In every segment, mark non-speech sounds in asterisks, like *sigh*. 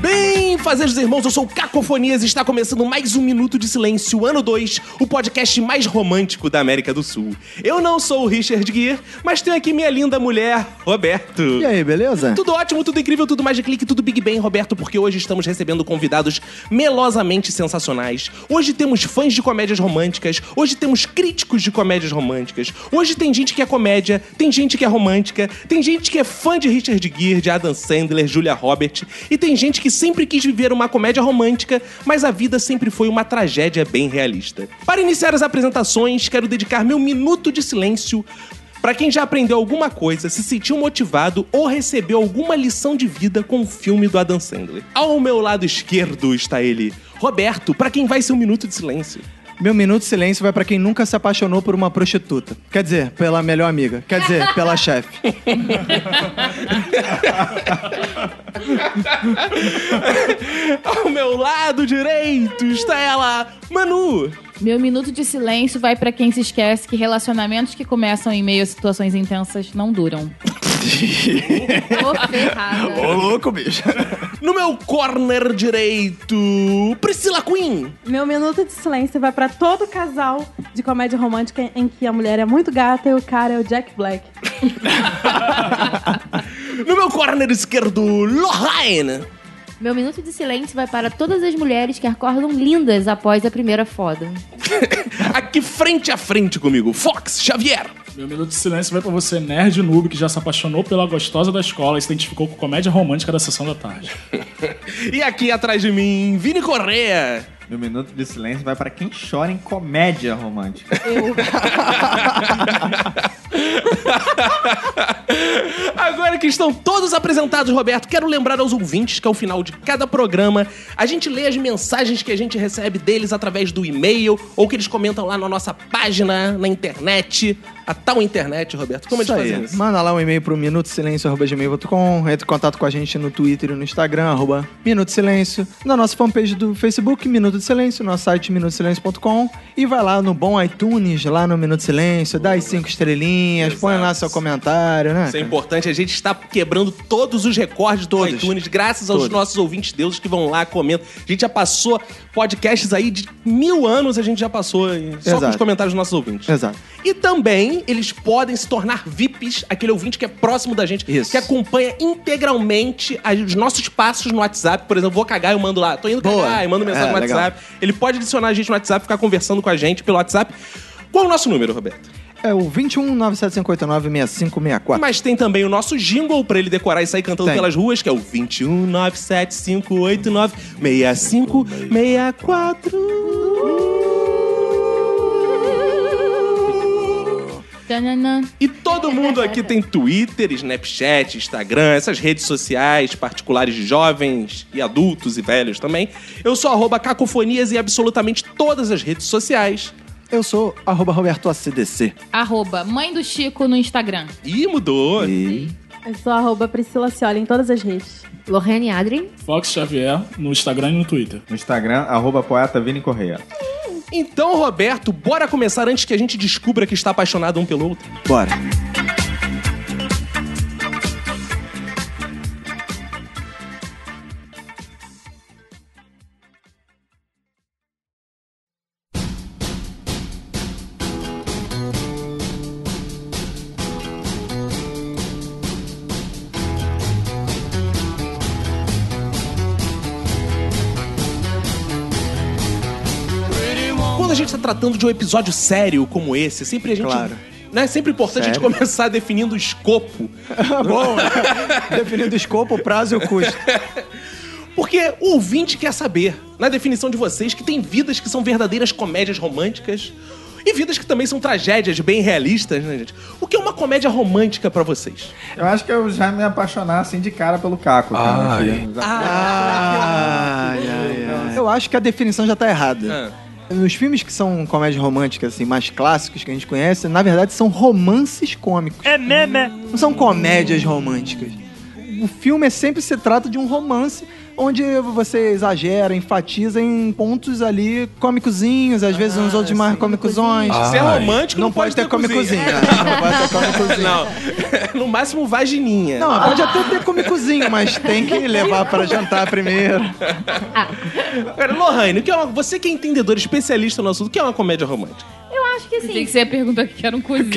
Bem, fazejos irmãos, eu sou o Cacofonias e está começando mais um Minuto de Silêncio, ano 2, o podcast mais romântico da América do Sul. Eu não sou o Richard Gere, mas tenho aqui minha linda mulher, Roberto. E aí, beleza? É Tudo ótimo, tudo incrível, tudo mais de clique, tudo Big Bang, Roberto, porque hoje estamos recebendo convidados melosamente sensacionais. Hoje temos fãs de comédias românticas, hoje temos críticos de comédias românticas, hoje tem gente que é comédia, tem gente que é romântica, tem gente que é fã de Richard Gere, de Adam Sandler, Julia Roberts, e tem gente que sempre quis viver uma comédia romântica, mas a vida sempre foi uma tragédia bem realista. Para iniciar as apresentações, quero dedicar meu minuto de silêncio Pra quem já aprendeu alguma coisa, se sentiu motivado ou recebeu alguma lição de vida com o filme do Adam Sandler. Ao meu lado esquerdo está ele, Roberto, pra quem vai ser um minuto de silêncio. *laughs* Meu minuto de silêncio vai pra quem nunca se apaixonou por uma prostituta. Quer dizer, pela melhor amiga. Quer dizer, pela chefe. Ao meu lado direito está ela, Manu. Meu minuto de silêncio vai pra quem se esquece que relacionamentos que começam em meio a situações intensas não duram. Tô ferrada. louco, bicho. No meu corner direito, Priscila Queen. Meu minuto de silêncio vai pra todo casal de comédia romântica em que a mulher é muito gata e o cara é o Jack Black. No meu corner esquerdo, Lorraine. *laughs* Meu minuto de silêncio vai para todas as mulheres que acordam lindas após a primeira foda. Aqui frente a frente comigo, Fox Xavier. Meu minuto de silêncio vai pra você, nerd noob, que já se apaixonou pela gostosa da escola e se identificou com comédia romântica da sessão da tarde. E aqui atrás de mim, Vini Correa. Meu minuto de silêncio vai para quem chora em comédia romântica. Agora que estão todos apresentados, Roberto, quero lembrar aos ouvintes que ao final de cada programa a gente lê as mensagens que a gente recebe deles através do e-mail ou que eles comentam lá na nossa página na internet, a tal internet, Roberto. Como eles fazem isso? Manda lá um e-mail pro minutosilêncio.gmail.com Entre em contato com a gente no Twitter e no Instagram, arroba Minuto de Silêncio. Na nossa fanpage do Facebook, Minuto de Silêncio, nosso site minutosilêncio.com E vai lá no bom iTunes, lá no Minuto de Silêncio, dá as cinco estrelinhas, põe lá seu comentário, né? Isso é importante, a gente está quebrando todos os recordes do Todos. iTunes, graças aos Todos. nossos ouvintes deuses que vão lá, comentam. A gente já passou podcasts aí de mil anos, a gente já passou aí, só com os Exato. comentários dos nossos ouvintes. Exato. E também eles podem se tornar VIPs, aquele ouvinte que é próximo da gente, Isso. que acompanha integralmente as- os nossos passos no WhatsApp. Por exemplo, vou cagar, eu mando lá. Tô indo Boa. cagar, eu mando mensagem É, no legal. WhatsApp. Ele pode adicionar a gente no WhatsApp, ficar conversando com a gente pelo WhatsApp. Qual é o nosso número, Roberto? É o 21 97589 6564. Mas tem também o nosso jingle pra ele decorar e sair cantando Tem. pelas ruas, que é o 21 97589 6564. Tananã. E todo mundo aqui tem Twitter, Snapchat, Instagram, essas redes sociais particulares de jovens e adultos e velhos também. Eu sou arroba cacofonias em absolutamente todas as redes sociais. Eu sou arroba Roberto ACDC. Arroba mãe do Chico no Instagram. Ih, mudou. E... Eu sou arroba Priscila Cioli em todas as redes. Lorraine Adrien, Fox Xavier, no Instagram e no Twitter. No Instagram, arroba poeta Vini Correia. Então, Roberto, bora começar antes que a gente descubra que está apaixonado um pelo outro. Bora. Quando a gente tá tratando de um episódio sério como esse, sempre a gente. Claro. Né, é sempre importante a gente Sério. começar definindo o escopo. Bom, definindo o escopo, o prazo e o *laughs* custo. Porque o ouvinte quer saber, na definição de vocês, que tem vidas que são verdadeiras comédias românticas e vidas que também são tragédias bem realistas, né, gente? O que é uma comédia romântica pra vocês? Eu acho que tá? né? eu já me apaixonar assim de cara pelo Caco. cara, que- Ah, Ai, ai, eu acho que a definição já tá errada. Ah. Nos filmes que são comédia romântica, assim, mais clássicos que a gente conhece, na verdade são romances cômicos. É meme! Não são comédias românticas. O filme é sempre se trata de um romance onde você exagera, enfatiza em pontos ali cômicozinhos, às vezes uns outros mais cômicozões. Se é romântico, Não, pode ter comicozinho. Não pode ter comicozinho. *laughs* Não. *laughs* No máximo, vagininha. Não, pode até ter comicozinho, mas tem que levar para jantar primeiro. Agora, Lohane, o que é uma- você que é entendedor, especialista no assunto, o que é uma comédia romântica? Eu acho que Tem assim. que ser a pergunta que era um cozinho.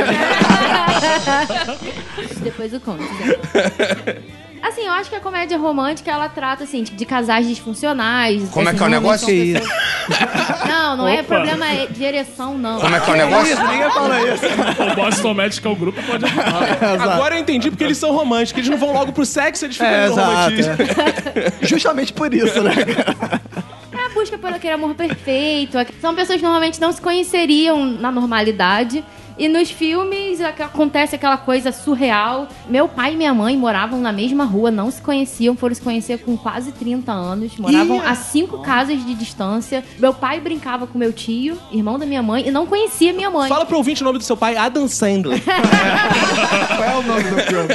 Depois eu conto. Zé. Assim, eu acho que a comédia romântica, ela trata, assim, de casais disfuncionais. Como é que é o essas negócio? homens são pessoas- Não, não é Opa. problema de ereção, não. Como é que é o negócio? Ninguém fala *laughs* isso. O Boston Medical Group pode ajudar. Agora eu entendi porque eles são românticos. Eles não vão logo pro sexo, eles ficam É, no romantismo. exato. é. Justamente por isso, né? cara? É a busca por aquele amor perfeito. São pessoas que normalmente não se conheceriam na normalidade. E nos filmes aque- acontece aquela coisa surreal. Meu pai e minha mãe moravam na mesma rua, não se conheciam, foram se conhecer com quase 30 anos, moravam a cinco casas de distância. Meu pai brincava com meu tio, irmão da minha mãe, e não conhecia minha é. mãe. Fala pro ouvinte o nome do seu pai, Adam *laughs* Sandler. Qual é o nome do filme?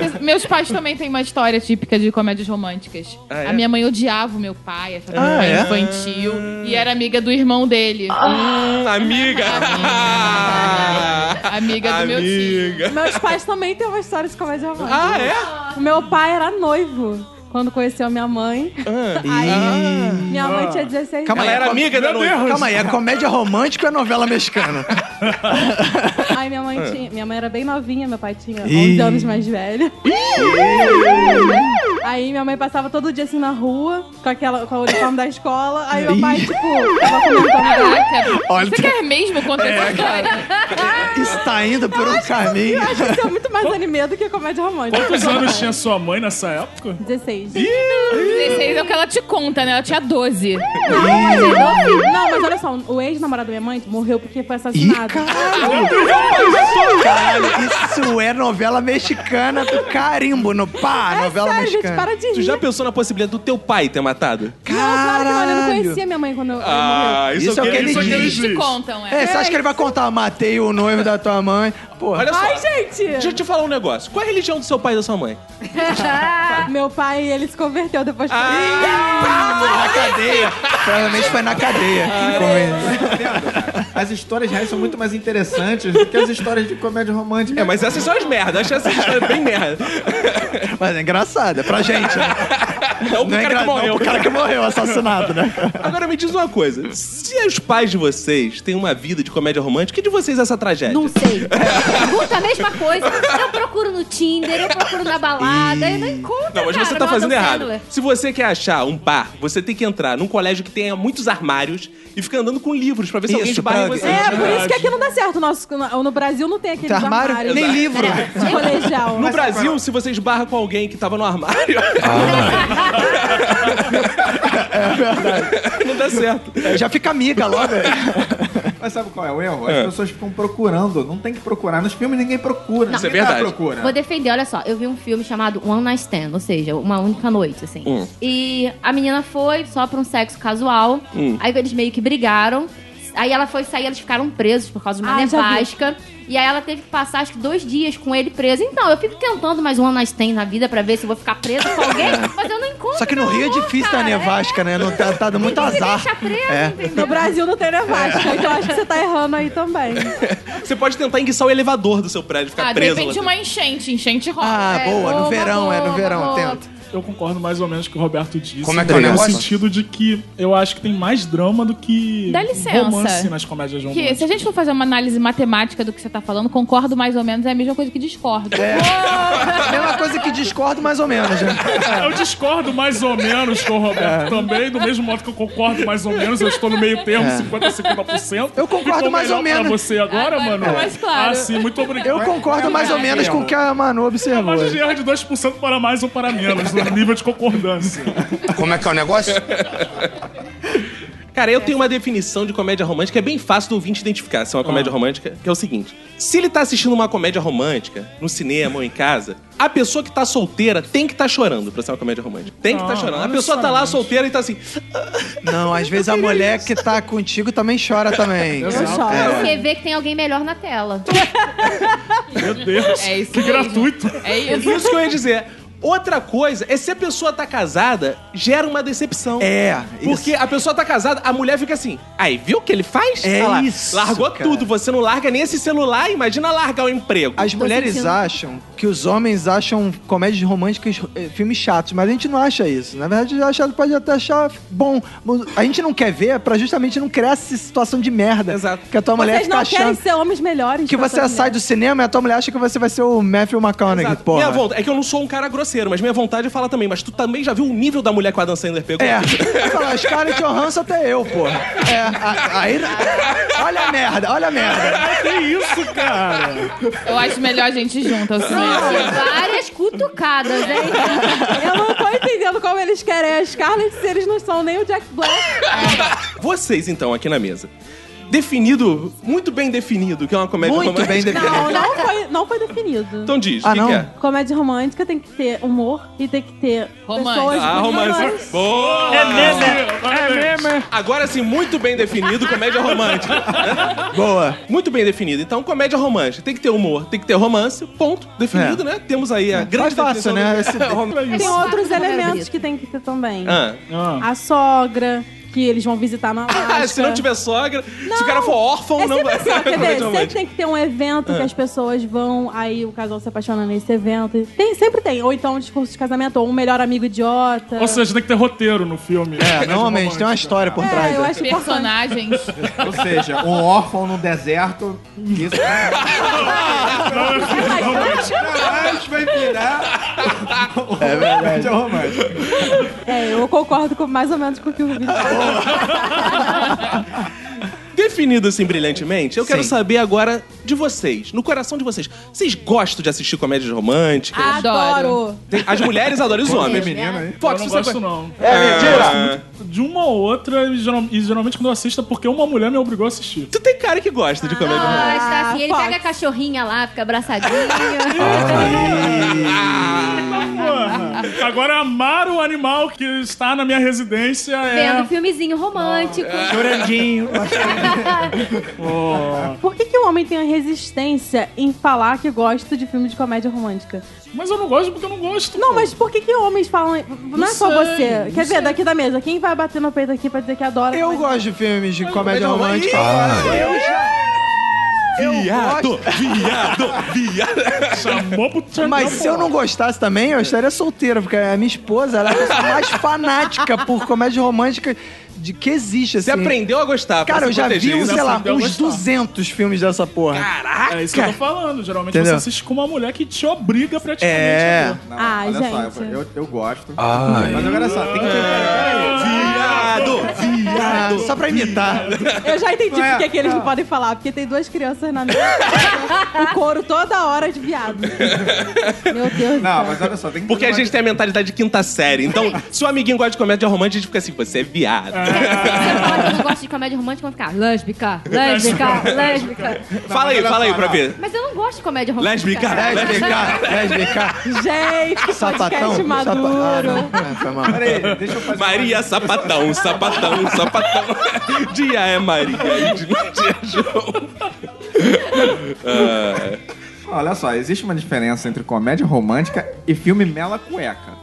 É, Meus pais também têm uma história típica de comédias românticas. Ah, é? A minha mãe odiava o meu pai, achava Ah, que é? ele era infantil. E era amiga do irmão dele. Hum, amiga. Amiga do meu tio. Amiga. Meus pais também têm uma história de comédia romântica. Ah, é? O Meu pai era noivo quando conheceu minha mãe. Aí, minha mãe tinha 16 Calma Ela aí, é era co- amiga da noiva. Calma aí, é comédia romântica ou é novela mexicana? anos. Aí minha mãe tinha. Minha mãe era bem novinha, meu pai tinha Ih. 11 anos mais velho. Aí minha mãe passava todo dia assim na rua, com aquela com o uniforme da escola. Aí meu pai, tipo, tava comentando. Caraca, Olha, você quer mesmo contar essa história? Isso tá indo por um caminho. Eu acho que isso é muito mais anime do que comédia romântica. Quantos anos tinha sua mãe nessa época? 16. 16 é o que ela te conta, né? Ela tinha 12. Não, mas olha só, o ex-namorado da minha mãe morreu porque foi Ih, assassinado. caralho! Caralho, isso é novela mexicana do carimbo no pá, É novela sério, gente, mexicana. para de Tu rir. já pensou na possibilidade do teu pai ter matado? Não, claro que não, eu não Caralho. conhecia minha mãe quando eu, eu morri. isso, Isso é o que ele Isso é que diz. eles Eles te dizem. contam, É, é. você acha que ele vai contar, matei o noivo da tua mãe? Porra. Olha só. Ai, gente! Deixa eu te falar um negócio. Qual é a religião do seu pai e da sua mãe? Ah, Meu pai, ele se converteu depois que Na cadeia. Provavelmente foi na cadeia. Ah, é. Como As histórias reais são muito mais interessantes do que as histórias de comédia romântica. É, mas essas são as merdas. Achei essa história bem merda. *laughs* é. Mas é engraçado, é pra gente. *laughs* Né? Não, pro cara é que engra- não morreu. pro cara que morreu, assassinado, né? Agora me diz uma coisa. Se os pais de vocês têm uma vida de comédia romântica, e de vocês é essa tragédia? Não sei. Pergunta a mesma coisa. Eu procuro no Tinder, eu procuro na balada, eu um não encontro. Não, mas cara, você tá meu fazendo Adam errado. Sandler. Se você quer achar um bar, você tem que entrar num colégio que tenha muitos armários e ficar andando com livros pra ver se Isso, alguém esbarra em pra- você. É, por isso que aqui não dá certo. Nosso, no, no Brasil não tem aquele Tem armário? armário Tá, Nem livro. de colegial. é No Brasil, se você esbarra com alguém que tava no armário, Ah, *laughs* É, não dá certo. Já fica amiga logo. é. Mas sabe qual é o erro? As pessoas ficam procurando. Não tem que procurar. Nos filmes ninguém procura. Isso é ninguém tá dá verdade. Procura. Vou defender, olha só, eu vi um filme chamado One Night Stand, ou seja, uma única noite, assim. E a menina foi só pra um sexo casual, aí eles meio que brigaram. Aí ela foi sair, eles ficaram presos por causa de uma Ah, já vi. nevasca. E aí ela teve que passar, acho que, dois dias com ele preso. Então, eu fico tentando mais um One Night Stand na vida pra ver se eu vou ficar presa com alguém, mas eu não encontro. Só que no meu Rio é amor, difícil tá cara. nevasca, né? Não tá, tá dando muito azar. Deixa preso, É. No entendeu? Brasil não tem nevasca, então acho que você tá errando aí também. Você pode tentar enguiçar o elevador do seu prédio, ficar Ah, de preso. lá repente dentro. uma enchente, enchente rola. Ah, É, boa, no uma verão, é, no boa, uma verão, boa. tenta. Eu concordo mais ou menos com o que o Roberto disse. Como é que é o No negócio? sentido de que eu acho que tem mais drama do que Dá licença. romance nas comédias românticas. Que, é se a gente for fazer uma análise matemática do que você tá falando, concordo mais ou menos, é a mesma coisa que discordo. É. Mesma coisa que discordo, mais ou menos, né? *laughs* Eu discordo mais ou menos com o É. Roberto também, do mesmo modo que eu concordo mais ou menos, eu estou no meio termo, 50% a 50%. É. Eu concordo Ficou mais ou melhor menos. Pra você agora, Agora mano? ficou mais claro. Ah, sim, muito obrigado. Eu concordo mais ou menos com o que a Manu observou. Mas a gente erra de 2% para mais ou para menos, no nível de concordância. Como é que é o negócio? Cara, eu tenho uma definição de comédia romântica, é bem fácil do ouvinte identificar Ah. se é uma comédia romântica, que é o seguinte: se ele tá assistindo uma comédia romântica, no cinema ou em casa, a pessoa que tá solteira tem que tá chorando pra ser uma comédia romântica. Tem que tá Não, chorando. não A pessoa tá lá necessariamente. solteira e tá assim. Não, às vezes a mulher que tá contigo também chora também. Eu choro. É. Porque vê que tem alguém melhor na tela. *laughs* Meu Deus. É isso que mesmo. gratuito. É isso. Isso que eu ia dizer. Outra coisa é se a pessoa tá casada, gera uma decepção. É, Porque a pessoa tá casada, a mulher fica assim. Aí, viu o que ele faz? É Olha lá, isso, Largou cara. tudo, você não larga nem esse celular, imagina largar o emprego. As mulheres sentindo. acham que os homens acham comédias românticas eh, filmes chatos, mas a gente não acha isso. Na verdade, a gente pode até achar bom. A gente não quer ver pra justamente não criar essa situação de merda. Exato. Que a tua mulher Vocês fica não querem achando. ser homens melhores. Que pra você é sua sai do cinema e a tua mulher acha que você vai ser o Matthew McConaughey, Exato. porra. Minha vontade, é que eu não sou um cara grosseiro, mas minha vontade é falar também. Mas tu também já viu o nível da mulher com a Dan Sandler pegou? É, Vai falar, Scarlett Johansson até eu, porra. É, a- aí... Olha a merda, olha a merda. Que é isso, cara? Eu acho melhor a gente ir junto assim, ao cinema. Várias cutucadas, hein? mulher. Eu não tô entendendo como eles querem a Scarlett se eles não são nem o Jack Black. Vocês, então, aqui na mesa. Definido, muito bem definido, que é uma comédia Muito romântica. bem definido. Não, não foi, não foi definido. Então diz, o Ah, que, não? que é? Comédia romântica tem que ter humor e tem que ter Romance. pessoas Ah, bonitas. romance. Boa! Ah, É meme. Agora sim, muito bem definido, comédia romântica. Boa. Muito bem definido. Então, comédia romântica. Tem que ter humor, tem que ter romance, ponto. Definido, É. né? Temos aí a grande fácil, definição né? do- Esse- Tem outros Saco do elementos Gabrito. que tem que ter também. Ah. Ah, A sogra, que eles vão visitar na Alaska. *laughs* Ah, é. se não tiver sogra, se o cara for órfão, É não sempre vai assim, ó, *laughs* quer ver? comédia Sempre romântica. tem que ter um evento que as pessoas vão, aí o casal se apaixona nesse evento. Tem, sempre tem. Ou então um discurso de casamento, ou um melhor amigo idiota. Ou seja, tem que ter roteiro no filme. assim. É, normalmente tem uma história por trás. é, eu né? acho importante. Personagens. Ou seja, um órfão no deserto. Isso é É. Caralho, vai virar. É verdade. romântico. É, eu concordo com, mais ou menos com o que o Vitor falou. Definido assim brilhantemente, eu quero Sim. saber agora de vocês, no coração de vocês. Vocês gostam de assistir comédias românticas? Ah. Adoro. Adoro. Tem- As mulheres adoram os homens. Feminino aí. Fox, eu não você gosto, go- não. É, Ah, De uma ou outra, e geral- e geralmente quando eu assisto é porque uma mulher me obrigou a assistir. Tu tem cara que gosta de comédia Ah, romântica. Mas tá assim, ele Fox. pega a cachorrinha lá, fica abraçadinho. Porra. Agora amar o animal que está na minha residência é. Vendo filmezinho romântico. é, Chorandinho. Por que, que o homem tem a resistência em falar que gosta de filme de comédia romântica? Mas eu não gosto porque eu não gosto. Não, pô. mas por que, que homens falam. Não, é só sei, você. não Quer sei. ver, daqui da mesa, quem vai bater no peito aqui pra dizer que adora? Eu comédia gosto de filmes de comédia romântica. Eu já. Eu Viado, gosto, viado, viado. Chamou pro Tchernão, mas se eu não gostasse também, eu estaria solteira, porque a minha esposa ela é a pessoa mais fanática por comédia romântica de que existe, assim. Você aprendeu a gostar. pra Cara, eu se já vi, proteger, né? sei lá, aprendeu a uns gostar. 200 filmes dessa porra. Caraca! É isso que eu tô falando. Geralmente Entendeu? você assiste com uma mulher que te obriga praticamente. É. a ver. Não, Ah, olha gente. só, eu, eu, eu gosto. Mas agora só, tem que ter. Ah, Viado, viado. Só pra imitar. Eu já entendi Não é? por que que eles não podem falar, porque tem duas crianças na mesa o couro toda hora de viado. Meu Deus do Não, céu. mas olha só, tem que Porque ter a uma- gente tem a mentalidade de quinta série. Então, se o amiguinho gosta de comédia romântica, a gente fica assim, você é viado. Você fala que não gosta de comédia romântica, vão *laughs* ficar lésbica, lésbica, lésbica. fala aí, olha fala aí só, pra não. ver. Mas eu não gosto de comédia romântica. Lésbica, lésbica. Lésbica, Gente, tá sapatão. podcast maduro. Sapa- Ah, não, foi mal. Peraí, deixa eu fazer. Maria Sapatão, sapatão, sapatão. *laughs* Dia é Maria, dia é *laughs* João. Olha só, existe uma diferença entre comédia romântica e filme Mela Cueca.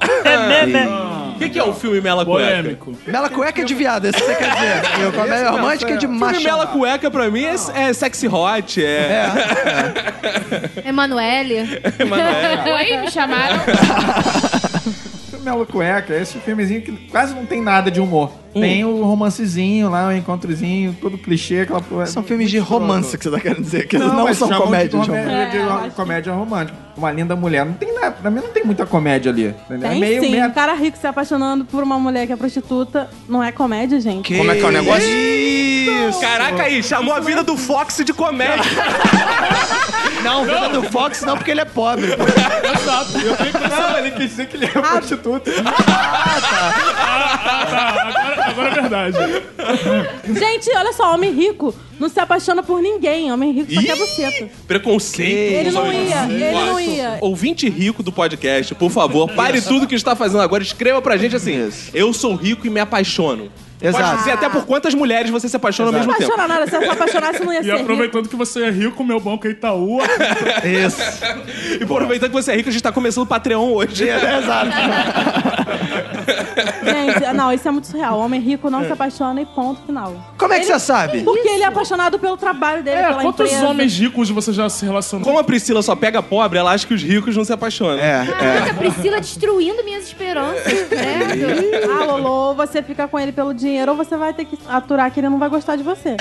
O que, que é um filme Mela Cueca? Polêmico. Mela cueca é de viado, isso que você quer dizer. E o *laughs* comédia Esse não, romântica é de sério. macho. Filme Mela Cueca pra mim é, é sexy hot, é. Emanuele. Manoel. Oi, me chamaram. Filme Mela Cueca é esse filmezinho que quase não tem nada de humor. Hum. Tem o romancezinho lá, o encontrozinho, todo clichê, aquela porra. São filmes de romance que você tá querendo dizer, que não, mas são chamam de comédias de romance. comédia, de É, eu ro- acho comédia romântica. Uma linda mulher. Não tem nada. Pra mim não tem muita comédia ali. entendeu? Tem é meio sim, um meta. cara rico se apaixonando por uma mulher que é prostituta. Não é comédia, gente. Como é que é o negócio? Caraca aí, chamou a vida do Fox de comédia. *laughs* Não, vida do Fox não, porque ele é pobre. pô. Exato. Eu tenho que Não, ele quis dizer que ele é prostituta. Ah, tá. Agora, agora é verdade. sacanagem. Gente, olha só, homem rico não se apaixona por ninguém. Homem rico só quer buceta. Preconceito. Ele com não os homens. ia, ele não Nossa. ia. Ouvinte rico do podcast, por favor, pare tudo que está fazendo agora. Escreva pra gente assim: Eu sou rico e me apaixono. Pode Exato. dizer até por quantas mulheres você se apaixona Não se ao mesmo tempo. apaixona nada. Se eu se apaixonasse, não ia E ser rico. aproveitando que você é rico, meu banco é Itaú. Isso. E aproveitando que você é rico, a gente tá começando o Patreon hoje. É Gente, não, isso é muito surreal. Homem rico É. não se apaixona e ponto final. Como é que Ele- você um sabe? Porque ele é apaixonado pelo trabalho dele, É, pela quantos empresa. homens ricos você já se relacionou? Como a Priscila só pega pobre, ela acha que os ricos não se apaixonam. É, Caraca, a Priscila destruindo minhas esperanças, É. né? credo. Ah, Lolo, você fica com ele pelo dinheiro ou você vai ter que aturar que ele não vai gostar de você.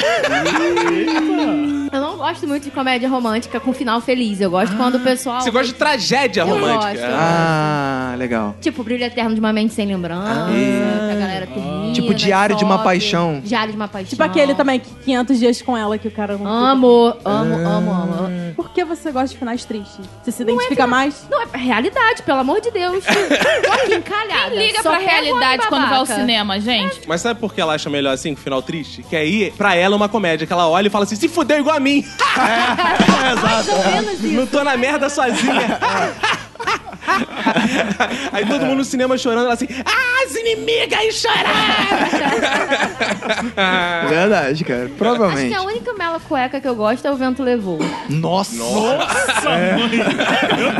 Eu não gosto muito de comédia romântica com final feliz. Eu gosto quando o pessoal. Você gosta de tragédia Eu romântica. gosto. Ah, legal. Tipo, Brilho Eterno de uma Mente Sem Lembrança, que a galera termina. Tipo, Diário de uma sobe. Paixão. Diário de uma Paixão. Tipo aquele também, que 500 dias com ela que o cara não fica. Amo, amo, Ah. amo, amo. Por que você gosta de finais tristes? Você se identifica mais? Não, é realidade, pelo amor de Deus. Tô aqui encalhada. *laughs* Liga Só pra pego homem realidade quando vai ao babaca. cinema, gente. Mas sabe por que ela acha melhor assim, com final triste? Que aí, pra ela, é uma comédia. Que ela olha e fala assim, se fudeu igual a *laughs* mim. Menos isso. É, Não tô na merda sozinha. *laughs* aí todo mundo no cinema chorando, ela assim, ah, as inimigas É, Ah. choraram. Verdade, cara. Acho que Provavelmente. a única mela cueca que eu gosto é o vento levou. Nossa.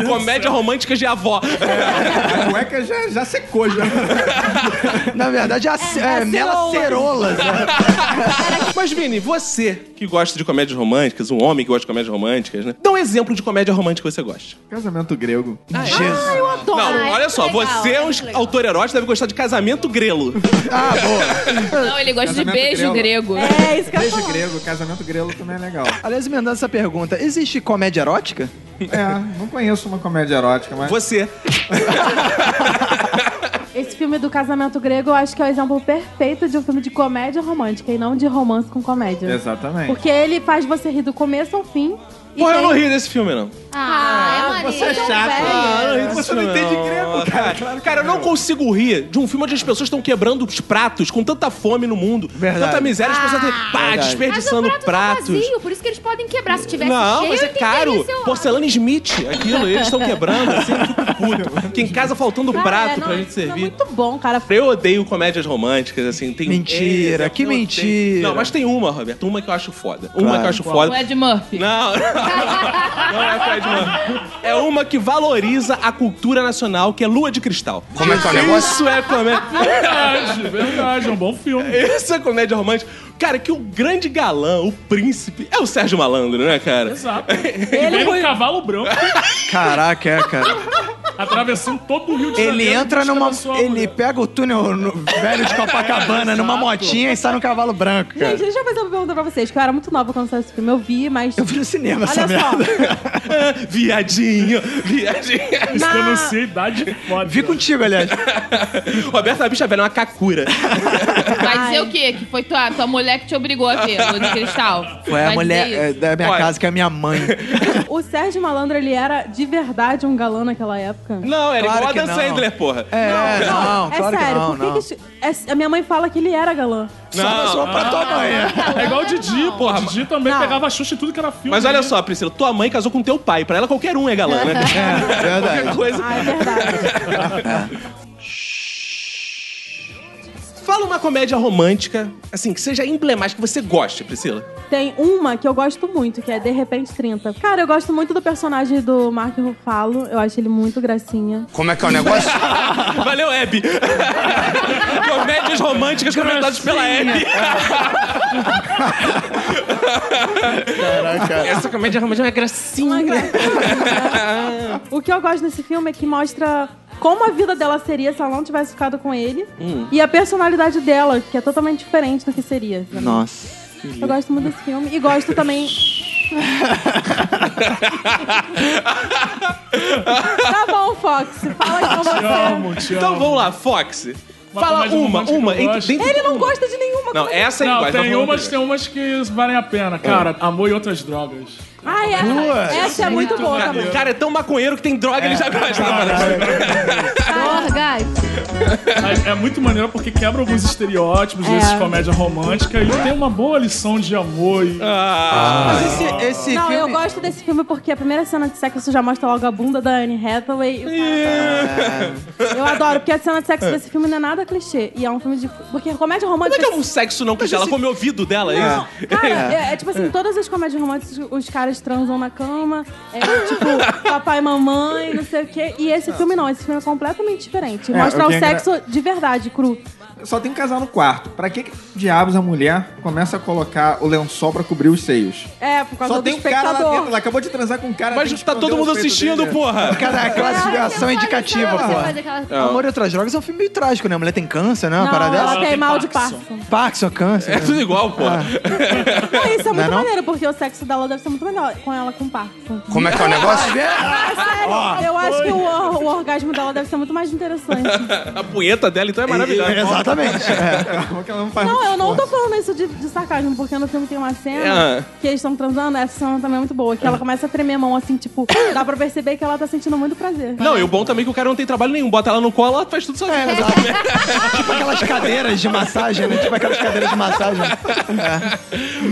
Comédia romântica de avó. A cueca já, já secou, já. *laughs* Na verdade, é, a, ce- é, Mela Cerolas. né? *laughs* Mas, Vini, você que gosta de comédias românticas, um homem que gosta de comédias românticas, né? Dá um exemplo de comédia romântica que você gosta. Casamento grego. Ah, é? Jesus. Ah, Eu adoro. Não, olha só, você é um autor erótico, deve gostar de casamento *laughs* grelo. Ah, boa. Não, ele gosta de Casamento beijo grego. É isso que eu Beijo falo. grego, casamento grego também é legal. Aliás, emendando essa pergunta, existe comédia erótica? É, não conheço uma comédia erótica, mas. Você. Esse filme do casamento grego, eu acho que é o exemplo perfeito de um filme de comédia romântica e não de romance com comédia. Exatamente. Porque ele faz você rir do começo ao fim. e Porra, eu tem- não ri desse filme, não. Ah, é Você é maneiro. chato. Você não entende grego, cara. Cara, eu não consigo rir de um filme onde as pessoas estão quebrando os pratos com tanta fome no mundo, Verdade. tanta miséria, as pessoas têm, pá, Verdade. Mas o desperdiçando Ah, prato tá pratos. vazio, por isso que eles podem quebrar. Se tivesse Não, cheio, mas é eu caro. tentaria, sei lá. Porcelana Smith, aquilo, eles estão quebrando, assim, eu *laughs* fico puto. Porque em casa faltando Cara, prato não, pra gente isso é servir. muito bom, cara. Eu odeio comédias românticas, assim, tem... Mentira, Esse, que eu odeio. mentira. Não, mas tem uma, Roberto, uma que eu acho foda. Uma Claro. que eu acho O foda. Ed é Murphy. Não, *laughs* não. Não é Fred Mano. É uma que valoriza a cultura nacional, que é Lua de Cristal. Como é que é o negócio? Isso é comédia. Verdade, verdade, é um bom filme. Isso é comédia romântica. Cara, que o grande galã, o príncipe, é o Sérgio Malandro, né, cara? Exato. Ele vem um cavalo branco Caraca, é, cara. atravessando todo o Rio de Janeiro. Ele entra buscando numa. a sua Ele mulher. pega o túnel no- velho *laughs* de Copacabana numa motinha e sai num cavalo branco, Gente, cara. deixa eu fazer uma pergunta pra vocês, que eu era muito nova quando saiu esse filme. Eu vi, mas. Eu vi no cinema essa Olha só. merda. Ah, viadinho, viadinho. Isso na- denuncia a idade foda. Vi contigo, aliás. Roberto é uma bicha velha, é uma kakura. Vai Ai. dizer o quê? Que foi tua, tua mulher que te obrigou a ver, Lua de Cristal? Foi Vai a dizer mulher isso? é, da minha Olha. casa, que é a minha mãe. O Sérgio Malandro, ele era de verdade um galã naquela época? Não, era Claro igual que a Dan não. Sandler, porra. *laughs* É, não, é claro sério, que não, por que não. que isso- é- a minha mãe fala que ele era galã. Só, Não, só pra tua mãe. é. É igual o Didi, porra. O Didi também Não. pegava xuxa em tudo que era filme. né? Mas olha só, Priscila, tua mãe casou com teu pai. Pra ela, qualquer um é galã, né? É, Qualquer verdade. coisa. Ah, é verdade. Fala uma comédia romântica, assim, que seja emblemática, que você goste, Priscila. Tem uma que eu gosto muito, que é De Repente 30. Cara, eu gosto muito do personagem do Mark Ruffalo. Eu acho ele muito gracinha. Como é que é o *laughs* negócio? *laughs* Valeu, Hebe! Comédias românticas comentadas pela Hebe. Caraca. *laughs* Essa comédia romântica é uma Uma gracinha. gracinha. o que eu gosto nesse filme é que mostra como a vida dela seria se ela não tivesse ficado com ele. E a personalidade dela, que é totalmente diferente do que seria. sabe? Nossa. Eu gosto muito desse filme. E gosto também... tá bom, Fox. Fala então Te você. amo, te Então amo. vamos lá, Fox. Fala comédia uma, romântica uma. que eu entre- gosto. dentro- Ele não gosta de nenhuma Não, coisa. essa é Não, igual. tem umas, tem um umas que valem a pena, cara. Amor e outras drogas. Ai, essa, Duas. essa Ah, é muito, boa Cara, também. o cara é tão maconheiro que tem droga, ele já gosta. Orgasmo. Mas é muito maneiro porque quebra alguns estereótipos É. desses comédia romântica e tem uma boa lição de amor. E... Mas esse, esse Não, eu filme... gosto desse filme porque a primeira cena de sexo já mostra logo a bunda da Anne Hathaway. tá Eu adoro, porque a cena de sexo desse filme não é nada clichê. E é um filme de. Porque comédia Como é romântica. que é um sexo não clichê? Ela come o ouvido dela, é isso? Cara, é, é tipo assim, todas as comédias românticas, os caras transam na cama, é tipo, papai e mamãe, não sei o quê. E esse filme não, esse filme é completamente diferente. É, Mostra o o que é engra- sexo de verdade, cru. Só tem casal no quarto. Pra que, que diabos a mulher começa a colocar o lençol pra cobrir os seios? É, por causa Só do tem um cara lá espectador. dentro. Ela acabou de transar com um cara. tem Mas que tá esconder todo o mundo peito assistindo, dele. porra! Cara, a classificação Olha só, indicativa, você pô. faz aquela- Amor e Outras Drogas é um filme meio trágico, né? A mulher tem câncer, né? Uma Não, parada ela dessa. tem tem mal de Parkinson. Parkinson. Parkinson, câncer. É né? tudo igual, pô. Não, isso é Não é não? muito maneiro, porque o sexo dela deve ser muito melhor com ela com Parkinson. Como Um é que é o negócio? É sério, eu acho que o, or- o orgasmo dela deve ser muito mais interessante. A punheta dela, então, é maravilhosa. Exatamente. É. Acabou que ela não faz Não, muito eu não tô esforço. falando isso de, de sarcasmo, porque no filme tem uma cena É. que eles estão transando, essa cena também é muito boa, que ela começa a tremer a mão assim, tipo, dá pra perceber que ela tá sentindo muito prazer. Não, e o bom também é que o cara não tem trabalho nenhum. Bota ela no colo, ela faz tudo sozinha. É, exato. tipo aquelas cadeiras de massagem, né? Tipo aquelas cadeiras de massagem.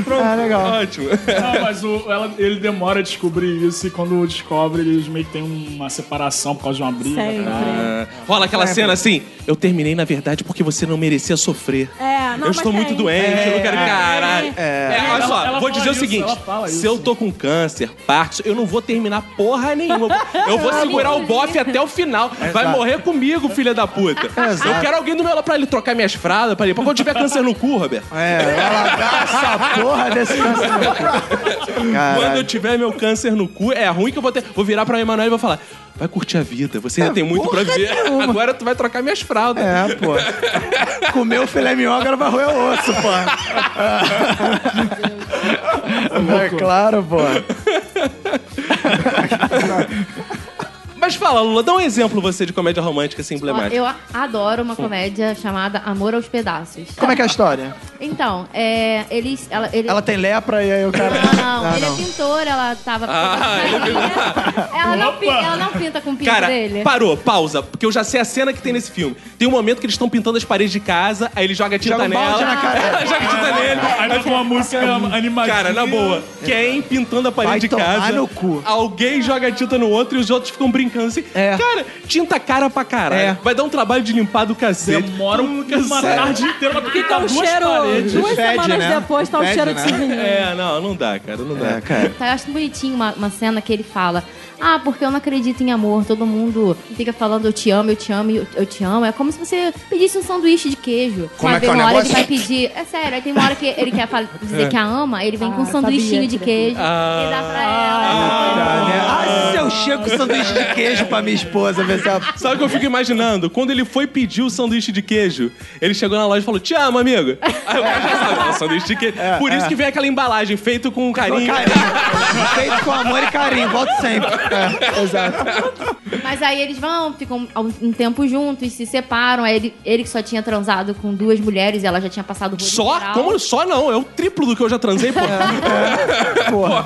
Pronto. Ah, legal. Ótimo. Não, mas o- ela- ele demora a descobrir isso e quando descobre, eles meio que tem uma separação por causa de uma briga. Sempre. Rola É. aquela cena assim, eu terminei na verdade porque você não merecia sofrer. É, não, eu mas estou muito tem. doente, eu não quero. Caralho. É, olha Ela- só, ela vou fala dizer o isso, seguinte: ela fala se isso. eu tô com câncer, Parkinson, eu não vou terminar porra nenhuma. Eu vou segurar o bofe até o final. Vai morrer comigo, filha da puta. Eu quero alguém do meu lado pra ele trocar minhas fraldas, pra ele. Pra quando tiver câncer no cu, Roberto. É, ela dá essa porra desse câncer. Quando eu Caralho. tiver meu câncer no cu, é ruim que eu vou ter. Vou virar pra Emanuel e vou falar: vai curtir a vida, você É, ainda tem muito pra ver. Agora tu vai trocar minhas fraldas. É, pô. Comeu o filé mignon, agora vai roer o osso, pô. É claro, pô. Mas fala, Lula, dá um exemplo você de comédia romântica assim Ó, emblemática. Eu a- adoro uma comédia chamada Amor aos Pedaços. Como é que é a história? Então, é, eles. Ela, ele... Ela tem lepra e aí o cara... Não, não, Ah, ele é pintor, ela tava. Ah, ela, não pinta, ela não pinta com o pinto Cara, dele. parou, pausa, porque eu já sei a cena que tem nesse filme. Tem um momento que eles estão pintando as paredes de casa, aí ele joga tinta Joga um nela. balde na cara. Ah. Ela *laughs* joga tinta nele. Aí tá com uma música animadinha. Cara, na boa, quem pintando a Vai parede de tomar casa, no cu. alguém joga tinta no outro e os outros ficam brincando assim. É. Cara, tinta cara pra caralho. É. Vai dar um trabalho de limpar do cacete. Demora um- uma tarde inteira pra Fica pintar um duas cheiro, paredes. duas Fede, semanas né? depois, tá o Fede, cheiro de né? cigarro. É, não, não dá, cara, não dá. É, cara. Eu acho bonitinho uma, uma cena que ele fala: Ah, porque eu não acredito em amor. Todo mundo fica falando eu te amo, eu te amo, eu, eu te amo. É como se você pedisse um sanduíche de queijo. Como é que tem é o uma hora negócio? É. ele vai pedir. É sério, aí tem uma hora que ele quer fal- dizer que a ama, ele vem com um sanduichinho Ah, sabia, de Tira. queijo e dá pra ela. Ah, né? Ah, se eu chego com sanduíche de queijo pra minha esposa, ver se ela... Sabe o que eu fico imaginando? Quando ele foi pedir o sanduíche de queijo, ele chegou na loja e falou: Te amo, amigo. Aí o cara já sabe, é um sanduíche de queijo. Por isso que vem aquela embalagem feito com carinho. Carinho. Feito com amor e carinho, volto sempre. É, exato. Mas aí eles vão, ficam ao- um tempo juntos, se separam. Aí ele, ele que só tinha transado com duas mulheres, ela já tinha passado o Só? rural. Como só não? É o triplo do que eu já transei, pô. Porra.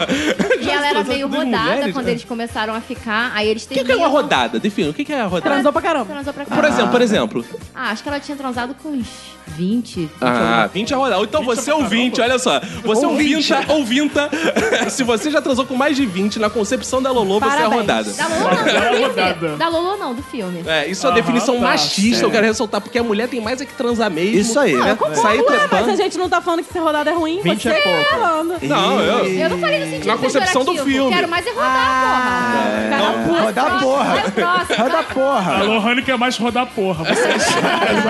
E ela era é. transou meio com duas rodada mulheres, quando né? eles começaram a ficar. Aí eles O que, que é terminam. uma rodada? Defina, o que, que é a rodada? Transou pra caramba. Transou pra Por exemplo, por exemplo. Ah, acho que ela tinha transado com uns 20. Ah, 20 é rodada. Ou então você é ouvinte, olha só. Você é ouvinta, ouvinta. *laughs* Se você já transou com mais de 20, na concepção da Lolô, você é Parabéns. rodada. Da Lolo não, do filme. rodada. Da Lolo não, do filme. É, isso é uma Aham, definição tá, machista, eu quero ressaltar, porque a mulher tem mais é que transar mesmo. Isso aí, né? Sair Ué, mas a trepando. gente não tá falando que ser rodada é ruim, 20 você é tá pouco. falando. Não, eu. Eu não falei no sentido Na concepção do pejorativo. filme. Quero mais é rodar, Ah, cara, É, Rodar porra. É porra. o próximo. Rodar A porra. Lohane quer mais rodar porra. Vocês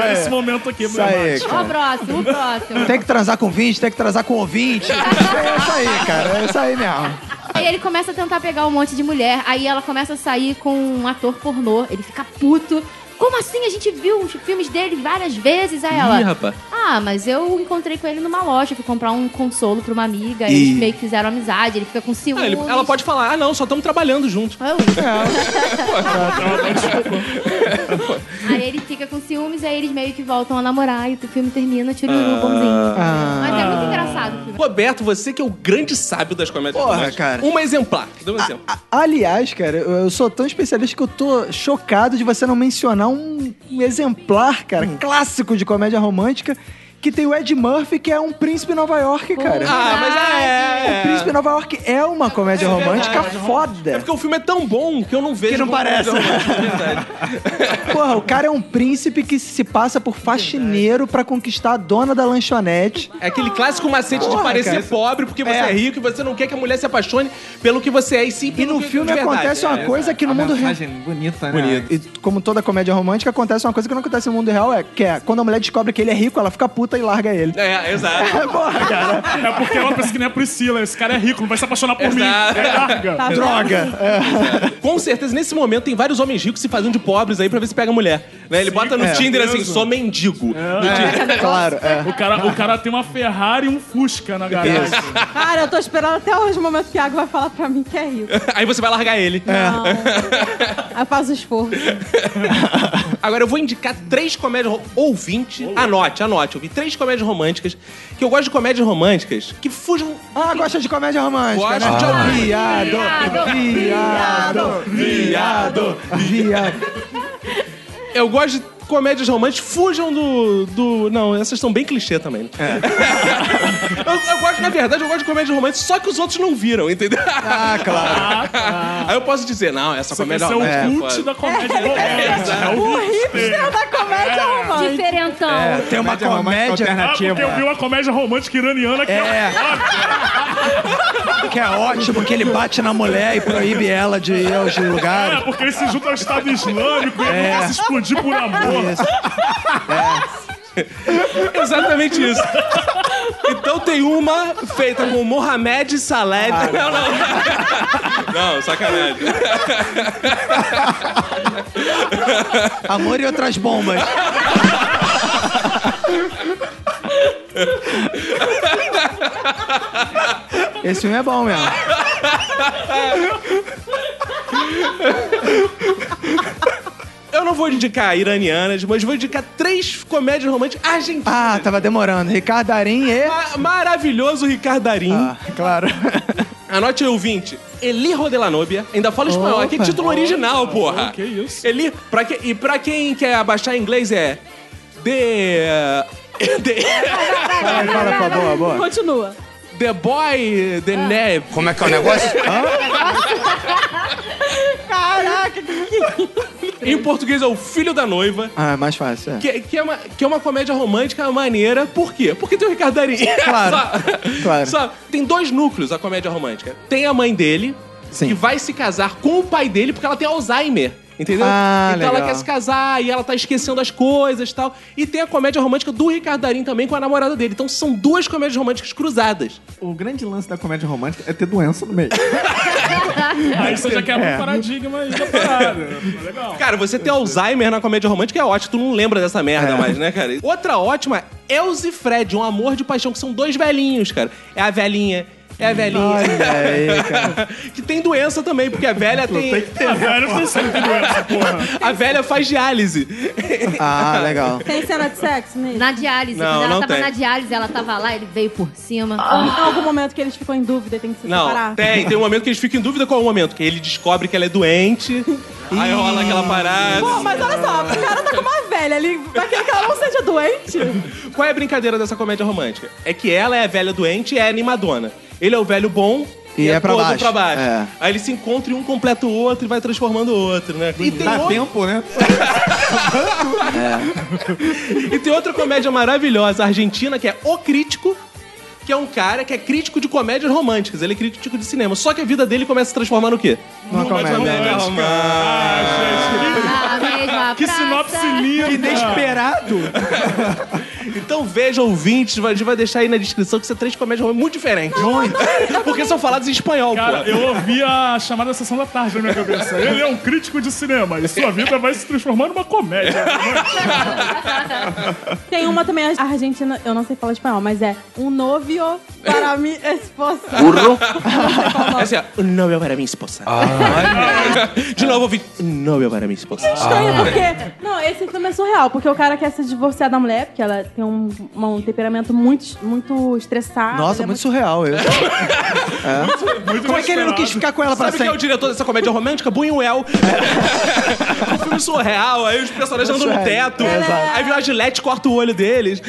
é esse momento aqui, Isso aí, emblemático. Ó, cara. o próximo, o próximo. Tem que transar com 20, tem que transar com ouvinte. É isso aí, cara. É isso aí mesmo. Aí ele começa a tentar pegar um monte de mulher. Aí ela começa a sair com um ator pornô. Ele fica puto. Como assim? A gente viu os filmes dele várias vezes. Aí ela. Ih, rapaz. Ah, mas eu encontrei com ele numa loja. Fui comprar um consolo pra uma amiga. Eles meio que fizeram amizade. Ele fica com ciúmes. Ah, ele- ela pode falar, ah não, só estamos trabalhando juntos. Olha o Aí ele fica com ciúmes, aí eles meio que voltam a namorar e o filme termina, tiruru, Ah. bonzinho. Mas é muito engraçado o filme. Roberto, você que é o grande sábio das comédias. Porra, românticas. cara. Uma exemplar. Dá um exemplo. A- Aliás, cara, eu eu sou tão especialista que eu tô chocado de você não mencionar um um exemplar, cara, clássico de comédia romântica, que tem o Ed Murphy, que é um príncipe em Nova York, cara. Ah, mas é. O Príncipe em Nova York é uma comédia romântica É foda. porque o filme é tão bom que eu não vejo. Que não como parece. comédia romântica, de verdade. Porra, o cara é um príncipe que se passa por faxineiro pra conquistar a dona da lanchonete. É aquele clássico macete de Porra, parecer cara, isso- pobre porque você é. É. rico e você não quer que a mulher se apaixone pelo que você é e sim E pelo no que- filme de verdade. É, acontece uma coisa que no A mundo real. mensagem bonita, né? Bonito. E como toda comédia romântica, acontece uma coisa que não acontece no mundo real, é que é quando a mulher descobre que ele é rico, ela fica puta e larga ele. É, é, exato. Porra, cara. É porque ela pensa que nem a Priscila. Esse cara é rico, não vai se apaixonar por mim. Exato. É larga. Tá Droga! Com certeza, nesse momento, tem vários homens ricos se fazendo de pobres aí pra ver se pega mulher. Né? Ele bota no Tinder assim, só mendigo. É, claro, é. O cara, o cara tem uma Ferrari e um Fusca na garagem. Cara, eu tô esperando até hoje o momento que a água vai falar pra mim que é rico. *laughs* Aí você vai largar ele. É. Não. Aí eu faço *laughs* esforço. Agora eu vou indicar três comédias ro- ouvinte. Anote, anote. Eu vi três comédias românticas. Que eu gosto de comédias românticas que fujam. Ah, gosta de comédia romântica. Gosto né? de- Ah. Viado, viado, viado, viado. Eu gosto de comédias românticas que fujam do. do... Não, essas são bem clichê também. né? É. *laughs* eu, eu gosto, na verdade, eu gosto de comédias românticas, só que os outros não viram, entendeu? Ah, claro. *laughs* é Aí eu posso dizer, não, essa Você quer comédia é, ser o romântica. cult da comédia romântica. É O hipster da Tá comédia romântica. Diferentão. Tem uma Comédia romântica comédia Ah, porque eu vi uma comédia romântica iraniana que é. que é ótimo, que ele bate na mulher e proíbe ela de ir aos É, lugares. porque ele se junta ao Estado Islâmico e É. ele não vai se explodir por amor. Exatamente isso. Então tem uma feita com Mohamed Saleh. não, não. Não, sacanagem. Amor e outras bombas. Esse filme é bom mesmo. Eu não vou indicar iranianas, mas vou indicar três comédias românticas argentinas. Ah, tava demorando. Ricardo Arim e. Ma- Maravilhoso Ricardarim. Ah, claro. Anote aí, ouvinte. Elirro de la Nobia. Ainda fala espanhol. Aqui é Opa. título original, porra. que isso. Eli... Pra que... E pra quem quer abaixar em inglês é... The... The, Fala, fala, fala, boa, boa. Continua. the Boy... The Ah. Neb. Como é que é o negócio? *laughs* Em português é o Filho da Noiva. Ah, é mais fácil. É. Que, que é uma, que é uma comédia romântica maneira. Por quê? Porque tem o Ricardo Darim. Claro, *laughs* Só- claro. só- tem dois núcleos a comédia romântica. Tem a mãe dele, Sim. que vai se casar com o pai dele porque ela tem Alzheimer. Entendeu? Ah, então ela legal. quer se casar e ela tá esquecendo as coisas e tal. E tem a comédia romântica do Ricardo Darim também com a namorada dele. Então são duas comédias românticas cruzadas. O grande lance da comédia romântica é ter doença no meio. É. Aí você já quebra um paradigma aí da parada. Legal. Cara, você ter Alzheimer na comédia romântica é ótimo. Tu não lembra dessa merda mais, né, cara? Outra ótima, Elze e Fred, um amor de paixão, que são dois velhinhos, cara. É a velhinha. É a velhinha. Olha aí, cara. *laughs* que tem doença também, porque a velha tem. A velha não Ah, sabe que doença, porra. A velha faz diálise. Ah, legal. Tem cena de sexo nele? Na diálise. Não, Quando ela não tava tem. Ah. na diálise, ela tava lá, ele veio por cima. Ou em algum momento que eles ficam em dúvida e tem que se Não, separar? tem. Tem um momento que eles ficam em dúvida qual é o momento. Que ele descobre que ela é doente. aí rola aquela Pô, parada. mas olha só, o cara tá com uma velha ali, vai querer que ela não seja doente? Qual é a brincadeira dessa comédia romântica? É que ela é a velha doente e é animadona. Ele é o velho bom. E é pra todo baixo. pra baixo. É. Aí eles se encontram e um completa o outro e vai transformando o outro, né? E tem, Dá outro- tempo, né? e tem outra comédia maravilhosa argentina que é O Crítico, que é um cara que é crítico de comédias românticas. Ele é crítico de cinema. Só que a vida dele começa a se transformar no quê? Uma comédia. é Ah, Na mesma *laughs* gente, que, que praça. sinopse linda. Inesperado. Então veja, ouvintes, a gente vai deixar aí na descrição que são três comédias românticas muito diferentes. Muito. Porque são faladas em espanhol, Cara, pô. eu ouvi a chamada da sessão da tarde na minha cabeça. Ele é um crítico de cinema e sua vida vai se transformar numa comédia. Tem uma também, a Argentina, eu não sei falar espanhol, mas é um novio para mim esposa. É assim, ó, um novio para minha esposa. *laughs* De novo, ouvinte, um novio para minha esposa. Estranho, porque. Não, esse filme é surreal, porque o cara quer se divorciar da mulher, porque ela tem um, uma- um temperamento muito, muito estressado. Nossa, ele é muito surreal eu. Como é que ele não quis ficar com ela pra Sabe quem é o sempre? diretor dessa comédia romântica? Buñuel. um filme surreal, aí os personagens andam no Surreal. teto. É, exato. aí vem uma gilete e corta o olho deles.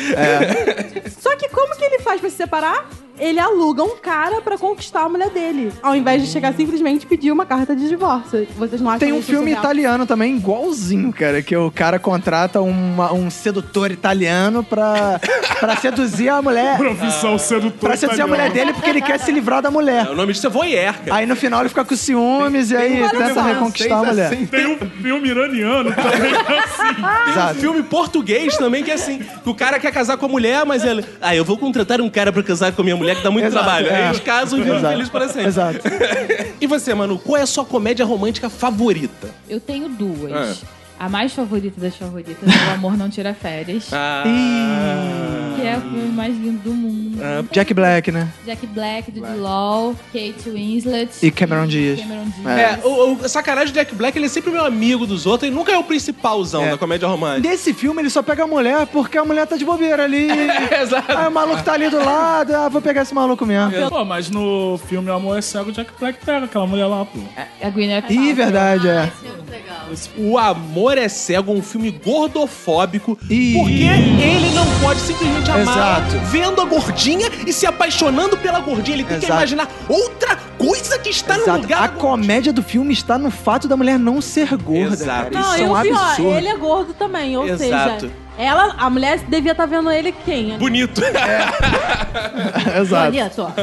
Só que como que ele faz pra se separar? Ele aluga um cara pra conquistar a mulher dele. Ao invés de chegar simplesmente e pedir uma carta de divórcio. Vocês não acham Tem um isso filme surreal? italiano também, igualzinho, cara, que o cara contrata uma- um sedutor italiano pra, pra seduzir a mulher. Profissão sedutora. Pra seduzir a mulher dele porque ele quer se livrar da mulher. O nome disso é voyeur, cara. Aí no final ele fica com ciúmes e aí Olha, meu, tenta reconquistar a francês mulher. assim. Tem um filme iraniano também que é assim. Exato. Filme português também que é assim. que O cara quer casar com a mulher, mas ele... Ah, eu vou contratar um cara pra casar com a minha mulher que dá muito Exato, trabalho. é. Aí eles casam e vivem Exato. felizes para sempre. Exato. *laughs* E você, Manu, qual é a sua comédia romântica favorita? Eu tenho É. duas. A mais favorita das favoritas é O Amor Não Tira Férias, Ah, que é o filme mais lindo do mundo. Jack Black, né? Jack Black, do DeLaw, Kate Winslet E Cameron Diaz. Cameron Diaz. É, o, o sacanagem do Jack Black, ele é sempre meu amigo dos outros e nunca é o principalzão da comédia romântica. Nesse filme ele só pega a mulher porque a mulher tá de bobeira ali. Aí o maluco tá ali do lado, ah, vou pegar esse maluco mesmo. Pô, mas no filme O Amor é Cego, Jack Black pega aquela mulher lá, pô. É. A Gwyneth Ih, Paltrow. verdade, é. O Amor é Cego, um filme gordofóbico, porque ele não pode simplesmente amar Exato. vendo a gordinha e se apaixonando pela gordinha. Ele tem que Exato. imaginar outra coisa que está Tá no Exato. lugar. A da comédia do filme está no fato da mulher não ser gorda, Exato. cara. Não, Isso e é um o pior, absurdo. ele é gordo também, ou Exato. seja, ela, a mulher devia estar vendo ele quem? *laughs* Bonito. Exato. Bonito.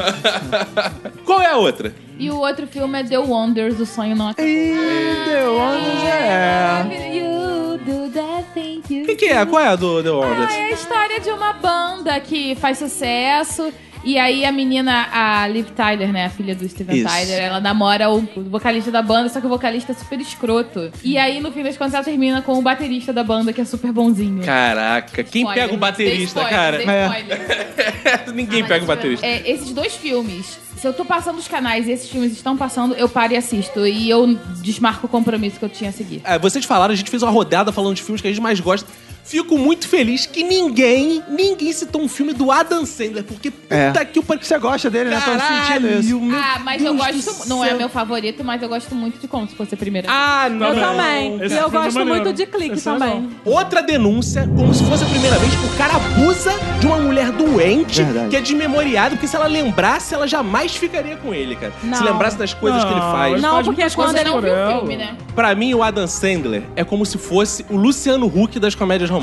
Qual é a outra? E o outro filme é The Wonders, O Sonho Não Acabou. Ih, The Wonders é. You do that, thank you. O que, que é? Qual é a do The Wonders? Ah, é a história de uma banda que faz sucesso. E aí a menina, a Liv Tyler, né? A filha do Steven Isso. Tyler, ela namora o o vocalista da banda, só que o vocalista é super escroto. E aí, no fim das contas, ela termina com o baterista da banda, que é super bonzinho. Caraca, quem Spoiler. pega o baterista, Dei spoiler, cara? dei spoiler. Ninguém pega o baterista. É, esses dois filmes, se eu tô passando os canais e esses filmes estão passando, eu paro e assisto. E eu desmarco o compromisso que eu tinha a seguir. É, vocês falaram, a gente fez uma rodada falando de filmes que a gente mais gosta. Fico muito feliz que ninguém, ninguém citou um filme do Adam Sandler, porque puta É. que o pariu. Você gosta dele, né? Tô sentindo Caralho, isso. meu ah, mas eu Deus do gosto. Não é céu. meu favorito, mas eu gosto muito de como se fosse a primeira. Ah, Eu não. também. Esse e eu filme é gosto maneiro. muito de clique Esse é também. legal. Outra denúncia, como se fosse a primeira vez, que o cara abusa de uma mulher doente, Verdade. que é desmemoriada, porque se ela lembrasse, ela jamais ficaria com ele, cara. Se Não. lembrasse das coisas que ele Não, faz. ele Não, faz porque muitas quando Você coisas não por viu o ela. filme, né? Pra mim, o Adam Sandler é como se fosse o Luciano Huck das comédias românticas.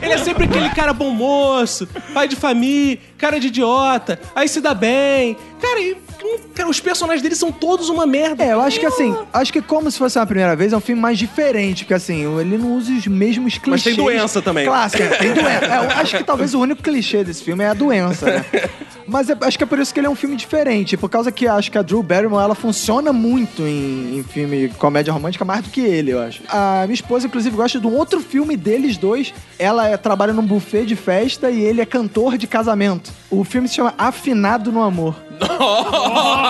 ele é sempre aquele cara bom moço, pai de família, cara de idiota, aí se dá bem. Cara, e- cara, os personagens dele são todos uma merda. É, eu acho que assim, acho que como se fosse uma primeira vez, é um filme mais diferente, porque assim, ele não usa os mesmos clichês. Mas tem doença também. Clássico, é, tem doença. É, *laughs* eu acho que talvez o único clichê desse filme é a doença, né? Mas é- acho que é por isso que ele é um filme diferente, por causa que acho que a Drew Barrymore, ela funciona muito em, em filme comédia romântica, mais do que ele, eu acho. A minha esposa, inclusive, gosta de um outro filme deles dois. Ela é- trabalha num buffet de festa e ele é cantor de casamento. O filme se chama Afinado no Amor.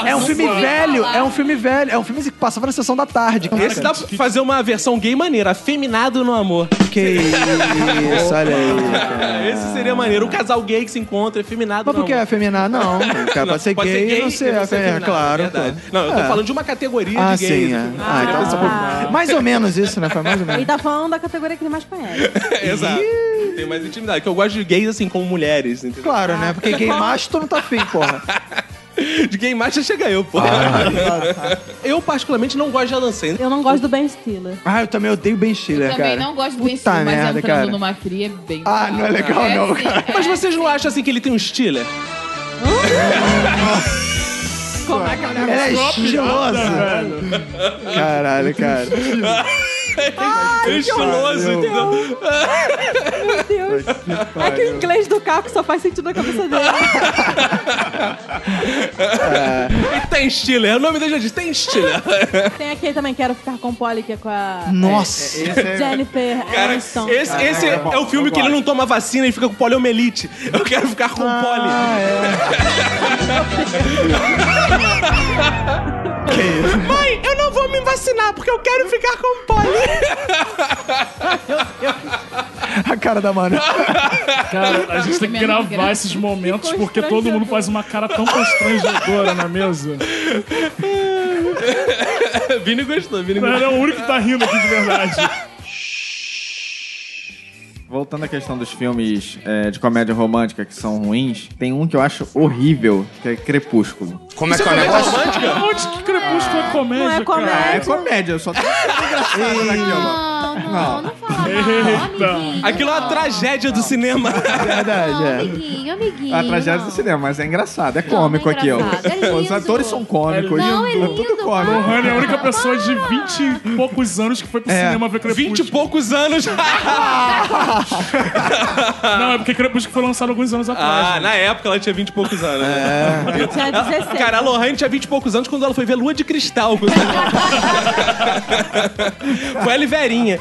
É um filme velho, é um filme velho, é um filme que passava na sessão da tarde. Esse dá pra fazer uma versão gay maneira, afeminado no amor. Que isso, olha aí. cara. Esse seria maneiro. Um casal gay que se encontra, afeminado Ah. Mas no por que amor. afeminar? Não, cara, pode ser gay, e não ser, e não afeminar, afeminado, claro. é verdade. pô. Não, eu tô É. falando de uma categoria Ah, de gays. assim, né? sim, é. aqui. Ah, então tá bom. Mais ou menos isso, né? Foi mais ou Ele menos. tá falando da categoria que ele mais conhece. Exato. Tem mais intimidade. Que eu gosto de gays assim, como mulheres, entendeu? *laughs* Claro, né? Porque gay macho, tu não tá afim, porra. De gay macho chega eu, *laughs* Ah, pô. eu, particularmente, não gosto de Alan Sandler. Eu não gosto do Ben Stiller. Ah, eu também odeio Ben Stiller, Também cara. não gosto do Ben Puta Stiller, mas merda, entrando cara. numa fria é bem Ah, não é legal, não, sim, cara. é. Mas vocês não acham assim que ele tem um Stiller? Ele né? é estiloso. Caralho, cara. Ai, estiloso, entendeu? Meu Deus. É que o inglês do Caco só faz sentido na cabeça *laughs* dele. Ele tem Stiller. O nome dele já diz, tem Stiller. Tem aquele também, Quero Ficar com Polly, que é com a Nossa. Jennifer Cara, Aniston. esse, esse é, o filme que ele não toma vacina e fica com poliomielite. Eu quero ficar com poli. Ah, é. *laughs* Mãe, eu não vou me vacinar porque eu quero ficar com poli. A cara da Manu. Cara, a gente tem que Menos gravar graça. esses momentos porque todo mundo faz uma cara tão constrangedora na mesa. *laughs* Vini gostou, Vini Ele é o único que tá rindo aqui de verdade. Voltando à questão dos filmes é, de comédia romântica que são ruins, tem um que eu acho horrível, que é Crepúsculo. Como é que é o negócio? Onde que crepúsculo é comédia? Não é Ah, é comédia. comédia, só tem engraçado naquilo. Não, não, não fala mal. Amiguinho, Aquilo é uma não. tragédia do cinema. Verdade, Não, é. amiguinho, amiguinho. A tragédia não. do cinema, mas é engraçado, é é cômico aqui, ó. engraçado, é Os lindo. atores são cômicos, Não, é tudo- tudo lindo, cômico. para. Honey é a única pessoa de 20 e poucos anos que foi pro cinema ver Crepúsculo. *laughs* É. Vinte e poucos anos. Não, é porque Crepúsculo foi lançado alguns anos atrás. ah, na época ela tinha vinte e poucos anos. *laughs* Tinha 16. É Cara, a Lohane tinha 20 e poucos anos quando ela foi ver Lua de Cristal. Foi a Liverinha.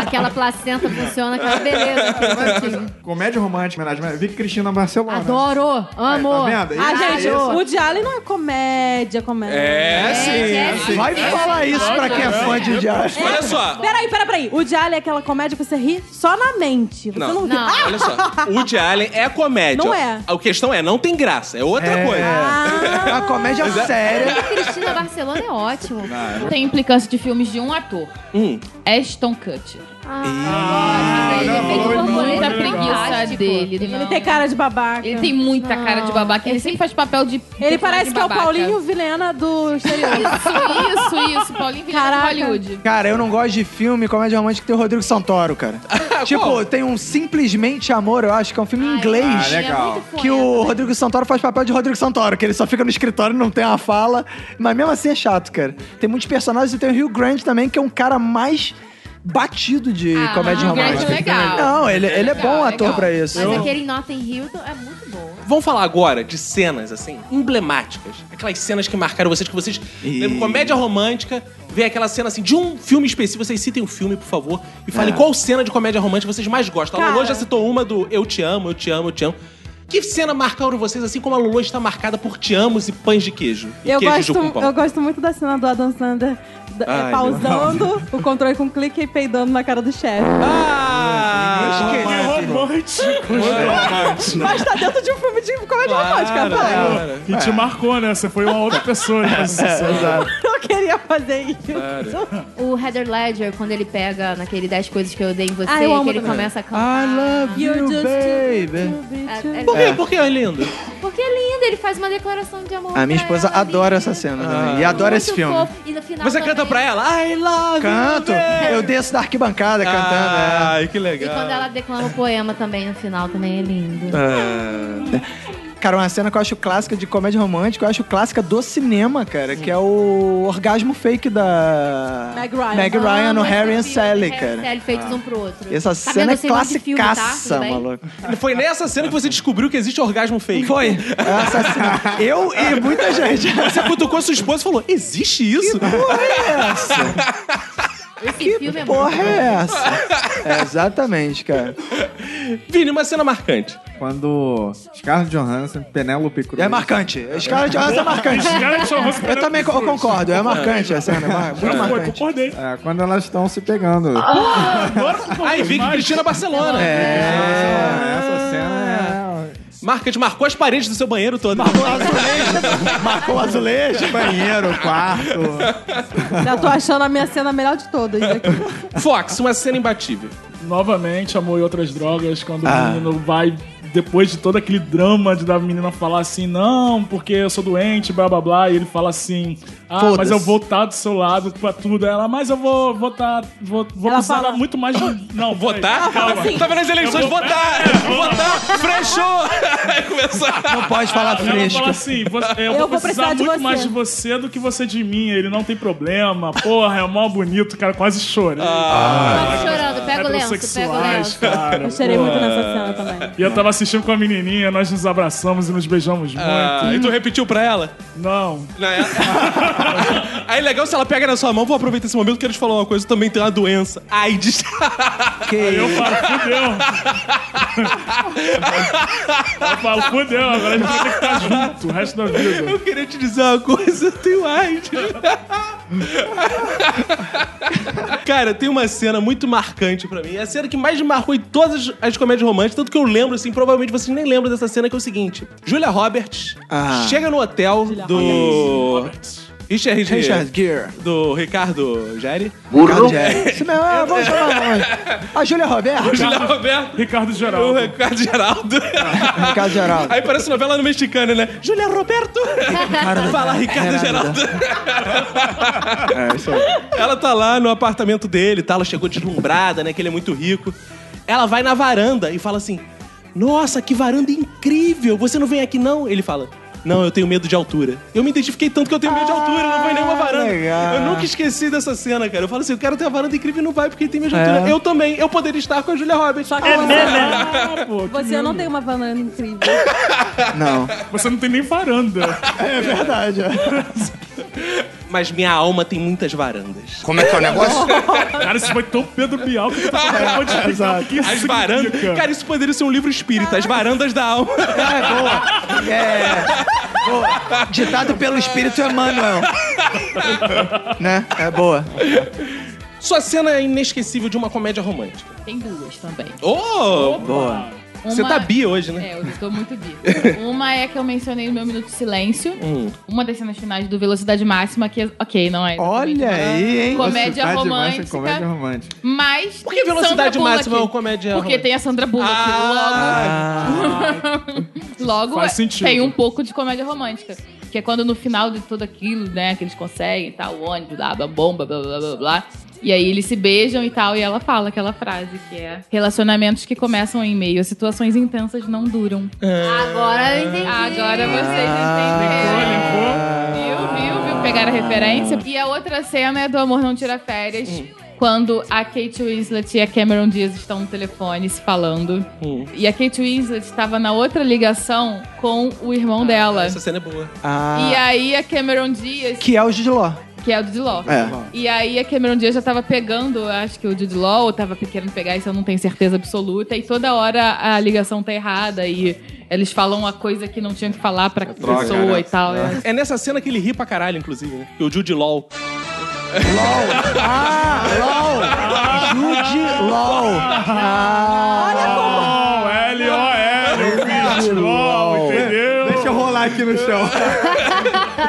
Aquela placenta funciona, aquela beleza. é aquele bonitinho. *laughs* Comédia romântica, homenagem a Vicky Cristina Barcelona. Adoro, amo. Aí, tá vendo? Ah, Isso, gente, isso. o Woody Allen não é comédia, comédia. É, É, sim. é, Vai falar isso pra quem é fã de Jazz. Olha só. Peraí, peraí, peraí. O Diário é aquela comédia que você ri só na mente. Você Não. não, ri. Não. Ah! Olha só, Woody Allen é comédia. Não é. A questão é, não tem graça, é outra É. coisa. Ah. É uma comédia séria. A Cristina Barcelona é ótimo. Tem implicância de filmes de um ator. É Hum. Ashton Kutcher. Ah, ele fez o borboleta Muita preguiça fantástico. dele. Ele não. tem cara de babaca. Ele tem muita cara de babaca. Ele sempre faz papel de. Ele personagem parece que é o babaca. Paulinho Vilena do exterior. Isso, isso, isso. Paulinho Vilhena de Caraca. Hollywood. Cara, eu não gosto de filme, comédia romântica que tem o Rodrigo Santoro, *laughs* cara. tipo, tem um Simplesmente Amor, eu acho, que é um filme em Ah, inglês. ele é legal. muito Que o foda. Rodrigo Santoro faz papel de Rodrigo Santoro, que ele só fica no escritório e não tem uma fala. Mas mesmo assim é chato, cara. Tem muitos personagens e tem o Rio Grande também, que é um cara mais batido de Ah, comédia Hugh Grant é romântica. legal. Não, ele, ele é Legal, é bom ator legal. pra isso. Mas aquele Notting Hill é muito bom. Vamos falar agora de cenas, assim, emblemáticas. Aquelas cenas que marcaram vocês, que vocês... Lembram, comédia romântica, vem aquela cena, assim, de um filme específico. Vocês citem o filme, por favor, e falem qual cena de comédia romântica vocês mais gostam. A Cara. Lolo já citou uma do Eu Te Amo, Eu Te Amo, Eu Te Amo. Que cena marcaram vocês, assim como a Lolo está marcada por Te Amos e pães de queijo? *laughs* E Eu queijo gosto, com pão. eu gosto muito da cena do Adam Sandler da- é, Ai, *laughs* pausando o controle com clique e peidando na cara do chefe. Ah, Que romântico. Mas tá dentro de um filme de comédia romântica, Para, para. vai. E te marcou, né? Você foi uma outra pessoa. *laughs* É, que fez isso. Eu queria fazer isso. O Heather Ledger, quando ele pega naquele 10 coisas que eu odeio em você, Ah, eu amo que ele também. começa a cantar. I love You're you, just baby. É- é- Por quê? Por quê, lindo? Porque é lindo, ele faz uma declaração de amor. A minha pra esposa é ela, é adora lindo. essa cena também. E adora Muito esse filme. fofo. E no final Você também- canta pra ela? I love you, Canto. baby. Eu desço da arquibancada cantando. é. Ai, que E legal. quando ela declama o poema também no final, também é lindo. é. Cara, uma cena que eu acho clássica de comédia romântica, eu acho clássica do cinema, cara, que é o orgasmo fake da Meg Ryan. Meg Ryan no Harry and Sally, Ah, Harry cara. Sally feitos um pro outro. Essa Tá cena é vendo? Eu sei nome de filme, tá? Tudo classicaça, bem? maluco. Foi nessa cena que você descobriu que existe orgasmo fake. Foi. É um assassinato. Eu e muita gente. Você cutucou sua esposa e falou: existe isso? Esse filme é Porra muito é essa? É, exatamente, cara. Vini, uma cena marcante. Quando Scarlett Johansson, Penélope Cruz... É marcante. Scarlett Johansson é marcante. Cara, deixa eu- Eu também co- eu concordo. É marcante a cena. é mar- Muito Pô, eu marcante. concordei. É, quando elas estão se pegando. Agora eu Aí, Vicky mais. Tá Cristina Barcelona. É. Essa cena é... Marcante, marcou as paredes do seu banheiro todo. Marcou o azulejo. Banheiro, quarto... Eu tô achando a minha cena a melhor de todas. aqui. Fox, uma cena imbatível. Novamente, Amor e Outras Drogas, quando o menino vai, depois de todo aquele drama de da menina falar assim, não, porque eu sou doente, blá blá blá, e ele fala assim, ah, Foda-se. mas eu vou estar do seu lado pra tudo. Ela, mas eu vou votar, vou, vou Ela usar fala- ela muito mais. Não, Votar? Ah, Calma. Tava nas Tá eleições, Eu vou- É, votar! votar! Frechou! Aí *laughs* começou. Não né? pode falar Ela fresco. fala assim, "Vo- eu, vou precisar, precisar de muito você." mais de você do que você de mim. Ele não tem problema. Porra, é mó bonito, cara. Quase chorei. Tava chorando, É pega o lenço, pega o *laughs* Heterossexuais, lenço. cara. Eu chorei pô. muito nessa cena também. E eu tava assistindo com a menininha, nós nos abraçamos e nos beijamos Ah, e muito. tu repetiu pra ela? Não. Não, é- *laughs* Aí legal se ela pega na sua mão, vou aproveitar esse momento que eles falam uma coisa, eu também tenho uma doença. AIDS. Eu falo, *laughs* fudeu. Eu falo, fudeu, agora a gente vai ter que estar junto o resto da vida. Eu queria te dizer uma coisa, eu tenho AIDS. Cara, tem uma cena muito marcante romântico pra mim. É a cena que mais me marcou em todas as- as comédias românticas, tanto que eu lembro, assim, provavelmente vocês nem lembram dessa cena, que é o seguinte. Julia Roberts Ah. chega no hotel do... é Richard, Richard Gere. Do Ricardo Jair. Tá Burro. *laughs* Isso mesmo, ah, vamos chamar. A Júlia Roberta. Julia Roberto. Ricardo O Geraldo. Ricardo Geraldo. Ricardo Geraldo. Aí parece novela no mexicano, né? Julia Roberto. Fala Ricardo Geraldo. É, isso aí. Ela tá lá no apartamento dele, tá? Ela chegou deslumbrada, né? Que ele é muito rico. Ela vai na varanda e fala assim: Nossa, que varanda incrível! Você não vem aqui, não? Ele fala. Não, eu tenho medo de altura. Eu me identifiquei tanto que eu tenho medo de altura, eu não vou em nenhuma varanda. legal. Eu nunca esqueci dessa cena, cara. Eu falo assim, o cara tem uma varanda incrível e não vai porque ele tem medo de altura. Eu também, eu poderia estar com a Julia Roberts. É mesmo? Ah, pô, que Você lindo. não tem uma banana incrível. Não. Você não tem nem varanda. É *laughs* verdade. Mas minha alma tem muitas varandas. Como é que é o negócio? Cara, isso foi tão Pedro Bial que tá você pode *laughs* explicar o que isso As varandas. significa. Cara, isso poderia ser um livro espírita. As varandas da alma. É, boa. É. Boa. Ditado pelo espírito Emmanuel. né? É boa. Sua cena é inesquecível de uma comédia romântica. Tem duas também. Oh! Boa. Você Uma- tá bi hoje, né? É, eu tô muito bi. *laughs* Uma é que eu mencionei no meu Minuto de Silêncio. Hum. Uma das cenas finais do Velocidade Máxima, que, ok, não é. exatamente Olha uma aí, hein? Comédia Cidade romântica. Máxima, Tá Comédia romântica. Mas. Por que tem Velocidade Sandra Bullock. Máxima é uma comédia Ah. Porque romântica? tem a Sandra Bullock. *laughs* Logo, logo Faz sentido. tem um pouco de comédia romântica. Que é quando no final de tudo aquilo, né, que eles conseguem, tal, o ônibus, blá, blá, bomba, blá, blá, blá, blá. E aí eles se beijam e tal, e ela fala aquela frase que é relacionamentos que começam em meio a situações intensas não duram. Agora eu entendi. Agora vocês Ah. entenderam. Viu, viu, viu? Pegaram a referência. E a outra cena é do Amor Não Tira Férias. Quando a Kate Winslet e a Cameron Diaz estão no telefone se falando. E a Kate Winslet estava na outra ligação com o irmão dela. Essa cena é boa. E Ah, aí a Cameron Diaz, que é o Giló. que é o Jude Law. É. E aí a Cameron Diaz já tava pegando, acho que o Jude Law, ou tava querendo pegar, isso eu não tenho certeza absoluta. E toda hora a ligação tá errada e eles falam uma coisa que não tinham que falar pra droga, pessoa né? e tal. É. É nessa cena que ele ri pra caralho, inclusive, né? Que o Jude LOL. Ah, LOL. Jude LOL. Ah, Oh, L, O, *laughs* L, Pitch, LOL, entendeu? Deixa eu rolar aqui Ah. no chão.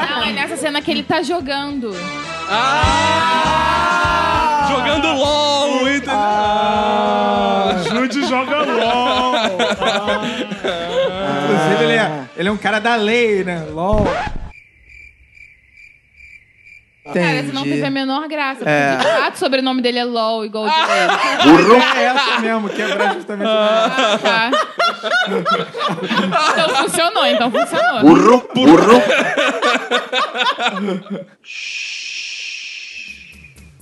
Não, é nessa cena que ele tá jogando. Ah! Jogando LOL, entendeu? Ah. Jude joga LOL. Inclusive, ele é, ele é um cara da lei, né? LOL. Cara, senão entendi. teve a menor graça. Porque de fato o sobrenome dele é LOL, igual o *laughs* de ah, É essa mesmo, quebrar justamente. Ah. tá. Então funcionou, então funcionou. Burro,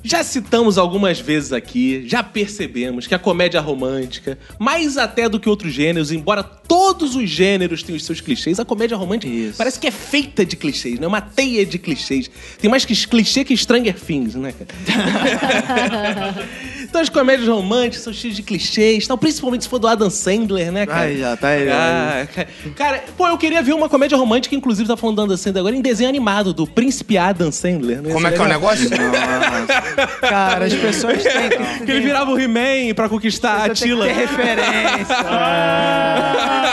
Já citamos algumas vezes aqui, já percebemos que a comédia romântica, mais até do que outros gêneros, embora todos os gêneros tenham os seus clichês, a comédia romântica parece que é feita de clichês, né? Uma teia de clichês. Tem mais que clichê que Stranger Things, né, cara? *laughs* então as comédias românticas são cheias de clichês, tal, principalmente se for do Adam Sandler, né, cara? Ai, já tá aí. Ah, ca- cara, pô, eu queria ver uma comédia romântica, inclusive tá falando do Adam Sandler agora, em desenho animado, do Príncipe Adam Sandler. Né? Como é que é o negócio? Nossa. Cara, as pessoas têm que Que ele virava o He-Man pra conquistar a Tila. ter referência. Ah.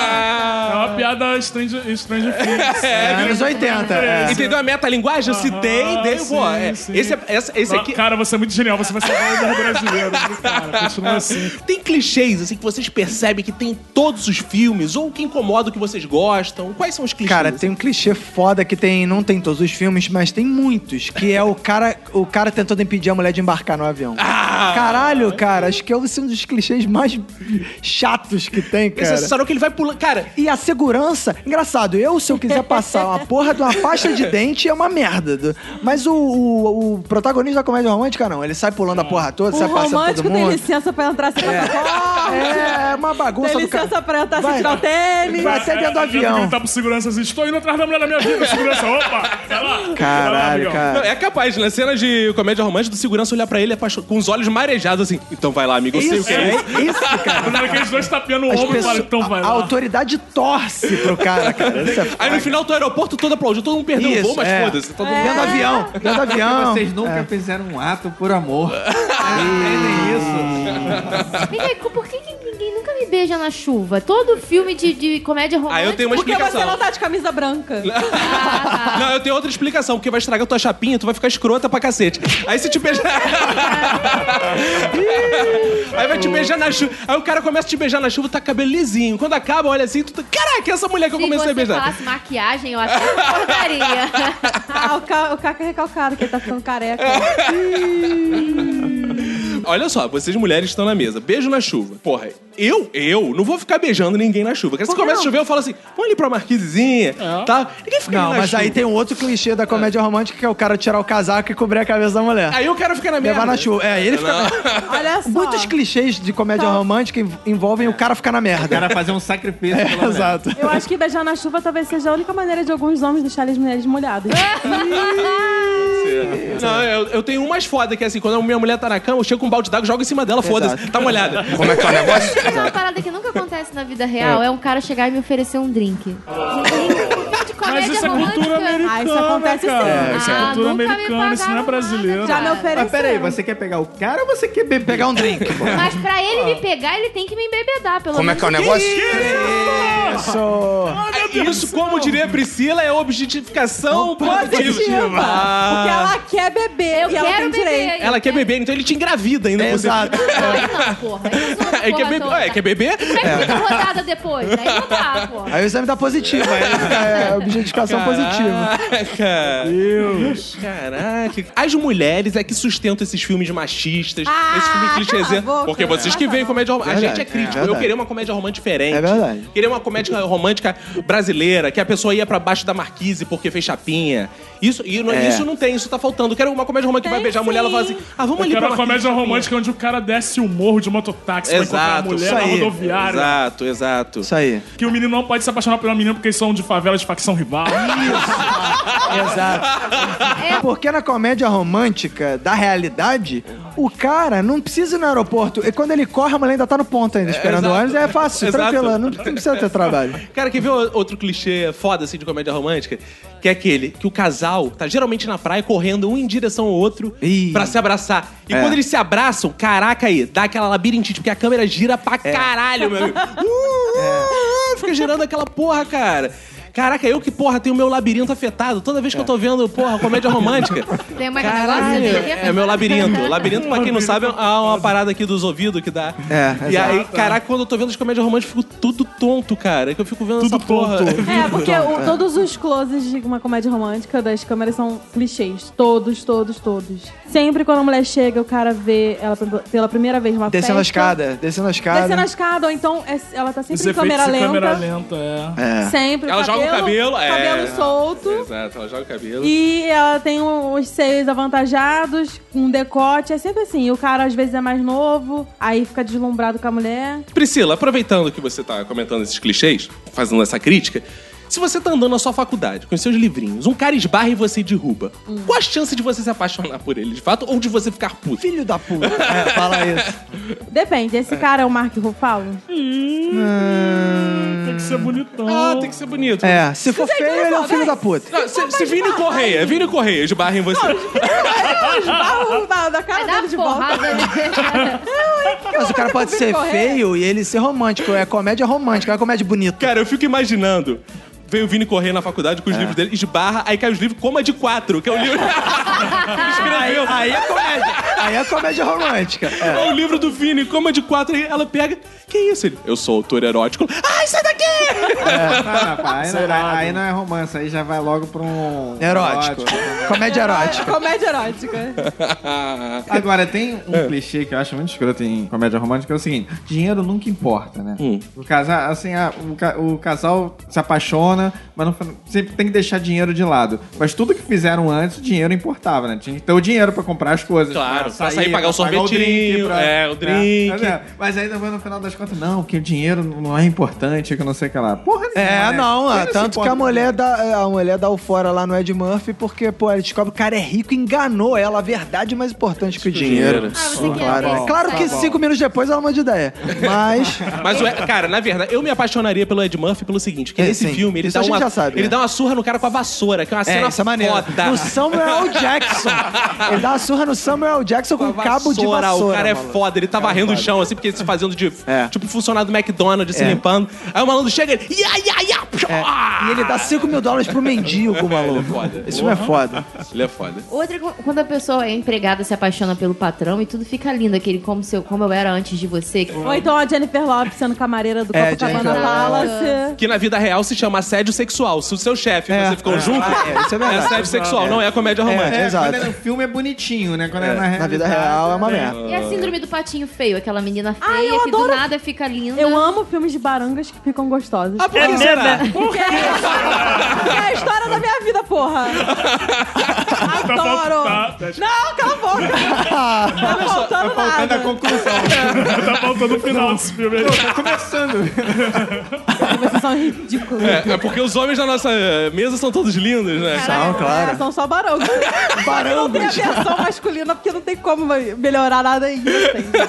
É uma piada Stranger, Stranger *laughs* Things. É, anos 80. é. Entendeu a metalinguagem? Eu citei, dei, sim, pô. é, sim. Esse, é- essa- esse Ah, aqui. Cara, você é muito genial, você vai ser o maior brasileiro. viu, Cara, continua assim. Tem clichês, assim, que vocês percebem que tem em todos os filmes, ou que incomoda o que vocês gostam. Quais são os clichês? Cara, tem um clichê foda que tem, não tem em todos os filmes, mas tem muitos, que é o cara, o cara tentando impedir a mulher de embarcar no avião. Ah! Caralho, cara, acho que Ah, é um dos clichês mais chatos que tem, cara. Necessário é que ele vai pular. Cara, E a segurança, engraçado, eu se eu quiser passar uma porra de uma pasta de dente é uma merda. do- Mas o, o- o protagonista da comédia romântica não, ele sai pulando a porra toda, O sai passando todo romântico tem mundo. licença pra entrar sem passaporte. É uma bagunça Tem do cara. licença pra eu estar Vai. assistindo ao tênis. Vai até dentro do avião. Tá pro segurança assim, estou indo atrás da mulher da minha vida, segurança, opa, vai lá. Caralho, Não, cara. é capaz, né? Cenas de comédia romântica do segurança olhar pra ele apaixon- com os olhos marejados assim. Então vai lá, amigo, eu sei o Isso, que é. é isso, cara. Na hora que eles dois tapeando o As ombro, eu falo, pessoas, então vai a, a lá. autoridade torce pro cara, cara. Isso é Aí no final do aeroporto todo aplaudiu, todo mundo perdeu o voo, mas é. tá foda-se. Todo mundo... Dentro do avião, dentro do avião. *laughs* É. Vocês nunca fizeram um ato por amor. Entendem isso? Vem cá, por que, que ninguém nunca me beija na chuva? Todo filme de, de comédia romântica. Ah, eu tenho uma Porque você explicação. não tá de camisa branca. Não, eu tenho outra explicação, porque vai estragar tua chapinha, tu vai ficar escrota pra cacete. Aí se te beijar. *laughs* Aí vai te beijar na chuva. Aí o cara começa a te beijar na chuva, tá com o cabelo lisinho. Quando acaba, olha assim, tu tá. Caraca, essa mulher que eu Se comecei você a beijar. falasse maquiagem, eu acho que porcaria. *laughs* Ah, o, ca... o Caca é recalcado, que ele tá ficando careca. Olha só, vocês mulheres estão na mesa. Beijo na chuva. Porra, eu, eu não vou ficar beijando ninguém na chuva. Porque se Por que começa a não? chover, eu falo assim, vamos ali pra marquisezinha, tá? Ninguém fica ali Não, na mas chuva. aí tem um outro clichê da comédia romântica que é o cara tirar o casaco e cobrir a cabeça da mulher. Aí eu quero ficar na minha. Levar na chuva. É, ele fica. Olha só. Muitos clichês de comédia romântica env- envolvem o cara ficar na O merda. cara fazer um sacrifício. pela mulher. É, Exato. Eu acho que beijar na chuva talvez seja a única maneira de alguns homens deixarem as mulheres molhadas. Não, eu, eu tenho um mais foda, que é assim, quando a minha mulher tá na cama, eu chego com um balde d'água, jogo em cima dela, foda-se, tá molhada. Como é que é o negócio? Sabe uma parada que nunca acontece na vida real? É, um cara chegar e me oferecer um drink. Gente, de comédia Mas isso é romântica. cultura americana, Ah, isso acontece cara. sempre. Isso é Ah, cultura nunca me americana, isso não é pagaram brasileiro. nada, Já me Mas ofereceram. Mas peraí, você quer pegar o cara ou você quer beber? Pegar um drink. *laughs* Mas pra ele me pegar, ele tem que me embebedar, pelo Como é menos. que é o negócio? Isso. Isso, como diria a Priscila, é objetificação Positiva. positiva. Porque ela quer beber Eu e ela quero tem direito. beber. Ela quer beber, então ele te engravida ainda. por cima. Exato. Aí não, porra. *laughs* Aí Aí quer eu sou uma porra beber. toda. Ué, quer beber? Como é que fica rodada depois? Aí não dá, porra. Aí o exame dá positivo. Aí fica, é, um objetificação positiva. Caraca. Deus. Caraca. As mulheres é que sustentam esses filmes machistas, Ah, esses filmes cala a clichêzinhos. boca. Porque vocês que veem comédia romântica. A Verdade, gente é crítico. é Eu verdade. queria uma comédia romântica diferente. É verdade. Queria uma comédia romântica brasileira, que a pessoa ia pra baixo da marquise porque fez chapinha. Isso, e não- É. isso não tem, isso tá faltando. Eu quero uma comédia romântica que vai Tem beijar a mulher, ela fala assim: sim. ah, vamos Eu ali quero pra uma marquise comédia de chapinha. romântica onde o cara desce o morro de mototáxi pra encontrar a Exato, mulher isso na aí, rodoviária. Exato, exato. Isso aí. Que o menino não pode se apaixonar por uma menina porque eles são de favela de facção rival. Exato. É. Porque na comédia romântica da realidade, o cara não precisa ir no aeroporto. E quando ele corre, a mulher ainda tá no ponto ainda, esperando exato. o ônibus. É fácil, Exato. tranquila. Não precisa ter trabalho. Cara, quer ver o- outro clichê foda assim de comédia romântica? Que é aquele que o casal tá geralmente na praia correndo um em direção ao outro Ih. pra se abraçar. E É. quando eles se abraçam, caraca aí, dá aquela labirintite, porque a câmera gira pra É. caralho, meu *laughs* amigo. Uh, uh, Fica girando aquela porra, cara. Caraca, eu que, porra, tenho meu labirinto afetado. Toda vez que É. eu tô vendo, porra, comédia romântica. Tem uma Caralho, negócio de- é meu labirinto. Labirinto, pra quem não sabe, é uma parada aqui dos ouvidos que dá. *laughs* É, E aí, caraca, quando eu tô vendo as comédias românticas, eu fico tudo tonto, cara. É que eu fico vendo Tudo essa porra. tonto. É, porque o- todos os closes de uma comédia romântica das câmeras são clichês. Todos, todos, todos. Sempre quando a mulher chega, o cara vê ela pe- pela primeira vez numa Descendo a festa. escada, descendo a escada. Descendo a escada, ou então é- ela tá sempre Esse em efeito câmera de lenta. câmera lenta, é. É. Sempre. Ela joga o cabelo, é. Cabelo solto. Exato, ela joga o cabelo. E ela tem um- os seios avantajados, um decote. É sempre assim. O cara às vezes é mais novo, aí fica deslumbrado com a mulher. Priscila, aproveitando que você tá comentando esses clichês, fazendo essa crítica, se você tá andando na sua faculdade com os seus livrinhos, um cara esbarra e você derruba, qual a chance de você se apaixonar por ele de fato ou de você ficar puto? Filho da puta. É, fala isso. Depende. Esse cara é o Mark *laughs* Ruffalo? *laughs* Hum. Tem que ser bonitão. Ah, tem que ser bonito. É, se for feio, ele é um filho da puta. Não, se, se Vini Correia, Vini Correia esbarra em você. Esbarra o barro da cara Vai dar dele de volta. *laughs* porrada. né? Mas o cara pode Vini ser Correia. feio e ele ser romântico. É comédia romântica, é comédia bonita. Cara, eu fico imaginando. Vem o Vini correr na faculdade É. com os livros dele, esbarra, aí cai os livros, coma de quatro, que é o *laughs* livro. Aí, Escreveu. aí é comédia. Aí é comédia romântica. É. É o livro do Vini, coma de quatro, aí ela pega. Que isso? Ele, eu sou autor erótico. Ai, sai daqui! Ah, rapaz, aí, não- aí não é romance, aí já vai logo pra um. né? Erótico. *laughs* Comédia erótica. Comédia erótica. Agora, tem um clichê que eu acho muito escroto em comédia romântica, que é o Hum. seguinte: dinheiro nunca importa, né? O casal, assim, a- o, ca- o casal se apaixona funciona, mas não, sempre tem que deixar dinheiro de lado. Mas tudo que fizeram antes, o dinheiro importava, né? Tinha que ter o dinheiro pra comprar as coisas. *laughs* Claro, pra sair, pagar o sorvetinho, é, o né? *laughs* drink. Mas, é, mas ainda foi no final das contas, não, que o dinheiro não é importante, que não sei o que lá. Porra É, nenhuma, né? não, Quem ah, se tanto que importa a com mulher, é, dá, a mulher dá o fora lá no Ed Murphy porque, pô, ele descobre que o cara é rico e enganou ela. A verdade é mais importante que o dinheiro. Ah, você quer Claro, ver? tá né? Claro que cinco minutos depois ela muda de ideia. Mas. Mas, ué, cara, na verdade, eu me apaixonaria pelo Ed Murphy pelo seguinte: que É, nesse sim. filme ele, Isso dá a gente uma, já sabe, ele é. dá uma surra no cara com a vassoura, que *laughs* é uma É, cena isso é maneiro. foda. No Samuel Jackson. Ele dá uma surra no Samuel Jackson com, Com a um cabo de vassoura, vassoura. O cara é maluco. um foda, ele tá varrendo o chão, assim, porque ele se fazendo de. É. Tipo, funcionário do McDonald's, se limpando. Aí o malandro chega e ele. Ia, ia, ia, pshá! É. E ele dá 5 mil dólares pro mendigo, maluco. é foda. Esse filme é foda. Ele é foda. Outra, é qu- quando a pessoa é empregada, se apaixona pelo patrão e tudo fica lindo, aquele como, seu, como eu era antes de você. Ou então a Jennifer Lopes sendo camareira do É, Copacabana Jennifer Palace. Que na vida real se chama assédio sexual. Se o seu chefe e É. você ficam É. junto, Ah, é, isso é verdade. assédio sexual, não é comédia romântica. É, Exato. quando é no filme é bonitinho, né? Quando é, na, Na vida real é uma merda. E a síndrome do patinho feio, aquela menina feia Ai, Ah, eu que do adoro- nada fica linda. Eu amo filmes de barangas que ficam gostosos. Ah, por que será? Porque é, a *laughs* história- é a história da minha vida, porra. Adoro. Tá, tá, Não, cala a boca. Tá me faltando Faltando a nada. conclusão. *laughs* tá faltando o final desse filme. aí. tá começando. Vocês são ridículos. É, é porque os homens da nossa eh, mesa são todos lindos, né? Não, É, são só *laughs* barangos. Não né? tem a versão masculina, porque não tem como melhorar nada assim. isso. entende?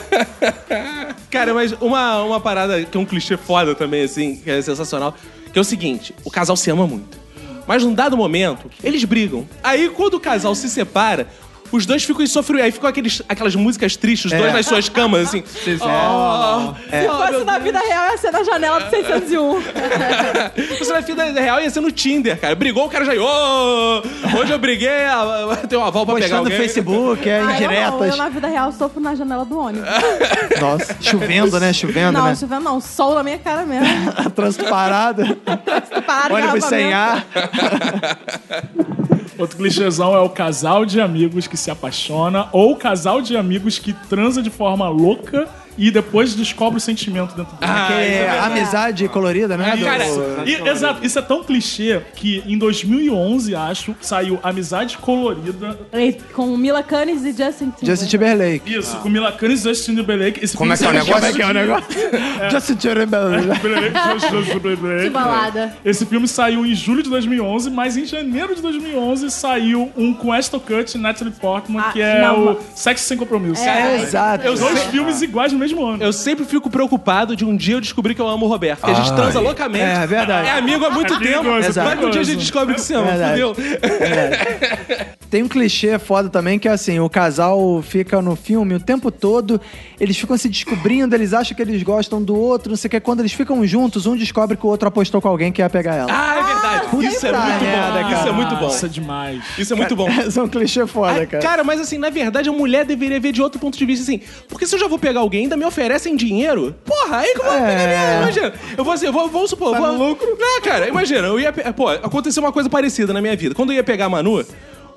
Cara, mas uma, uma parada que é um clichê foda também, assim, que é sensacional, que é o seguinte: o casal se ama muito. Mas num dado momento, eles brigam. Aí, quando o casal se separa, os dois ficam em sofrimento. Aí ficam aqueles, aquelas músicas tristes, os dois nas suas camas, *laughs* assim. *laughs* Oh, Se oh, fosse meu na vida real, ia ser na janela do 601. Você na vida real ia ser no Tinder, cara. Brigou, o cara já. ia, Ô, hoje eu briguei, tem uma aval pra pegar Postando no alguém. Facebook, é, Ah, eu não, eu indiretas. na vida real sofro na janela do ônibus. Nossa, chovendo, né? Chovendo, não, né? se tiver não, sol na minha cara mesmo. *laughs* Trânsito parado. Para, Ônibus sem ar. Outro clichêzão é o casal de amigos que se apaixona ou o casal de amigos que transa de forma louca e depois descobre o sentimento dentro dele. Ah, Que isso Ah, é amizade colorida, né? Do- Cara, E- exato, isso é tão clichê que em 2011, acho, saiu Amizade Colorida. Com Mila Kunis e Justin Timberlake. Justin Timberlake. Isso, com Mila Kunis e Justin Timberlake. Esse Como Ah. Como é que é o negócio? Justin Timberlake. *laughs* Que *laughs* balada. Esse filme saiu em julho de 2011, mas em janeiro de 2011 saiu um com Ashton Kutcher e Natalie Portman, Ah, que é não. o Sexo Sem Compromisso. É, exato. Os dois filmes iguais no mesmo ano. Eu sempre fico preocupado de um dia eu descobrir que eu amo o Roberto. Porque a gente transa loucamente. É, verdade. É É amigo há muito Amigo, tempo. é Mas que um dia a gente descobre perigoso. que se ama, Verdade. entendeu? Tem um clichê foda também que é assim, o casal fica no filme o tempo todo, eles ficam se descobrindo, eles acham que eles gostam do outro, não sei o que. Quando eles ficam juntos, um descobre que o outro apostou com alguém que ia pegar ela. Ah, é verdade. puta Isso é muito bom. merda, Isso é né, cara. muito bom. Nossa, demais. Isso é muito bom. Esse é um clichê foda, Ah, cara, mas assim, na verdade, a mulher deveria ver de outro ponto de vista, assim. Porque se eu já vou pegar alguém, ainda me oferecem dinheiro. Porra, aí que eu É. vou pegar minha. Imagina. Eu vou assim, eu vou, vou supor. vou... lucro? Não, cara, imagina, eu ia. pe- Pô, aconteceu uma coisa parecida na minha vida. Quando eu ia pegar a Manu.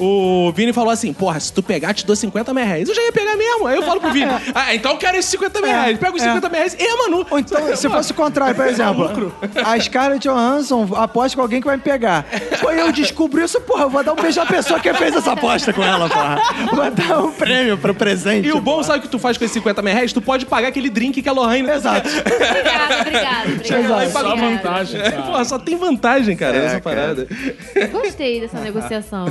O Vini falou assim: Porra, se tu pegar, te dou 50 mil reais. Eu já ia pegar mesmo. Aí eu falo pro *laughs* Vini: Ah, então eu quero esses 50 mil reais. Pega os 50 mil reais e a Manu. É. Ou então, se fosse o contrário, por exemplo, a Scarlett Johansson aposta com alguém que vai me pegar. Pô, eu descubro isso, porra, eu vou dar um beijo à pessoa que fez essa aposta com ela, porra. Vou dar um prêmio pro presente. E o bom, sabe o que tu faz com esses 50 mil reais? Tu pode pagar aquele drink que a Lorraine. Exato. Obrigada, obrigada. Chega lá e É obrigada. Só Obrigada. vantagem, *laughs* cara. Porra, só tem vantagem, cara, É, nessa cara. parada. Gostei dessa negociação.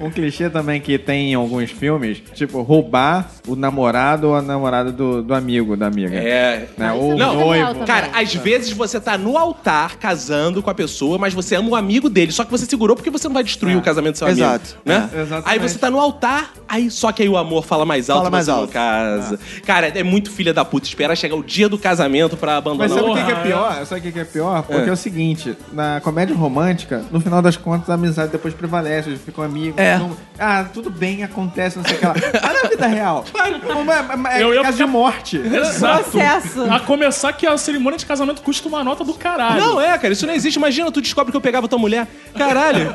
Um clichê também que tem em alguns filmes, tipo, roubar o namorado ou a namorada do, do amigo, da amiga. É. Né? Ah, isso Ou é o Não, legal noivo. também. Cara, às vezes você tá no altar casando com a pessoa, mas você ama um amigo dele. Só que você segurou porque você não vai destruir o casamento do seu amigo. Exato. Né? É, exatamente. Aí você tá no altar, aí só que aí o amor fala mais alto, Fala mais você não alto. casa. Cara, é muito filha da puta. Espera chegar o dia do casamento pra abandonar Mas sabe o que, altar. que é pior? Sabe o que, que é pior? Porque é. o seguinte, na comédia romântica, no final das contas, a amizade depois prevalece, eles ficam amigos. É. não- ah, tudo bem, acontece, não sei o que lá. Mas na vida real, como é, é- é Eu ia caso de morte. É um Exato. Processo. A começar que a cerimônia de casamento custa uma nota do caralho. Não, é, cara, isso não existe. Imagina, tu descobre que eu pegava tua mulher. Caralho.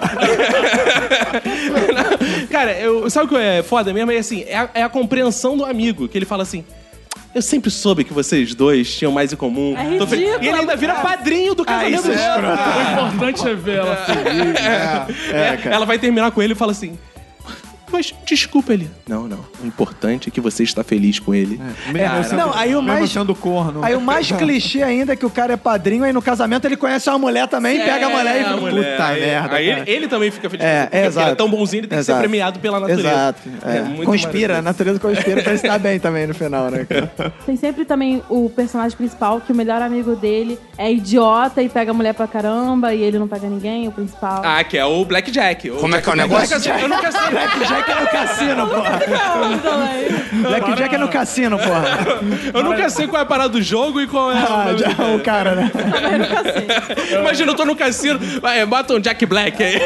Não, cara, eu, sabe o que é foda mesmo? É assim, é a, é a compreensão do amigo, que ele fala assim. Eu sempre soube que vocês dois tinham mais em comum. É Tô fe- ridículo, E ele ainda vira padrinho do casamento isso é dela. O importante é ver ela feliz. É, ela vai terminar com ele e fala assim. Mas desculpa ele. Não, não. O importante é que você está feliz com ele. Mesmo não, sendo- aí o mesmo mais- sendo corno. Aí o mais clichê ainda é que o cara é padrinho, aí no casamento ele conhece uma mulher também, pega a mulher e fica, puta É, aí, merda. Aí ele, cara." ele também fica tipo, feliz. É, porque é, Ele é exato. tão bonzinho, ele tem que ser Exato. premiado pela natureza. Exato. é. muito conspira, a maravilhoso. natureza conspira pra ele *laughs* se dar bem também no final, né? cara? Tem sempre também o personagem principal, que o melhor amigo dele é idiota e pega mulher pra caramba e ele não pega ninguém, o principal. Ah, que é o Blackjack. Como é que é o negócio? Eu nunca sei. Blackjack é no cassino, porra. Ah, *laughs* Blackjack é no cassino, porra. Eu nunca sei qual é a parada do jogo e qual é. Ah, a- já, o cara, né? Imagina, eu tô no cassino. Vai, bota um Jack Black aí.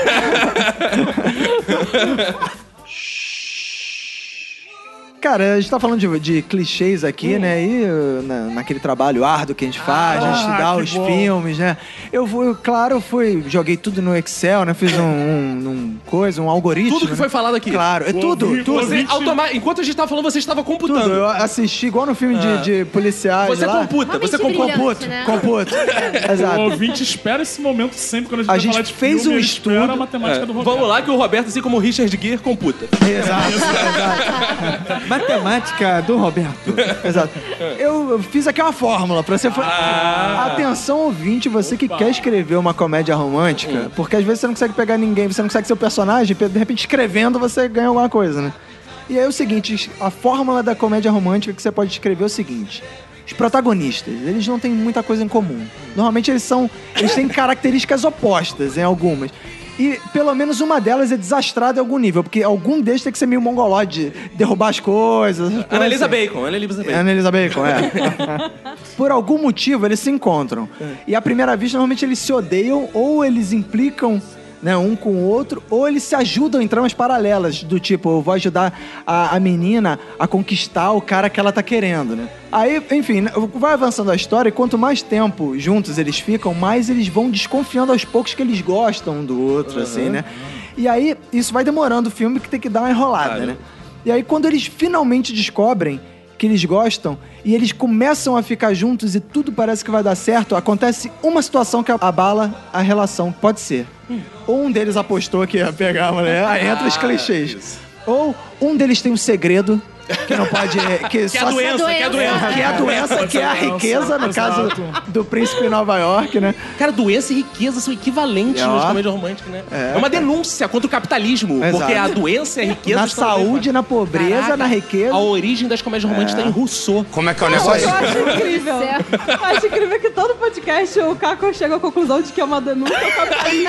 Cara, a gente tá falando de, de clichês aqui, né? E uh, na- naquele trabalho árduo que a gente faz, a gente ah, dá que os bom. filmes, né? Eu, vou, eu, claro, eu fui, joguei tudo no Excel, né? Fiz um, um- um coisa, um algoritmo. Tudo que né? foi falado aqui. Claro, é tudo, tudo. Você, automa- Enquanto a gente tava falando, você estava tudo. computando. Eu assisti igual no filme de, de policiais. tá Ah. Você lá. computa, Uma você mente computa. brilhante. Computo, né? computo. O Exato. ouvinte espera esse momento sempre quando a gente A vai gente falar de fez filme, um ele espera estudo. a matemática do Roberto. É. Vamos lá que o Roberto, assim como o Richard Gere, computa. assim? Exato, exato, Matemática do Roberto. exato. Eu eu fiz aqui uma fórmula pra você. fa- Atenção, ouvinte, você que quer escrever uma comédia romântica, porque às vezes você não consegue pegar ninguém, você não consegue ser o personagem, de repente escrevendo você ganha alguma coisa, né? E aí é o seguinte: a fórmula da comédia romântica que você pode escrever é o seguinte. Os protagonistas, eles não têm muita coisa em comum. Normalmente eles são. Eles têm características opostas em algumas. E pelo menos uma delas é desastrada em algum nível, porque algum deles tem que ser meio mongolode, derrubar as coisas. essas coisas Analisa assim. Bacon, analisa Bacon. Annalisa Bacon, é. *laughs* Por algum motivo, eles se encontram. E à primeira vista, normalmente eles se odeiam ou eles implicam. Né, um com o outro, ou eles se ajudam em tramas paralelas, do tipo, eu vou ajudar a, a menina a conquistar o cara que ela tá querendo, né? Aí, enfim, né, vai avançando a história e quanto mais tempo juntos eles ficam, mais eles vão desconfiando aos poucos que eles gostam um do outro, assim, né? E aí, isso vai demorando o filme que tem que dar uma enrolada, Claro. né? E aí, quando eles finalmente descobrem que eles gostam e eles começam a ficar juntos e tudo parece que vai dar certo, acontece uma situação que abala a relação. Pode ser. Ou um deles apostou que ia pegar a *laughs* mulher, aí Ah, entra os clichês. Ou um deles tem um segredo que *laughs* não pode. Que, Que é só a doença, que é a doença. *laughs* Que é a doença, que é a riqueza, no caso do príncipe em Nova York, né? Cara, doença e riqueza são equivalentes É, ó. nos comédias românticas, né? É, uma denúncia contra o capitalismo, Exato. porque a doença e a riqueza Na estão bem- saúde, na pobreza, Caraca, na riqueza. A origem das comédias românticas É. está em Rousseau. um Eu acho incrível. Eu acho incrível que todo podcast o Caco chega à conclusão de que é uma *laughs* denúncia ao capitalismo.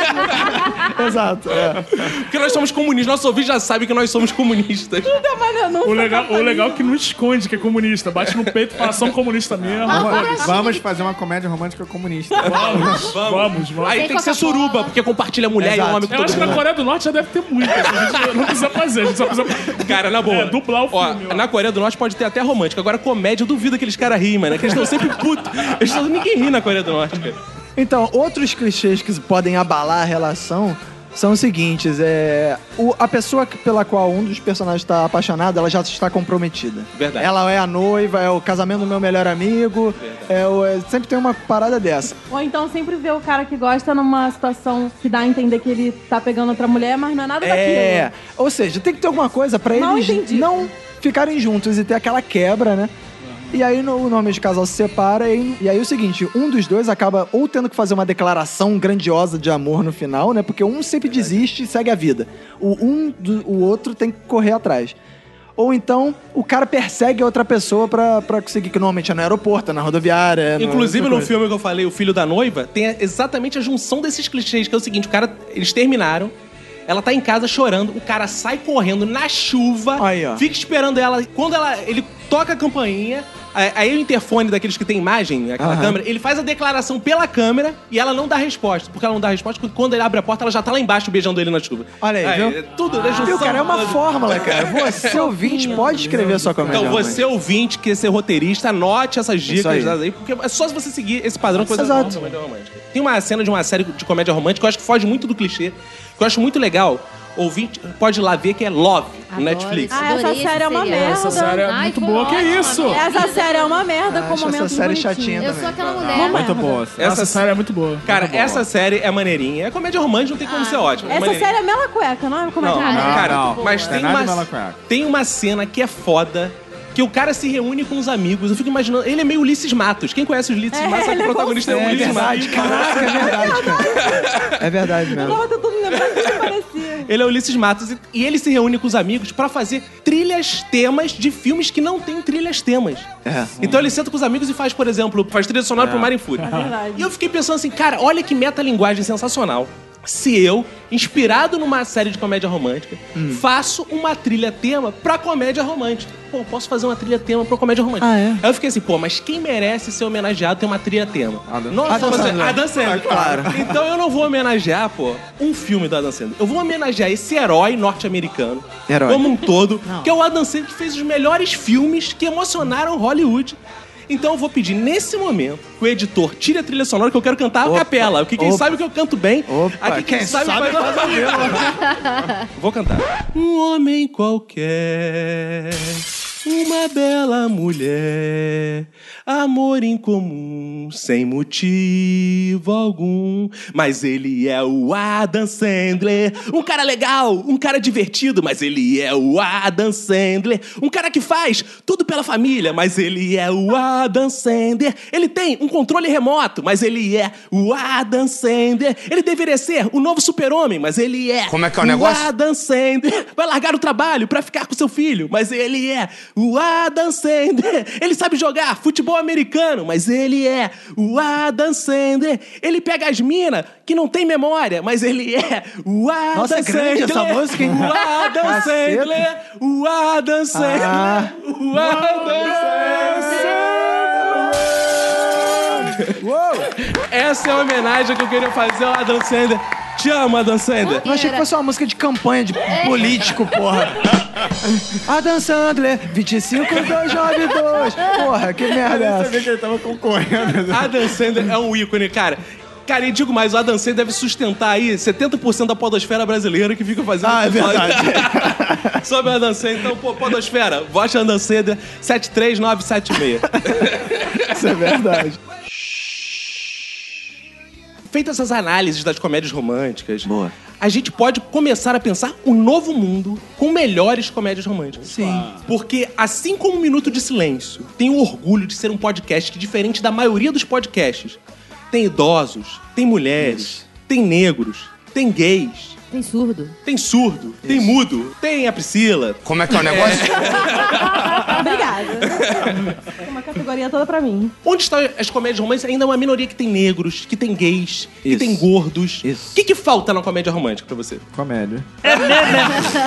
Exato. é. Porque nós somos comunistas, nosso ouvinte já sabe que nós somos comunistas. Tudo é uma denúncia. ao O legal, o capitalismo. legal é que não esconde que é comunista. Bate no peito e fala, são comunista mesmo. Ah, Vamos, vamos fazer uma comédia romântica *laughs* comunista. Vamos, vamos, vamos. Aí Tem tem que ser Coca-Cola. suruba, porque compartilha mulher e Exato. homem com Eu todo acho que mundo. na Coreia do Norte já deve ter muito. assim, A gente não precisa fazer, a gente só precisa. Cara, na boa. É, dublar o filme, Ó, ó. na Coreia do Norte pode ter até romântica. Agora, comédia, eu duvido que eles caras riem, mano. Que eles estão sempre putos. Eles tão... Ninguém ri na Coreia do Norte, cara. Então, outros clichês que podem abalar a relação são os seguintes: é, o- a pessoa que- pela qual um dos personagens está apaixonado, ela já está comprometida. Verdade. Ela é a noiva, é o casamento do meu melhor amigo. É, o- é- sempre tem uma parada dessa. Ou então sempre vê o cara que gosta numa situação que dá a entender que ele tá pegando outra mulher, mas não é nada *laughs* É, daquilo. ou seja, tem que ter alguma coisa pra Mal eles entendido. não ficarem juntos e ter aquela quebra, né? E aí no- o nome de casal se separa e, e aí é o seguinte, um dos dois acaba ou tendo que fazer uma declaração grandiosa de amor no final, né? Porque um sempre desiste e segue a vida. O um do o outro tem que correr atrás. Ou então o cara persegue a outra pessoa pra, pra conseguir, que normalmente é no aeroporto, é na rodoviária. é no- Inclusive, outra um no coisa. filme que eu falei, O Filho da Noiva, tem exatamente a junção desses clichês, que é o seguinte, o cara... Eles terminaram, ela tá em casa chorando, o cara sai correndo na chuva, Aí, ó. fica esperando ela. Quando ela, ele toca a campainha, aí aí o interfone daqueles que tem imagem, né, aquela Aham. câmera, ele faz a declaração pela câmera e ela não dá resposta. Porque ela não dá resposta, porque quando ele abre a porta, ela já tá lá embaixo beijando ele na chuva. Olha aí, viu? é Tudo, né, junção Viu, cara, é uma toda. fórmula, *laughs* cara. Você ouvinte pode escrever a sua comédia. Então, romântica. você ouvinte, que é ser roteirista, anote essas dicas aí. aí. aí, porque é só se você seguir esse padrão que você Exato. comédia romântica. Tem uma cena de uma série de comédia romântica que eu acho que foge muito do clichê, que eu acho muito legal, Ouvinte, pode ir lá ver que é Love no Netflix. Ah, essa série é uma merda. Essa série é muito boa, que isso? Essa série é uma merda com Ah, Acho essa momentos série bonitinhos. chatinha Eu sou também. aquela É. mulher. né? Muito boa. Essa série é muito boa. Cara, essa série é maneirinha. É comédia romântica, não tem como ser ótima. Essa Maneirinha. série é mela cueca, não é como é Não, que é? Cara, é cara, muito boa. mas tem Tem nada de uma, malacoiaca. tem uma cena que é foda. Que o cara se reúne com os amigos. Eu fico imaginando. Ele é meio Ulisses Matos. Quem conhece o Ulisses É, Matos sabe ele que o é protagonista é, o É, Ulisses verdade, Matos. caraca, é verdade, cara. É verdade Eu *laughs* mesmo. tava tentando lembrar o que que parecia. Ele é o Ulisses Matos e- e ele se reúne com os amigos pra fazer trilhas temas de filmes que não tem trilhas temas. É. Então ele senta com os amigos e faz, por exemplo, faz trilha sonora pro Marin Food. verdade. E eu fiquei pensando assim, cara, olha que metalinguagem sensacional. Se eu, inspirado numa série de comédia romântica, Hum. faço uma trilha tema pra comédia romântica. Pô, eu posso fazer uma trilha tema pra comédia romântica. Ah, é? Aí eu fiquei assim, pô, mas quem merece ser homenageado tem uma trilha tema? Adam- Nossa, Adam você- Sandler. Adam Sandler. claro. Então eu não vou homenagear, pô, um filme do Adam Sandler. Eu vou homenagear esse herói norte-americano, Herói. como um todo, que é o Adam Sandler que fez os melhores filmes que emocionaram Hollywood. Então eu vou pedir nesse momento que o editor tire a trilha sonora que eu quero cantar a Opa, capela. Porque quem opa. sabe que eu canto bem, Opa, aqui quem, quem sabe, sabe faz a Vou cantar. Um homem qualquer, uma bela mulher, amor em comum, sem motivo algum. Mas ele é o Adam Sandler, um cara legal, um cara divertido, mas ele é o Adam Sandler, um cara que faz tudo pela família, mas ele é o Adam Sandler. Ele tem um controle remoto, mas ele é o Adam Sandler. Ele deveria ser o novo super-homem, mas ele é Como é que é o negócio? Adam Sandler vai largar o trabalho pra ficar com seu filho, mas ele é o Adam Sandler. Ele sabe jogar futebol americano, mas ele é o Adam Sandler. Ele pega as minas que não tem memória, mas ele é o Adam Nossa, é grande Sandler. essa música, hein? O Adam Sandler, o Adam Sandler, Ah. o Adam Sandler. Essa é a homenagem que eu queria fazer ao Adam Sandler. Te amo, Adam Sandler. Eu achei que fosse uma música de campanha de É. *laughs* político, porra. Adam Sandler, 25, 2, 9, 2. Porra, que merda é Eu essa? sabia que ele tava concorrendo. Adam Sandler é um ícone, cara. Cara, e digo mais, o Adam Sandler deve sustentar aí 70% da podosfera brasileira que fica fazendo... Ah, é *laughs* verdade. Sobre o Adam Sandler. Então, pô, podosfera, vote Adam Sandler 73976. Isso é verdade. Feitas essas análises das comédias românticas, Boa. a gente pode começar a pensar um novo mundo com melhores comédias românticas. Sim. Porque, assim como o Minuto de Silêncio, tem o orgulho de ser um podcast que, diferente da maioria dos podcasts, tem idosos, tem mulheres, tem negros, tem gays, Tem surdo. tem surdo, tem mudo, tem a Priscila. Como é que é o negócio? Obrigada. Uma categoria toda pra mim. Onde estão as comédias românticas? Ainda é uma minoria que tem negros, que tem gays, que Isso. tem gordos. Isso. O que, que falta na comédia romântica pra você? Comédia.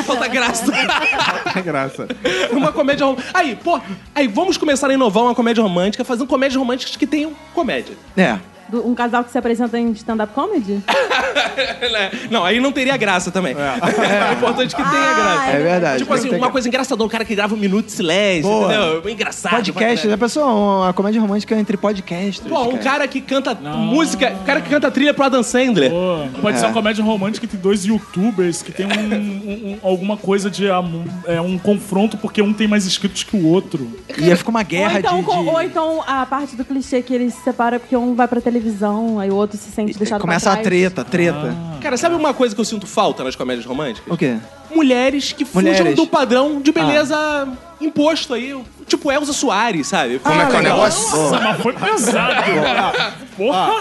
Falta graça. *laughs* É graça. uma comédia romântica. Aí, pô, aí vamos começar a inovar uma comédia romântica, fazendo comédias românticas que tenham comédia. É. Do- um casal que se apresenta em stand-up comedy? Né? Não, aí não teria graça também. *laughs* É, importante que tenha Ah, graça. É verdade. Tipo assim, Tem que ter uma coisa engraçadora, um cara que grava um minuto de silêncio, Boa. entendeu? Engraçado. Podcast, né? pra já pensou? Uma comédia romântica entre podcasts. Pô, um cara que canta música, um cara que canta trilha pro Adam Sandler. Pô, pode ser É. uma comédia romântica entre dois youtubers que tem um, um- um- alguma coisa de am- é, um confronto porque um tem mais inscritos que o outro. Ia ficar uma ou, guerra então, de... com- de- ou então a parte do clichê que eles se separam porque um vai pra televisão, aí o outro se sente deixado Começa pra a trás. treta, treta. Cara, sabe uma coisa que eu sinto falta nas comédias românticas? Ah. O quê? Mulheres que fujam Mulheres. do padrão de beleza imposto aí. Tipo Elza Soares, sabe? Como Ah, é que é o negócio? Nossa, Ah, mas foi pesado. *laughs* Ah, Porra!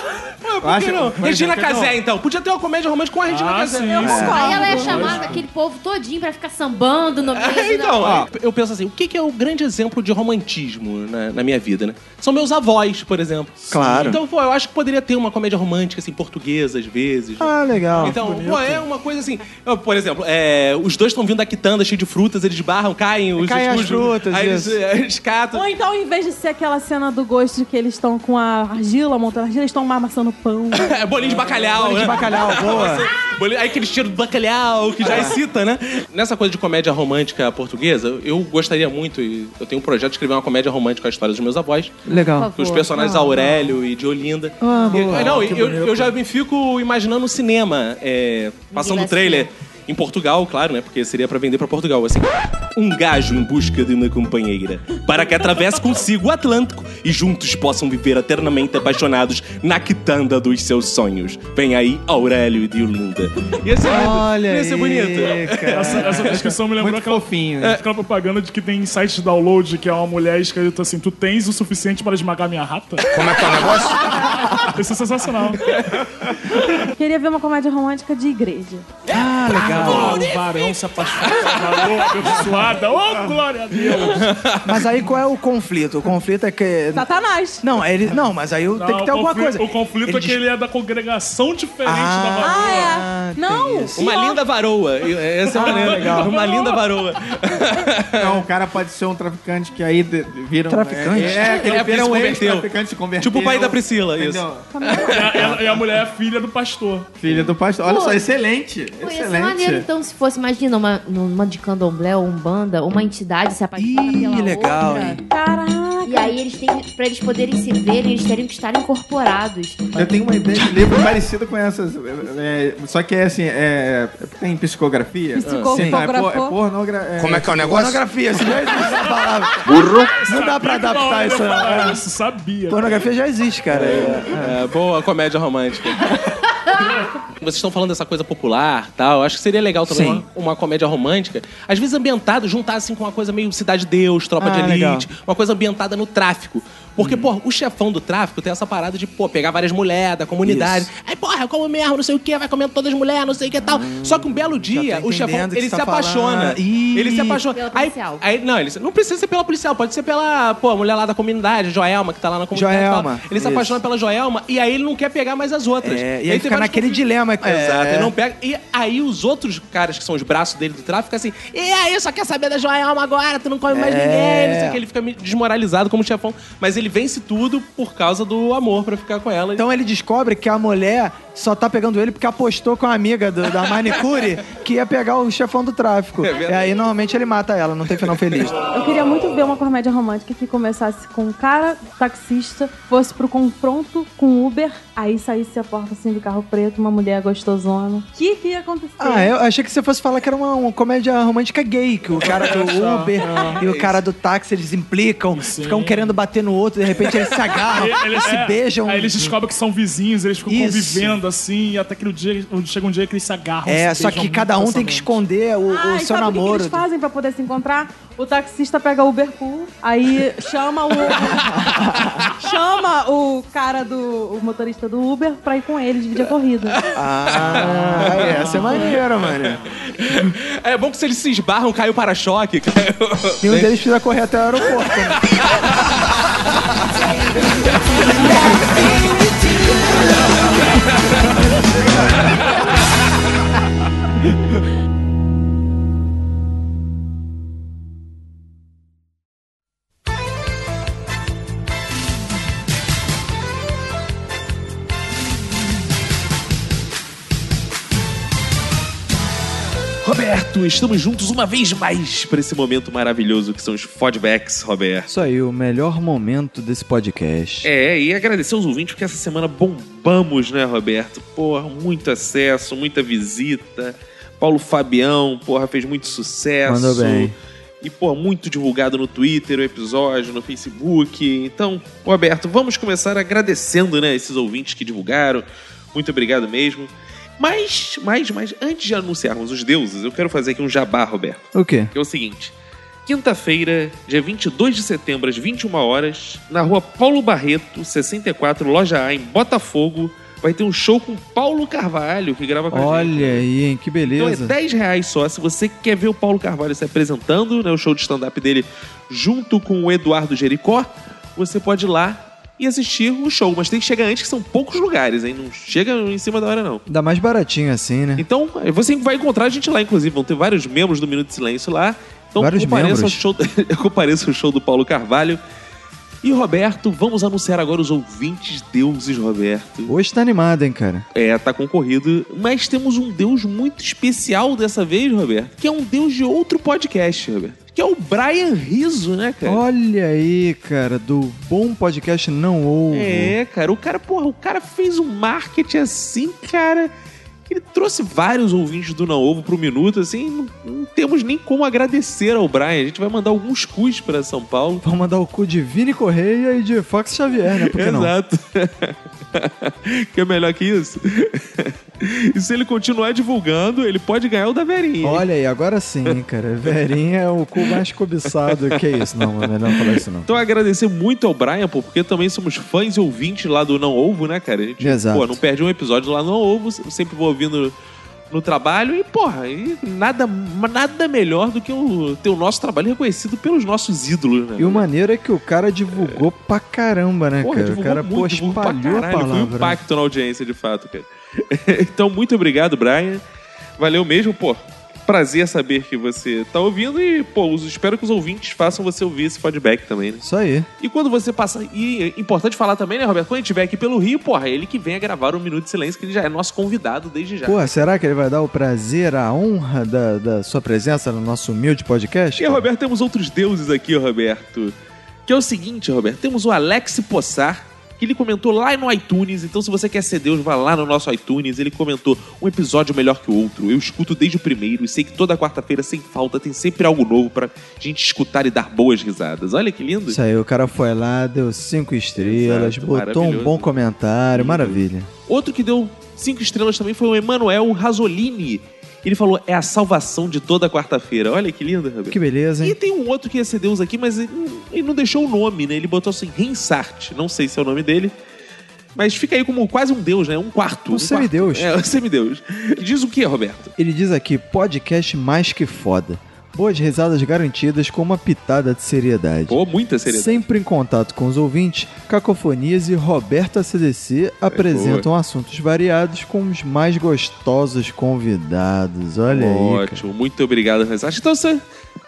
Por que acho- não? é por Regina exemplo, Casé, então. Podia ter uma comédia romântica com a Regina Ah, Casé. sim. né? Eu É. concordo. Aí ela é chamada aquele povo todinho pra ficar sambando no meio. É, né? então, eu penso assim, o que que é o grande exemplo de romantismo na, na minha vida, né? São meus avós, por exemplo. Claro. Então, pô, eu acho que poderia ter uma comédia romântica, assim, portuguesa, às vezes. né? Ah, legal. Então, pô, é uma coisa assim. eu, por exemplo, é, os dois estão vindo da quitanda cheio de frutas, eles barram, caem os. Caem os- as frutas, aí eles, *laughs* isso. aí eles catam. Ou então, em vez de ser aquela cena do gosto que eles estão com a argila, montando argila, eles estão amassando pão. É, bolinho de bacalhau, Bolinho de né? *laughs* bacalhau, boa. Bolinho- Aí aquele cheiro do bacalhau que já excita, né? Nessa coisa de comédia romântica portuguesa, eu gostaria muito, e eu tenho um projeto de escrever uma comédia romântica com a história dos meus avós. Legal. Com os personagens Aurélio e de Olinda. Ah, E- boa. não, eu, eu já me fico imaginando o cinema, é, passando o trailer. Em Portugal, claro, né? Porque seria pra vender pra Portugal. Assim, um gajo em busca de uma companheira para que atravesse consigo o Atlântico e juntos possam viver eternamente apaixonados na quitanda dos seus sonhos. Vem aí Aurélio e Diolinda. Ia ser lindo. Olha Ia ser aí, bonito. é cara. Essa, essa descrição me lembrou Muito aquela, fofinho. é, aquela propaganda de que tem sites de download que é uma mulher escrita assim: Tu tens o suficiente para esmagar minha rata? Como é que é o negócio? Isso é sensacional. Queria ver uma comédia romântica de igreja. Ah, legal. Ah, o varão se apaixonou pela louca, abençoada. Oh, glória a Deus! Mas aí qual é o conflito? O conflito é que. Satanás. Não, ele. Não, mas aí tem que ter o alguma conflito- coisa. O conflito é que diz- ele é da congregação diferente Ah. da varão. Ah, é. tem Não. isso. Uma linda varoa. Essa é uma linda. Uma linda varoa. Não, o cara pode ser um traficante que aí de- viram. Traficante? É, é que É, ele porque vira se um converteu. ex-traficante, se converteu. Tipo o pai da Priscila, isso. Entendeu? E a- ela- E a mulher é filha do pastor. Filha do pastor. Olha só, excelente. Pô, ia ser maneiro, Excelente. então, se fosse, imagina, uma, numa de candomblé ou umbanda, uma entidade se apaixona pela Ih, legal, outra. hein? Caraca. E aí eles têm, pra eles poderem se verem, eles teriam que estar incorporados. Eu tenho uma ideia de livro parecida com essas. é, é, só que é assim, é, tem psicografia. Ah, Psicografou. Sim, não, é, por- é pornogra... é- Como é que é o negócio? Pornografia, se já existe essa palavra. Não dá pra adaptar isso. né? É. não. Ah, isso sabia. Pornografia já existe, cara. É. É, boa comédia romântica. *laughs* Vocês estão falando dessa coisa popular, tal. Acho que seria legal também Sim. uma, uma comédia romântica, às vezes ambientado, juntar assim com uma coisa meio Cidade de Deus, Tropa Ah, de Elite, legal. Hum. uma coisa ambientada no tráfico. Porque, pô, o chefão do tráfico tem essa parada de, pô, pegar várias mulheres da comunidade. Isso. Ah, Aí, porra, eu como mesmo, não sei o quê, vai comendo todas as mulheres, não sei o que tal. Só que um belo dia, tô o chefão, entendendo o que ele se você tá apaixona. falando. Ih. Ele se apaixona. Pela Aí- policial. Aí, não, ele, não precisa ser pela policial, pode ser pela, pô, mulher lá da comunidade, Joelma, que tá lá na comunidade. e tal. Joelma, Ele se isso. apaixona pela Joelma e aí ele não quer pegar mais as outras. É, Ele e aí fica naquele dilema. É, Exato, ele não pega. E aí os outros caras que são os braços dele do tráfico ficam assim, e aí, só quer saber da Joelma agora, tu não come mais É. ninguém, não sei o que. Ele fica meio desmoralizado como chefão, mas ele vence tudo por causa do amor pra ficar com ela. Então ele descobre que a mulher só tá pegando ele porque apostou com a amiga do- da manicure que ia pegar o chefão do tráfico. É verdade. e aí normalmente ele mata ela, não tem final feliz. Eu queria muito ver uma comédia romântica que começasse com um cara taxista, fosse pro confronto com Uber, aí saísse a porta assim do carro preto, uma mulher gostosona. O que, que ia acontecer? Ah, eu achei que você fosse falar que era uma, uma comédia romântica gay, que o cara *laughs* do Uber e o cara do táxi, eles implicam, ficam um querendo bater no outro, de repente eles se agarram, E- eles se é, beijam. Aí eles descobrem que são vizinhos, eles ficam Isso. convivendo assim, e até que no dia, chega um dia que eles se agarram. É, se só beijam que cada um tem que intensamente. esconder o, Ah, o e seu sabe o que que, namoro. eles fazem pra poder se encontrar? O taxista pega o Uber Pool, aí chama *laughs* o. chama o cara do. o motorista do Uber pra ir com ele dividir a corrida. Ah, essa é maneira, mano. É bom que se eles se esbarram, cai o para-choque. cai o- E um deles precisa correr até o aeroporto. né? Roberto, estamos juntos uma vez mais pra esse momento maravilhoso que são os fodbacks, Roberto. Isso aí, o melhor momento desse podcast. É, e agradecer aos ouvintes porque essa semana bombamos, né, Roberto? Porra, muito acesso, muita visita. Paulo Fabião, porra, fez muito sucesso. Mandou bem. E, pô, muito divulgado no Twitter, o episódio, no Facebook. Então, Roberto, vamos começar agradecendo, né, esses ouvintes que divulgaram. Muito obrigado mesmo. Mas, mas, mas, antes de anunciarmos os deuses, eu quero fazer aqui um jabá, Roberto O quê? que é o seguinte. Quinta-feira, dia 22 de setembro, às 21 horas, na rua Paulo Barreto, 64, Loja A, em Botafogo, vai ter um show com Paulo Carvalho, que grava com a gente. Olha aí, hein? Que Então é beleza. 10 reais só. Se você quer ver o Paulo Carvalho se apresentando, né, o show de stand-up dele, junto com o Eduardo Jericó, você pode ir lá e assistir o show. Mas tem que chegar antes, que são poucos lugares, hein? Não chega em cima da hora, não. Dá mais baratinho assim, né? Então, você vai encontrar a gente lá, inclusive. Vão ter vários membros do Minuto de Silêncio lá. Então, Vários compareça ao, membros? show, compareça ao show do *laughs* Paulo Carvalho. E, Roberto, vamos anunciar agora os ouvintes deuses, Roberto. Hoje tá animado, hein, cara? É, tá concorrido. Mas temos um deus muito especial dessa vez, Roberto. Que é um deus de outro podcast, Roberto. Que é o Brian Rizzo, né, cara? Olha aí, cara, do bom podcast não ouvo. É, cara, o cara, porra, o cara fez um marketing assim, cara, que ele trouxe vários ouvintes do Não Ovo pro Minuto, assim, não, não temos nem como agradecer ao Brian. A gente vai mandar alguns cus pra São Paulo. Vamos mandar o cu de Vini Correia e de Fox Xavier, né? Por que não? Exato. *laughs* que é melhor que isso? *laughs* e se ele continuar divulgando, ele pode ganhar o da Verinha. Olha aí, agora sim, cara. Verinha é o cu mais cobiçado. Que isso? Não, é melhor não falar isso, não. Então, agradecer muito ao Brian, pô, porque também somos fãs e ouvintes lá do Não Ovo, né, cara? A gente, Exato. pô, não perde um episódio lá no Não Ovo, eu sempre vou ouvindo no trabalho e, porra, e nada, nada melhor do que o, ter o nosso trabalho reconhecido pelos nossos ídolos, né? E o maneiro é que o cara divulgou pra caramba, né, Porra, cara? O divulgou cara, pô, muito, divulgou pra espalhou a caralho, Foi um palavra. impacto na audiência, de fato, cara. *laughs* então, muito obrigado, Brian. Valeu mesmo, pô. Prazer saber que você tá ouvindo e, pô, os- espero que os ouvintes façam você ouvir esse feedback também, né? Isso aí. E quando você passa. E é importante falar também, né, Roberto? Quando a gente estiver aqui pelo Rio, porra, é ele que venha gravar o Minuto de Silêncio, que ele já é nosso convidado desde já. Porra, será que ele vai dar o prazer, a honra da, da sua presença no nosso humilde podcast? E, Roberto, temos outros deuses aqui, Roberto. Que é o seguinte, Roberto. Temos o Alex Possar, que ele comentou lá no iTunes. Então, se você quer ser Deus, vá lá no nosso iTunes. Ele comentou um episódio melhor que o outro. Eu escuto desde o primeiro e sei que toda quarta-feira, sem falta, tem sempre algo novo pra gente escutar e dar boas risadas. Olha que lindo. Isso aí, o cara foi lá, deu cinco estrelas, Exato, botou um maravilhoso. bom comentário, maravilha. Outro que deu cinco estrelas também foi o Emanuel Rasolini. Ele falou, é a salvação de toda quarta-feira. Olha que lindo, Roberto. Que beleza, E hein? tem um outro que ia ser Deus aqui, mas ele ele não deixou o nome, né? Ele botou assim, Rensart. Não sei se é o nome dele. Mas fica aí como quase um deus, né? Um quarto. Um quarto. semideus. É, um semideus. Diz o que, Roberto? Ele diz aqui, podcast mais que foda. Boas risadas garantidas com uma pitada de seriedade. Pô, muita seriedade. Sempre em contato com os ouvintes, Cacofonias e Roberto ACDC apresentam assuntos variados com os mais gostosos convidados. Olha aí. cara. Ótimo. Muito obrigado, Rensart. Então, são-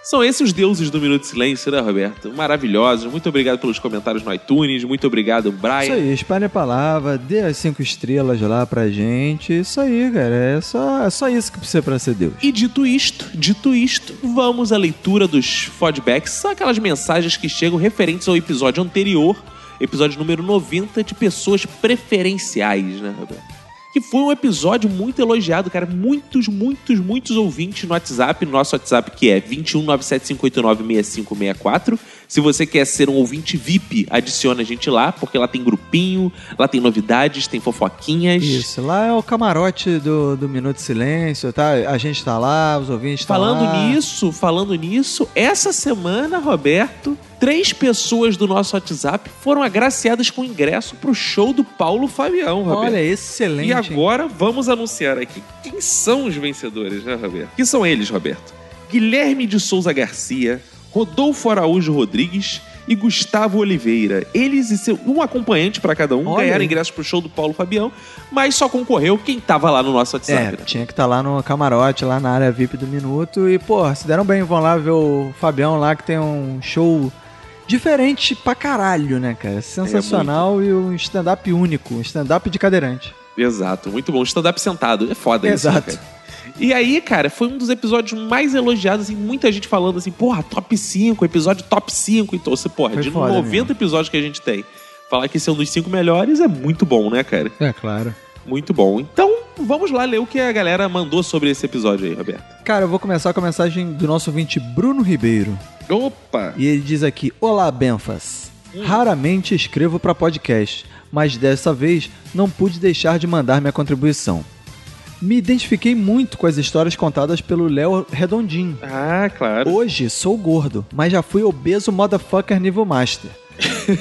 são esses os deuses do Minuto de Silêncio, né, Roberto? Maravilhosos. Muito obrigado pelos comentários no iTunes. Muito obrigado, Brian. Isso aí, espalhe a palavra, dê as cinco estrelas lá pra gente. Isso aí, cara. É só, é só isso que precisa pra ser Deus. E dito isto, dito isto, vamos à leitura dos feedbacks. São aquelas mensagens que chegam referentes ao episódio anterior, episódio número 90, de pessoas preferenciais, né, Roberto? Que foi um episódio muito elogiado, cara. Muitos, muitos, muitos ouvintes no WhatsApp, no nosso WhatsApp que é 21975896564. Se você quer ser um ouvinte VIP, adiciona a gente lá, porque lá tem grupinho, lá tem novidades, tem fofoquinhas. Isso, lá é o camarote do, do Minuto de Silêncio, tá? A gente tá lá, os ouvintes estão Falando lá. nisso, falando nisso, essa semana, Roberto, três pessoas do nosso WhatsApp foram agraciadas com ingresso pro show do Paulo Fabião, Roberto. Olha, excelente. e hein? agora vamos anunciar aqui quem são os vencedores, né, Roberto? Quem são eles, Roberto? Guilherme de Souza Garcia, Rodolfo Araújo Rodrigues e Gustavo Oliveira. Eles e seu um acompanhante pra cada um Olha ganharam aí. ingresso pro show do Paulo Fabião, mas só concorreu quem tava lá no nosso WhatsApp. É, né? tinha que estar lá no camarote, lá na área VIP do Minuto. E, pô, se deram bem, vão lá ver o Fabião lá, que tem um show diferente pra caralho, né, cara? Sensacional e um stand-up único, um stand-up de cadeirante. Exato, muito bom. Stand-up sentado. É foda isso. Exato. né, cara? E aí, cara, foi um dos episódios mais elogiados e muita gente falando assim, porra, top 5, episódio top 5. Então, você, porra, Foi de foda 90 episódios que a gente tem, falar que esse é um dos cinco melhores é muito bom, né, cara? É, claro. Muito bom. Então, vamos lá ler o que a galera mandou sobre esse episódio aí, Roberto. Cara, eu vou começar com a mensagem do nosso ouvinte Bruno Ribeiro. Opa! E ele diz aqui: Olá, Benfas. Hum. Raramente escrevo para podcast, mas dessa vez não pude deixar de mandar minha contribuição. Me identifiquei muito com as histórias contadas pelo Léo Redondinho. Ah, claro. Hoje sou gordo, mas já fui obeso motherfucker nível *laughs* master.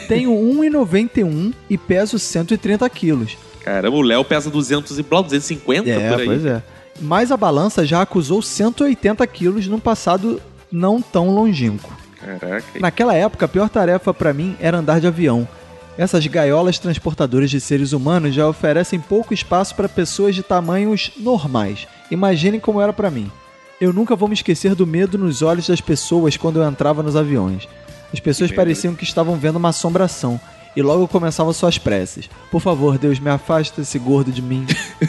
Tenho 1,91 e peso 130 quilos. Caramba, o Léo pesa 200 e blá, 250 por É, aí. pois é. Mas a balança já acusou 180 quilos num passado não tão longínquo. Caraca. *laughs* Naquela época, a pior tarefa pra mim era andar de avião. Essas gaiolas transportadoras de seres humanos já oferecem pouco espaço para pessoas de tamanhos normais. Imaginem como era pra mim. Eu nunca vou me esquecer do medo nos olhos das pessoas quando eu entrava nos aviões. As pessoas pareciam que estavam vendo uma assombração e logo começavam suas preces. Por favor, Deus, me afasta desse gordo de mim. *laughs*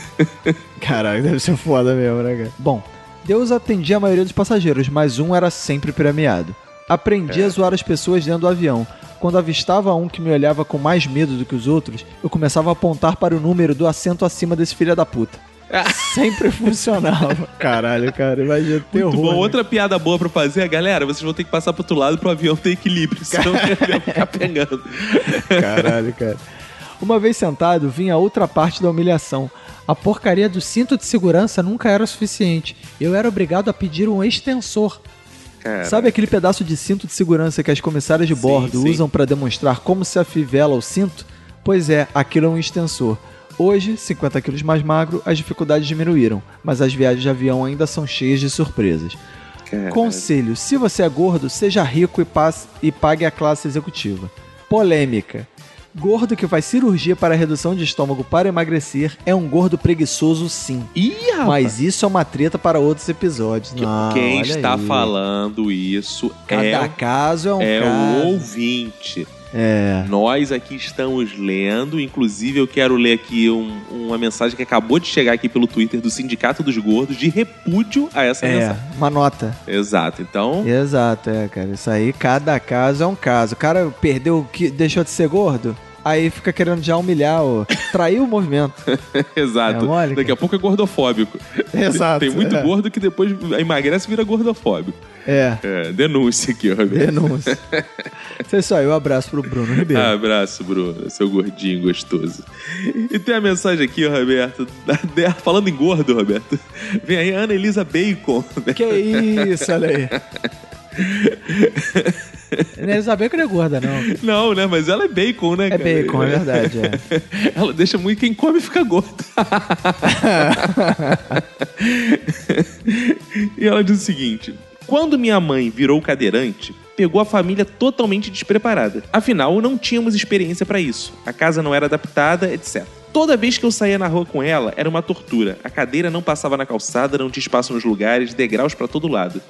Caraca, deve ser foda mesmo, né, cara? Bom, Deus atendia a maioria dos passageiros, mas um era sempre premiado. Aprendi a zoar as pessoas dentro do avião. Quando avistava um que me olhava com mais medo do que os outros, eu começava a apontar para o número do assento acima desse filho da puta. *laughs* Sempre funcionava. Ah. Caralho, cara, imagina terror. Muito bom. né? Tipo, Outra piada boa pra fazer é, galera, vocês vão ter que passar pro outro lado pro avião ter equilíbrio, *laughs* senão o avião ficar pegando. Caralho, cara. *laughs* Uma vez sentado, vinha outra parte da humilhação. A porcaria do cinto de segurança nunca era o suficiente. Eu era obrigado a pedir um extensor. Cara. Sabe aquele pedaço de cinto de segurança que as comissárias de bordo sim. usam para demonstrar como se afivela o cinto? Pois é, aquilo é um extensor. Hoje, 50 quilos mais magro, as dificuldades diminuíram, mas as viagens de avião ainda são cheias de surpresas. É Conselho: se você é gordo, seja rico e, passe- e pague a classe executiva. Polêmica: gordo que faz cirurgia para redução de estômago para emagrecer é um gordo preguiçoso, sim. Mas isso é uma treta para outros episódios. Não, Quem olha está aí. falando isso Cada é, caso é um é caso. o ouvinte. É. Nós aqui estamos lendo, inclusive eu quero ler aqui um- uma mensagem que acabou de chegar aqui pelo Twitter do Sindicato dos Gordos de repúdio a essa É, mensagem. uma nota. Exato, então. Exato, é, cara. Isso aí, cada caso é um caso. O cara perdeu o que deixou de ser gordo, aí fica querendo já humilhar o. Traiu o movimento. Exato. É mole, Daqui a pouco é gordofóbico. Exato, Tem muito é. gordo que depois emagrece e vira gordofóbico. É. É, denúncia aqui, Roberto. Denúncia. Isso é isso aí, um abraço pro Bruno Ribeiro. Ah, Abraço, Bruno, seu gordinho gostoso. E tem a mensagem aqui, Roberto, *laughs* da Dea- falando em gordo, Roberto. Vem aí, Ana Elisa Bacon. *laughs* Que isso, olha aí. Não é saber que não é gorda, não. Não, né? Mas ela é bacon, né? É bacon, é verdade, *laughs* Ela deixa muito quem come fica gordo. *laughs* e ela diz o seguinte: quando minha mãe virou cadeirante, pegou a família totalmente despreparada. Afinal, não tínhamos experiência pra isso. A casa não era adaptada, etc. Toda vez que eu saía na rua com ela, era uma tortura. A cadeira não passava na calçada, não tinha espaço nos lugares, degraus pra todo lado.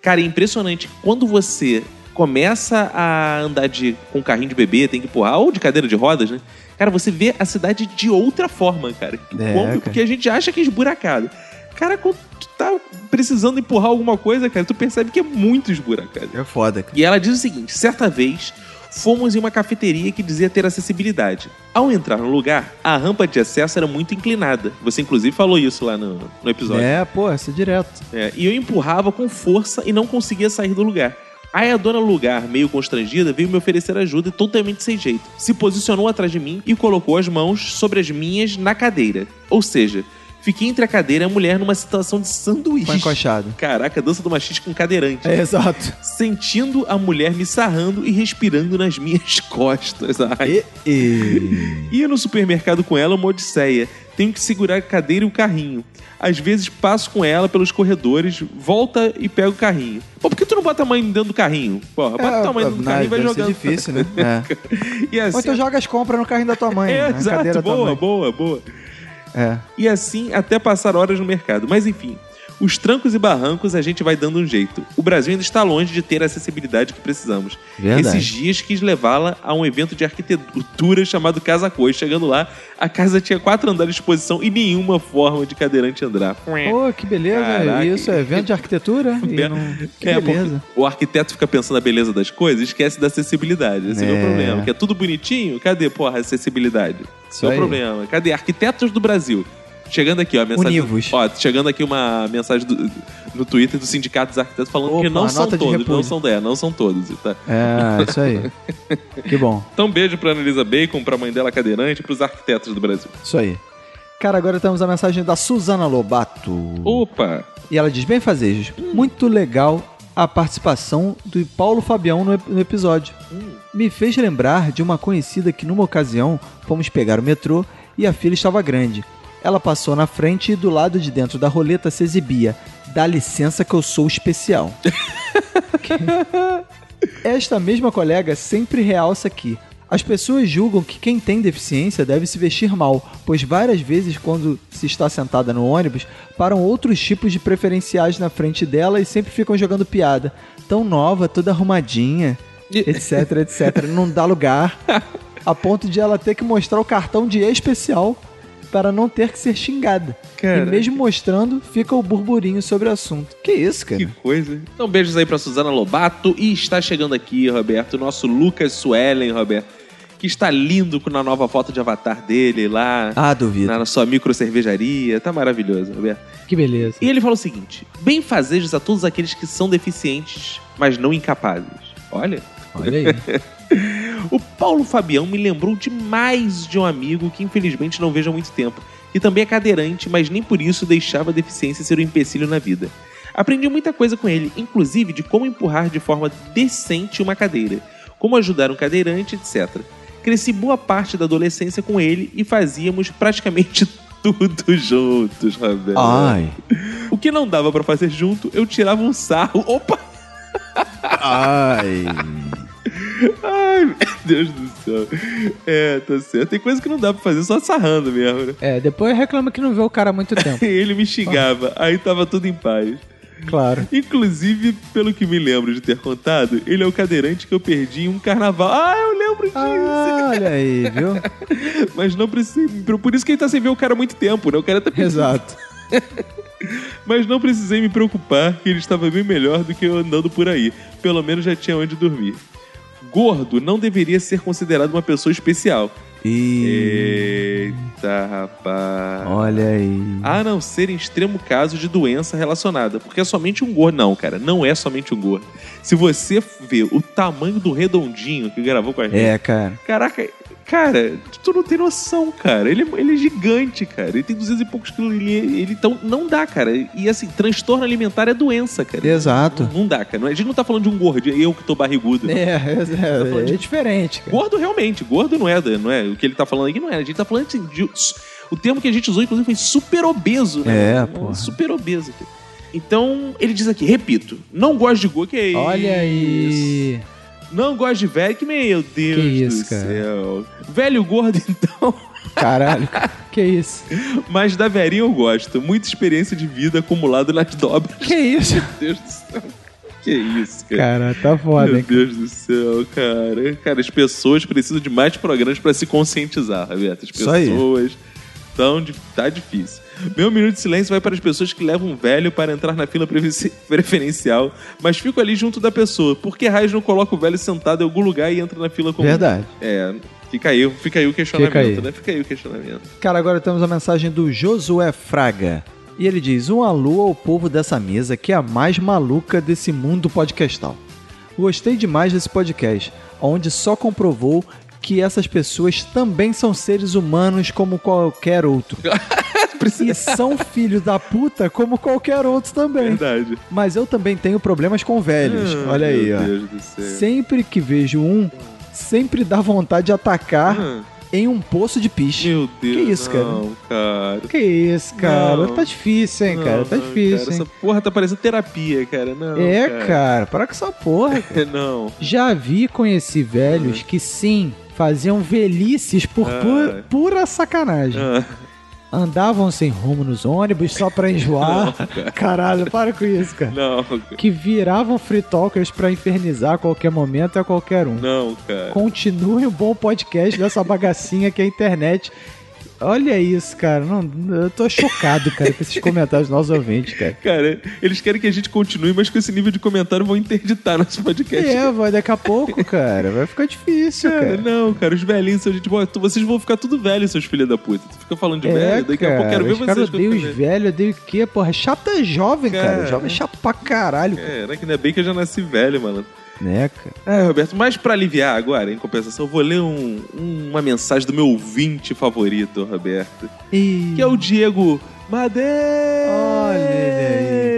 Cara, é impressionante quando você começa a andar de, com um carrinho de bebê, tem que empurrar, ou de cadeira de rodas, né? Cara, você vê a cidade de outra forma, cara. É, Como- cara. Porque a gente acha que é esburacado. Cara, quando tu tá precisando empurrar alguma coisa, cara, tu percebe que é muito esburacado. É foda, E ela diz o seguinte: certa vez fomos em uma cafeteria que dizia ter acessibilidade. Ao entrar no lugar, a rampa de acesso era muito inclinada. Você, inclusive, falou isso lá no, no episódio. É, pô, isso é direto. É, e eu empurrava com força e não conseguia sair do lugar. Aí a dona do lugar, meio constrangida, veio me oferecer ajuda e totalmente sem jeito. Se posicionou atrás de mim e colocou as mãos sobre as minhas na cadeira. Ou seja, fiquei entre a cadeira e a mulher numa situação de sanduíche. Foi encoxado. Caraca, dança do machista com cadeirante. É, exato. Sentindo a mulher me sarrando e respirando nas minhas *laughs* costas. Ai. Ia no supermercado com ela uma odisseia. Tenho que segurar a cadeira e o carrinho. Às vezes passo com ela pelos corredores, volta e pego o carrinho. Pô, por que tu não bota a mãe dentro do carrinho? Porra, bota a tua mãe dentro do carrinho e vai jogando. É, difícil, né? E assim, Ou então joga as compras no carrinho da *laughs* tua mãe. É, na exato. cadeira tá da tua Boa, boa, mãe. boa. É. E assim até passar horas no mercado. Mas enfim, os trancos e barrancos a gente vai dando um jeito. O Brasil ainda está longe de ter a acessibilidade que precisamos. Verdade. Esses dias quis levá-la a um evento de arquitetura chamado Casa Cois. Chegando lá, a casa tinha quatro andares de exposição e nenhuma forma de cadeirante andar. Pô, que beleza. Caraca. Isso é evento *laughs* de arquitetura. e não- Que É, porque beleza. o arquiteto fica pensando na beleza das coisas e esquece da acessibilidade. Esse é, o É. meu problema. Que é tudo bonitinho, cadê, porra, a acessibilidade? Esse é o aí. problema. Cadê? Arquitetos do Brasil. Chegando aqui, ó, a mensagem. Univos. Ó, chegando aqui uma mensagem do- no Twitter do Sindicato dos Arquitetos falando Opa, que não são nota de todos, repúdio. não são, é, não são todos. Tá? É, isso aí. *laughs* Que bom. Então, beijo pra Annalisa Bacon, pra mãe dela cadeirante e pros arquitetos do Brasil. Isso aí. Cara, agora temos a mensagem da Suzana Lobato. Opa! E ela diz: bem fazejos, muito legal a participação do Paulo Fabião no, ep- no episódio. Me fez lembrar de uma conhecida que, numa ocasião, fomos pegar o metrô e a fila estava grande. Ela passou na frente e do lado de dentro da roleta se exibia: Dá licença que eu sou especial. *laughs* Esta mesma colega sempre realça que as pessoas julgam que quem tem deficiência deve se vestir mal, pois várias vezes, quando se está sentada no ônibus, param outros tipos de preferenciais na frente dela e sempre ficam jogando piada. Tão nova, toda arrumadinha, *laughs* etc, etc. Não dá lugar. A ponto de ela ter que mostrar o cartão de especial para não ter que ser xingada. E Caraca. mesmo mostrando, fica o burburinho sobre o assunto. Que isso, cara? Que coisa, hein? Então, beijos aí pra Suzana Lobato. E está chegando aqui, Roberto, o nosso Lucas Suellen, Roberto. que está lindo com na nova foto de avatar dele Tá lá. Ah, duvido. Na sua micro cervejaria. Tá maravilhoso, Roberto. Que beleza. E ele falou o seguinte: bem fazejos a todos aqueles que são deficientes, mas não incapazes. Olha. Olha aí. o Paulo Fabião me lembrou demais de um amigo que infelizmente não vejo há muito tempo, que também é cadeirante, mas nem por isso deixava a deficiência ser um empecilho na vida. Aprendi muita coisa com ele, inclusive de como empurrar de forma decente uma cadeira, como ajudar um cadeirante, etc. Cresci boa parte da adolescência com ele e fazíamos praticamente *laughs* tudo juntos, Roberto. Ai. O que não dava pra fazer junto, eu tirava um sarro. Opa! Ai. Ai, meu Deus do céu. É, tá certo. Tem coisa que não dá pra fazer, só sarrando mesmo. né? É, depois reclama que não vê o cara há muito tempo. E ele me xingava, aí tava tudo em paz. *laughs* Claro. Inclusive, pelo que me lembro de ter contado, ele é o cadeirante que eu perdi em um carnaval. Ah, eu lembro disso! Ah. olha aí, viu? Mas não precisei. Por isso que ele tá sem ver o cara há muito tempo, né? O cara tá Exato. Mas não precisei me preocupar, que ele estava bem melhor do que eu andando por aí. Pelo menos já tinha onde dormir. Gordo não deveria ser considerado uma pessoa especial. Eita, rapaz. Olha aí. A não ser em extremo caso de doença relacionada. Porque é somente um gordo. Não, cara, não é somente um gordo. Se você vê o tamanho do redondinho que gravou com a gente. É, cara. Caraca, cara, tu não tem noção, cara. Ele, é- ele é gigante, cara. Ele tem 200 e poucos quilos. Ele, ele- então não dá, cara. E assim, transtorno alimentar é doença, cara. Exato. Não, dá, cara. Não- A gente não tá falando de um gordo, eu que tô barrigudo. É, Tá falando é, é, de- diferente. cara. Gordo realmente, gordo não é, não é. O que ele tá falando aqui não é. A gente tá falando assim, de. O termo que a gente usou, inclusive, foi super obeso, né? É, pô. Super obeso. cara. Então, ele diz aqui, repito, não gosto de gordo, que é Olha aí. Não gosto de velho, que meu Deus do céu. Velho gordo, *laughs* então. Caralho, *laughs* que isso? Mas da velhinha eu gosto. Muita experiência de vida acumulada nas dobras. Que isso? Meu Deus do céu. Que isso, cara. Cara, tá foda, Meu hein? Deus do céu, cara. Cara, as pessoas precisam de mais programas pra se conscientizar, Roberto. As Isso aí. pessoas tão de- tá difícil. Meu minuto de silêncio vai para as pessoas que levam um velho para entrar na fila previci- preferencial, mas fico ali junto da pessoa. Por que raios não coloca o velho sentado em algum lugar e entra na fila comum? Verdade. É, fica aí, fica aí o questionamento, Fica aí. né? Fica aí o questionamento. Cara, agora temos a mensagem do Josué Fraga. E ele diz: Um alô ao povo dessa mesa que é a mais maluca desse mundo podcastal. Gostei demais desse podcast, onde só comprovou que essas pessoas também são seres humanos como qualquer *laughs* outro. e são filhos da puta como qualquer outro também. Verdade. Mas eu também tenho problemas com velhos. Ah, Olha aí, meu ó. Deus do céu. Sempre que vejo um, sempre dá vontade de atacar Ah. em um poço de piche. Meu Deus. Que isso, cara? Não, cara. Que isso, cara? Não. Tá difícil, É, hein, cara? Tá Não, difícil, cara, hein? Essa porra tá parecendo terapia, cara. Não, É, cara, para com essa porra. cara. Não. Já vi e conheci velhos que sim, faziam velhices por Ah. pu- pura sacanagem. Andavam sem rumo nos ônibus só *laughs* pra enjoar. Não, cara. Caralho, para com isso, cara. Não, Que viravam free talkers pra infernizar a qualquer momento e a qualquer um. não, cara. Continue o bom podcast dessa bagacinha que é a internet. Olha isso, cara. Não- eu tô chocado, cara, com esses comentários dos nossos ouvintes, cara. Cara, eles querem que a gente continue, mas com esse nível de comentário vão interditar nosso podcast. É, vai daqui a *laughs* pouco, cara. Vai ficar difícil, Cara, cara. não, cara, os velhinhos são gente boa. Tu- Vocês vão ficar tudo velhos, seus filhos da puta. Tu fica falando de velho, daqui a pouco quero ver É, os caras vocês. quando odeiam os ficar velho. velhos, odeio o quê, porra? Chato é jovem, cara. Cara. Jovem é chato pra caralho. É, né, que ainda bem que eu já nasci velho, mano. Né, cara? É, Roberto, mas pra aliviar agora, em compensação, eu vou ler um- uma mensagem do meu ouvinte favorito, Roberto. E... Que é o Diego Madeira.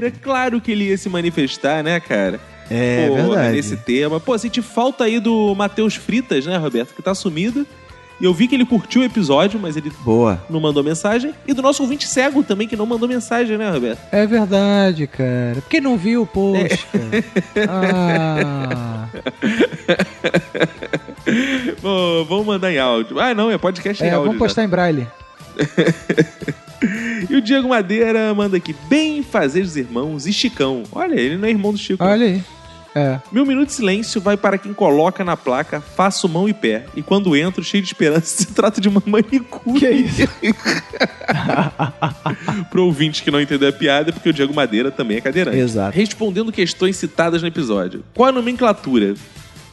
Olha Claro que ele ia se manifestar, né, cara? É Pô, verdade. Nesse tema. Pô, senti falta aí do Matheus Fritas, né, Roberto? Que tá sumido. E eu vi que ele curtiu o episódio, mas ele Boa. não mandou mensagem. E do nosso ouvinte cego também, que não mandou mensagem, né, Roberto? É verdade, cara. Porque não viu o post, É. *laughs* cara. Ah, Bom, vamos mandar em áudio. Ah, não, é podcast em é, áudio. vamos postar em braille. já. E o Diego Madeira manda aqui: bem fazer os irmãos e Chicão. Olha, ele não é irmão do Chico. Olha aí. É. Meu minuto de silêncio vai para quem coloca na placa faço mão e pé. E quando entro, cheio de esperança, *laughs* se trata de uma manicure. Que isso? *laughs* Pro ouvinte que não entendeu a piada, porque o Diego Madeira também é cadeirante. Exato. Respondendo questões citadas no episódio. Qual a nomenclatura?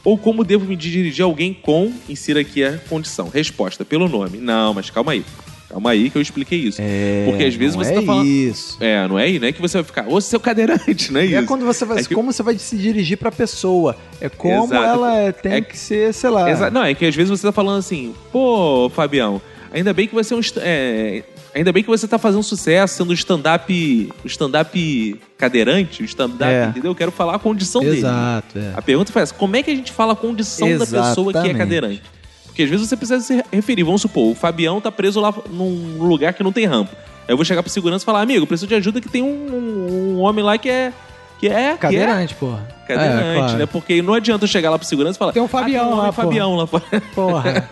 Ou como devo me dirigir a alguém com, insira aqui a condição. Resposta, pelo nome. Não, mas calma aí. Calma aí que eu expliquei isso. Porque às vezes não você é tá falando. Isso. É, não é aí, não é que você vai ficar, ô seu cadeirante, não é E isso. é quando você vai, É que- como você vai se dirigir pra pessoa. É como Exato. ela é- tem É- que ser, sei Ah. lá. Exa- Não, é que às vezes você tá falando assim, pô, Fabião, ainda bem que você é um. est- é, Ainda bem que você tá fazendo sucesso sendo um stand-up. um stand-up cadeirante, um stand-up, É. entendeu? Eu quero falar a condição Exato, dele. é. A pergunta foi essa: como é que a gente fala a condição da pessoa que é Exatamente. cadeirante? Porque às vezes você precisa se referir, vamos supor, o Fabião tá preso lá num lugar que não tem rampa. Aí eu vou chegar pro segurança e falar, amigo, eu preciso de ajuda que tem um, um- um homem lá que é. Que é. que é- Cadeirante, porra. Cadeirante, É, claro. né? Porque não adianta eu chegar lá pro segurança e falar. Tem um Fabião tem um homem lá, Fabião lá fora. Porra.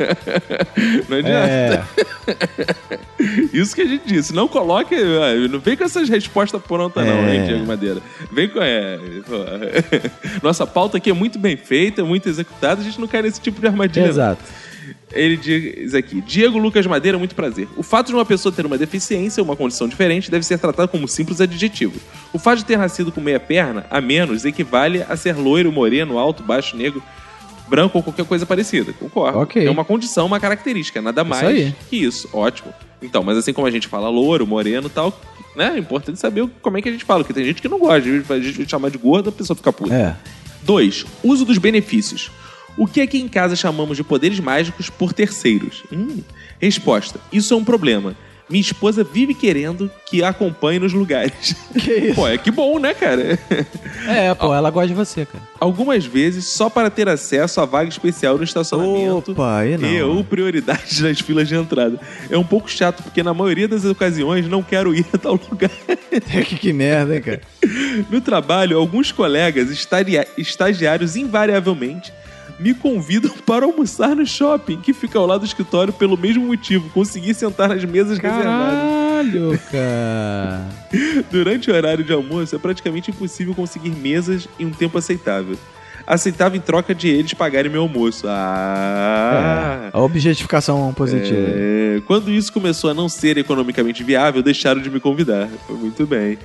não *laughs* É, adianta. É. *laughs* Isso que a gente disse. Não coloque. ah, Não vem com essas respostas prontas, não, É. hein, Diego Madeira. Vem com. É, pô. *laughs* Nossa pauta aqui é muito bem feita, muito executada. A gente não cai nesse tipo de *laughs* armadilha. não. Exato. Ele diz aqui: Diego Lucas Madeira, muito prazer. O fato de uma pessoa ter uma deficiência ou uma condição diferente deve ser tratado como um simples adjetivo. O fato de ter nascido com meia perna, a menos, equivale a ser loiro, moreno, alto, baixo, negro, branco ou qualquer coisa parecida. Concordo. Ok. É uma condição, uma característica, nada mais aí. que isso. Ótimo. Então, mas assim como a gente fala louro, moreno e tal, né? É importante saber como é que a gente fala, porque tem gente que não gosta. A gente chamar de gordo, a pessoa fica puta. É. 2. Uso dos benefícios. O que aqui em casa chamamos de poderes mágicos por terceiros? Hum. Resposta: Isso é um problema. Minha esposa vive querendo que a acompanhe nos lugares. Que isso? Pô, é que bom, né, cara? É, pô, ela gosta de você, *laughs* cara. Algumas vezes, só para ter acesso à vaga especial no estacionamento Opa, aí não. e ou prioridade *laughs* nas filas de entrada. É um pouco chato, porque na maioria das ocasiões não quero ir a tal lugar. *laughs* que, que merda, hein, cara? No trabalho, alguns colegas estaria- estagiários invariavelmente me convidam *laughs* para almoçar no shopping, que fica ao lado do escritório pelo mesmo motivo, conseguir sentar nas mesas reservadas. Caralho, cara. Durante o horário de almoço, é praticamente impossível conseguir mesas em um tempo aceitável. Aceitava em troca de eles pagarem meu almoço. Ah! É, a objetificação positiva. É, quando isso começou a não ser economicamente viável, deixaram de me convidar. Foi muito bem.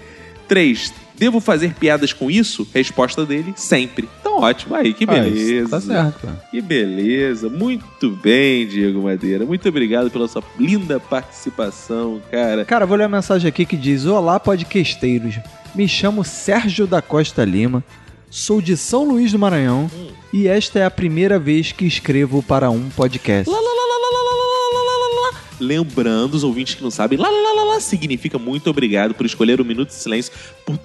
3. Devo fazer piadas com isso? Resposta dele, sempre. Então, ótimo aí, que Ah, isso beleza. tá certo, cara. Que beleza. Muito bem, Diego Madeira. Muito obrigado pela sua linda participação, cara. Cara, vou ler a mensagem aqui que diz: Olá, podcasteiros. Me chamo Sérgio da Costa Lima, sou de São Luís do Maranhão Hum. e esta é a primeira vez que escrevo para um podcast. Lembrando, os ouvintes que não sabem, lá, lá, lá, lá, significa muito obrigado por escolher o Minuto de Silêncio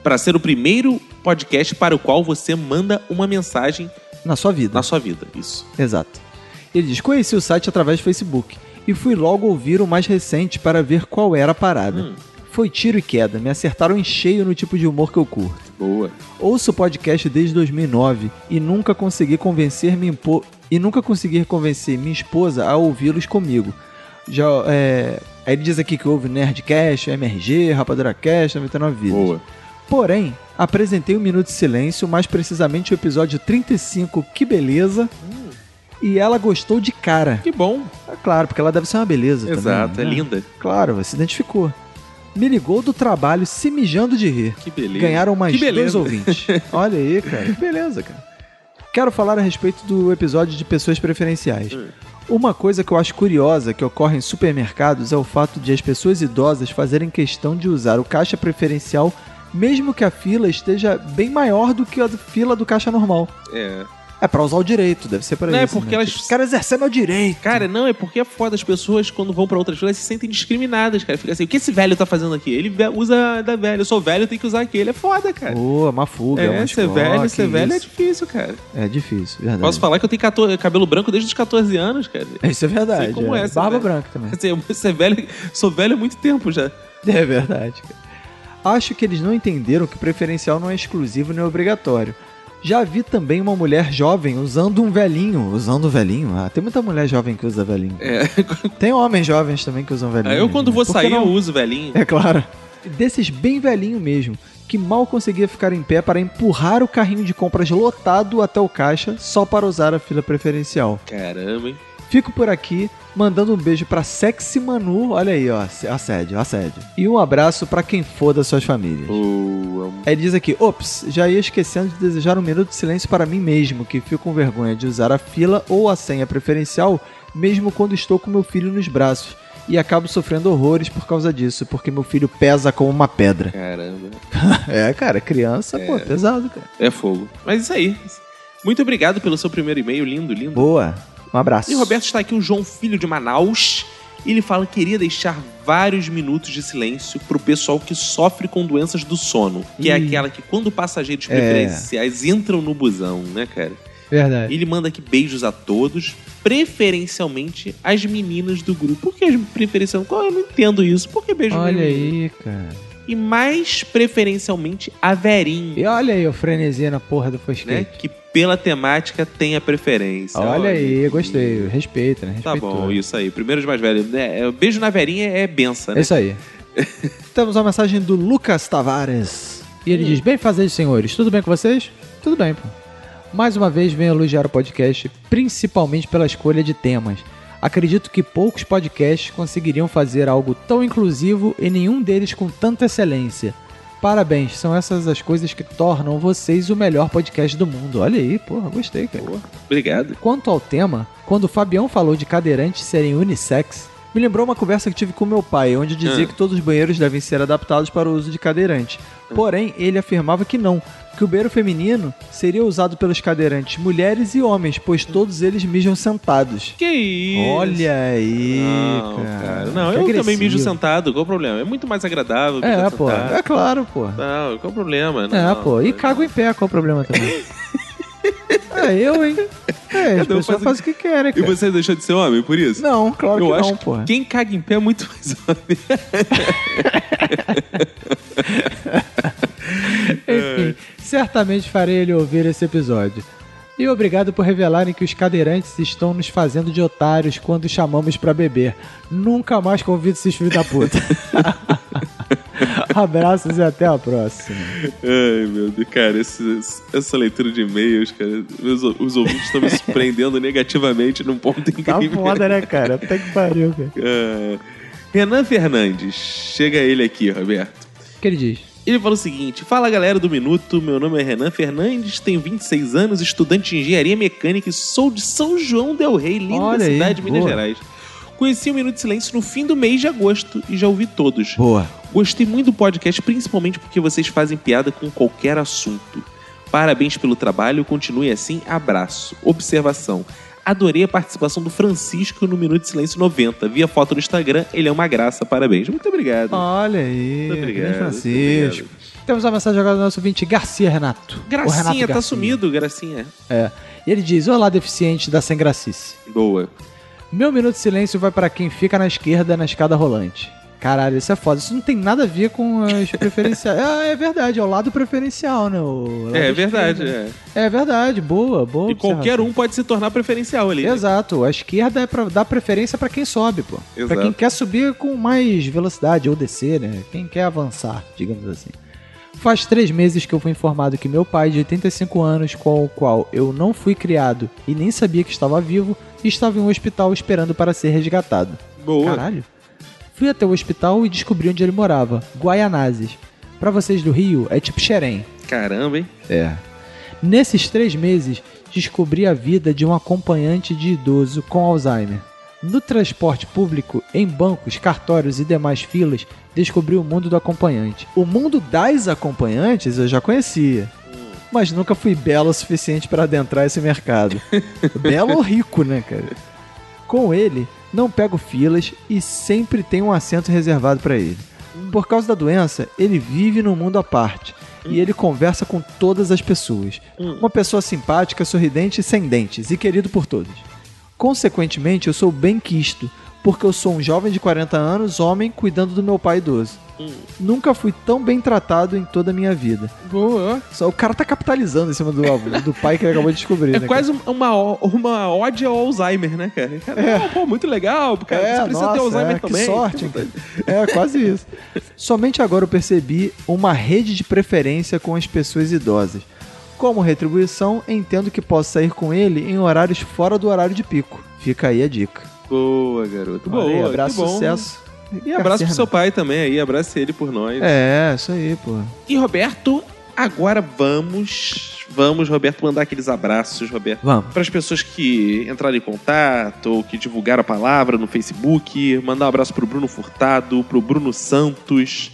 para ser o primeiro podcast para o qual você manda uma mensagem Na sua vida. na sua vida. Isso. Exato. Ele diz: Conheci o site através do Facebook e fui logo ouvir o mais recente para ver qual era a parada. Foi tiro e queda, me acertaram em cheio no tipo de humor que eu curto. Boa. Ouço o podcast desde 2009 e nunca consegui convencer minha impo... e nunca consegui convencer minha esposa a ouvi-los comigo. Já é... aí ele diz aqui que houve Nerdcast, MRG, Rapadura Cast, 99 vidas. Boa. Porém, apresentei o Minuto de Silêncio, mais precisamente o episódio 35, que beleza. E ela gostou de cara. É Que bom. Claro, porque ela deve ser uma beleza Exato, também, é né? linda. Claro, se identificou. Me ligou do trabalho se mijando de rir. Que beleza. Ganharam mais Que dois beleza. *laughs* ouvintes. Olha aí, cara. Que beleza, cara. Quero falar a respeito do episódio de pessoas preferenciais. Uma coisa que eu acho curiosa que ocorre em supermercados é o fato de as pessoas idosas fazerem questão de usar o caixa preferencial mesmo que a fila esteja bem maior do que a do- fila do caixa normal. É. É pra usar o direito, deve ser pra Não, é isso, porque né? elas. Cara, exercer meu direito. Cara, não, é porque é foda. As pessoas, quando vão pra outras filas, se sentem discriminadas, cara. Fica assim, o que esse velho tá fazendo aqui? Ele ve- usa da velha. Eu sou velho, eu tenho que usar aquele. É foda, cara. Boa, uma fuga, é, uma ser escola, velho, que ser velho é isso. difícil, cara. É difícil, verdade. Posso falar que eu tenho 14 cabelo branco desde os 14 anos, cara. Isso é verdade. Sei como é. é, ser Barba velho. branca também. *laughs* Assim, eu- ser velho, sou velho há muito tempo já. *laughs* É verdade. cara. Acho que eles não entenderam que preferencial não é exclusivo nem obrigatório. Já vi também uma mulher jovem usando um velhinho. Usando um velhinho? Ah, tem muita mulher jovem que usa velhinho. É. *laughs* Tem homens jovens também que usam velhinho. Aí eu, quando né? vou Por que sair, não? eu uso velhinho. É claro. Desses bem velhinho mesmo, que mal conseguia ficar em pé para empurrar o carrinho de compras lotado até o caixa só para usar a fila preferencial. Caramba, hein? Fico por aqui. mandando um beijo pra Sexy Manu, olha aí, ó, assédio, assédio. E um abraço pra quem for das suas famílias. Ele diz aqui, ops, já ia esquecendo de desejar um minuto de silêncio para mim mesmo, que fico com vergonha de usar a fila ou a senha preferencial, mesmo quando estou com meu filho nos braços. E acabo sofrendo horrores por causa disso, porque meu filho pesa como uma pedra. Caramba. *laughs* é, cara, criança, pô, é pesado, cara. É fogo. Mas isso aí. Muito obrigado pelo seu primeiro e-mail, lindo, lindo. Boa. Um abraço. E o Roberto está aqui, o João Filho de Manaus. Ele fala que queria deixar vários minutos de silêncio pro pessoal que sofre com doenças do sono, que é Ih. aquela que quando passageiros É. preferenciais entram no busão, né, cara? Verdade. Ele manda aqui beijos a todos, preferencialmente as meninas do grupo. Por que as preferencialmente? Eu não entendo isso. Por que beijo Olha menino? aí, cara. E mais preferencialmente a Verinha. E olha aí o frenesia na porra do né? Fosquete. Que pela temática tem a preferência. Olha, aí, gostei. Respeita, né? Tá Respeitou. bom, isso aí. Primeiro os mais velhos. Né? É, Beijo na verinha é benção, né? É isso *laughs* aí. Temos uma mensagem do Lucas Tavares. E ele diz: Bem fazer, senhores, tudo bem com vocês? Tudo bem, pô. Mais uma vez venho elogiar o podcast, principalmente pela escolha de temas. Acredito que poucos podcasts conseguiriam fazer algo tão inclusivo e nenhum deles com tanta excelência. Parabéns, são essas as coisas que tornam vocês o melhor podcast do mundo. Olha aí, porra, gostei, cara. Obrigado. Quanto ao tema, quando o Fabião falou de cadeirantes serem unissex, Me lembrou uma conversa que tive com meu pai, onde dizia Ah. que todos os banheiros devem ser adaptados para o uso de cadeirante. Ah. Porém, ele afirmava que não, que o banheiro feminino seria usado pelos cadeirantes mulheres e homens, pois todos eles mijam sentados. Que isso? Olha aí, Não, cara. cara. Não, Que eu também agressivo. mijo sentado, qual o problema? É muito mais agradável. É, mijar pô, sentado. tá. é claro, pô. Não, qual o problema? É, Não. pô. E cago em pé, qual o problema *laughs* também? é, eu, hein? É, as Cada um pessoas faz o- fazem o que querem, E cara. você deixou de ser homem por isso? Não, claro eu que acho não, porra. Quem caga em pé é muito mais Enfim, certamente farei ele ouvir esse episódio. E obrigado por revelarem que os cadeirantes estão nos fazendo de otários quando chamamos pra beber. Nunca mais convido esses filhos da puta. Abraços e até a próxima. Ai, meu Deus, cara, esse- esse- essa leitura de e-mails, cara, meus ou- os ouvintes estão *laughs* me surpreendendo negativamente num ponto Tá incrível. *laughs* foda, né, cara? Até que pariu, cara. Ah, Renan Fernandes, chega ele aqui, Roberto. O que ele diz? Ele fala o seguinte: Fala galera do Minuto, meu nome é Renan Fernandes, tenho 26 anos, estudante de engenharia mecânica e sou de São João Del Rey, linda Olha aí, cidade de Minas boa. Gerais. Conheci o Minuto de Silêncio no fim do mês de agosto e já ouvi todos. Boa. Gostei muito do podcast, principalmente porque vocês fazem piada com qualquer assunto. Parabéns pelo trabalho, continue assim, abraço. Observação. Adorei a participação do Francisco no Minuto de Silêncio 90. Vi a foto no Instagram, ele é uma graça, parabéns. Muito obrigado. Olha aí. Muito obrigado, grande muito Francisco. Temos a mensagem agora do nosso ouvinte Garcia Renato. O Gracinha, Renato tá Garcia. sumido, Gracinha. É. E ele diz: Olá, deficiente da Sem Gracice. Boa. Meu minuto de silêncio vai pra quem fica na esquerda na escada rolante. Caralho, isso é foda. Isso não tem nada a ver *laughs* com as preferenciais. ah, é verdade, é o lado preferencial, né? O lado É esquerdo. verdade, é. É verdade, boa, boa. E qualquer um pode se tornar preferencial ali. né? Exato, a esquerda é pra dar preferência pra quem sobe, pô. Pra Exato. quem quer subir com mais velocidade ou descer, né? Quem quer avançar, digamos assim. Faz três meses que eu fui informado que meu pai, de 85 anos, com o qual eu não fui criado e nem sabia que estava vivo, estava em um hospital esperando para ser resgatado. Boa. Caralho. Fui até o hospital e descobri onde ele morava, Guaianazes. Pra vocês do Rio, é tipo Xerém. Caramba, hein? É. Nesses três meses, descobri a vida de um acompanhante de idoso com Alzheimer. No transporte público, em bancos, cartórios e demais filas, descobri o mundo do acompanhante. O mundo das acompanhantes eu já conhecia, mas nunca fui belo o suficiente para adentrar esse mercado. belo ou rico, né, cara? Com ele, Não pego filas e sempre tem um assento reservado para ele. Por causa da doença, ele vive num mundo à parte e ele conversa com todas as pessoas. Uma pessoa simpática, sorridente e sem dentes e querido por todos. Consequentemente, eu sou bem quisto, porque eu sou um jovem de 40 anos, homem, cuidando do meu pai idoso. Nunca fui tão bem tratado em toda a minha vida. Boa. Só o cara tá capitalizando em cima do, avô- do pai que ele acabou de descobrir. É né, quase um- uma, ó- uma ódio ao Alzheimer, né, cara? cara É. não, pô, muito legal, cara. É, você precisa ter nossa, Alzheimer é, que também. sorte, É, quase isso. Somente agora eu percebi uma rede de preferência com as pessoas idosas. Como retribuição, entendo que posso sair com ele em horários fora do horário de pico. Fica aí a dica. Boa, garoto. Olha Boa, aí, que abraço, bom. sucesso. E abraço pro Cacerda. seu pai também aí, abrace ele por nós. É, isso aí, pô. E Roberto, agora vamos, vamos Roberto mandar aqueles abraços, Roberto. Vamos. Para as pessoas que entraram em contato ou que divulgaram a palavra no Facebook, mandar um abraço pro Bruno Furtado, pro Bruno Santos.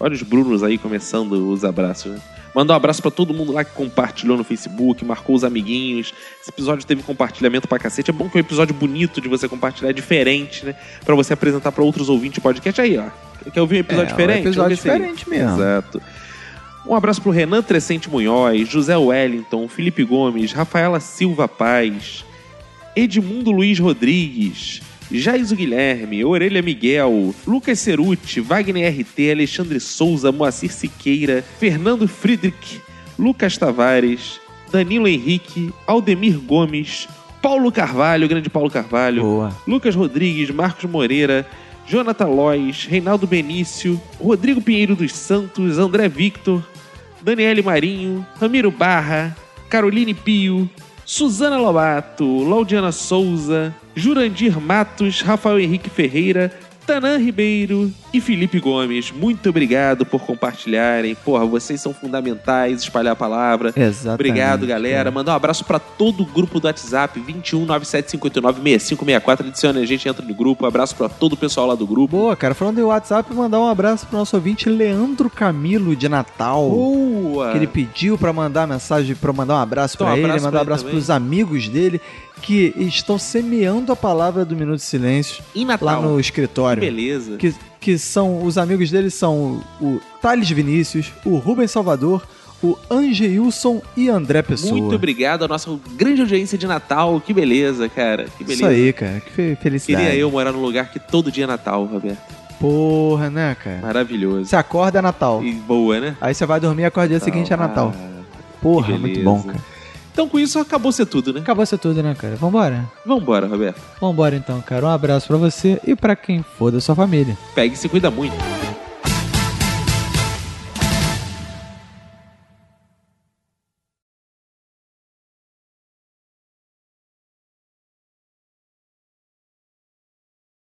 Olha os Brunos aí começando os abraços, né? Mandar um abraço pra todo mundo lá que compartilhou no Facebook, marcou os amiguinhos. Esse episódio teve compartilhamento pra cacete. É bom que é um episódio bonito de você compartilhar, é diferente, né? Pra você apresentar pra outros ouvintes de podcast. Aí, ó. Quer ouvir um episódio É, um diferente? episódio Ouve esse aí. diferente mesmo. Exato. Um abraço pro Renan Trescente Munhoz, José Wellington, Felipe Gomes, Rafaela Silva Paz, Edmundo Luiz Rodrigues, Jaiso Guilherme, Orelha Miguel, Lucas Ceruti, Wagner RT, Alexandre Souza, Moacir Siqueira, Fernando Friedrich, Lucas Tavares, Danilo Henrique, Aldemir Gomes, Paulo Carvalho, grande Paulo Carvalho, Lucas Rodrigues, Marcos Moreira, Jonathan Lois, Reinaldo Benício, Rodrigo Pinheiro dos Santos, André Victor, Daniele Marinho, Ramiro Barra, Caroline Pio, Suzana Lobato, Laudiana Souza, Jurandir Matos, Rafael Henrique Ferreira, Tanã Ribeiro e Felipe Gomes. Muito obrigado por compartilharem. Porra, vocês são fundamentais, espalhar a palavra. Exatamente. Obrigado, galera. Mandar um abraço pra todo o grupo do WhatsApp, 21 97589 6564. Adiciona a gente, entra no grupo. Um abraço pra todo o pessoal lá do grupo. Boa, cara. Falando em WhatsApp, mandar um abraço pro nosso ouvinte Leandro Camilo de Natal. Boa! Que ele pediu pra mandar mensagem, pra mandar um abraço É. Então, pra um ele, abraço pra mandar um ele abraço também. pros amigos dele que estão semeando a palavra do Minuto de Silêncio Em Natal. lá no escritório. Que beleza. Que, que são os amigos dele são o Thales Vinícius, o Rubens Salvador, o Angeilson e André Pessoa. Muito obrigado à nossa grande audiência de Natal. Que beleza, cara. Que beleza. Isso aí, cara. Que fe- felicidade. Queria eu morar num lugar que todo dia é Natal, Roberto. Porra, né, cara? Maravilhoso. Você acorda é Natal. E boa, né? Ah. Aí você vai dormir e acorda dia seguinte é Natal. Porra, é muito bom, cara. Então com isso acabou ser tudo, né? Acabou ser tudo, né, cara? Vambora. Vambora, Roberto. Vambora então, cara. Um abraço pra você e pra quem for da sua família. Pega e se cuida muito.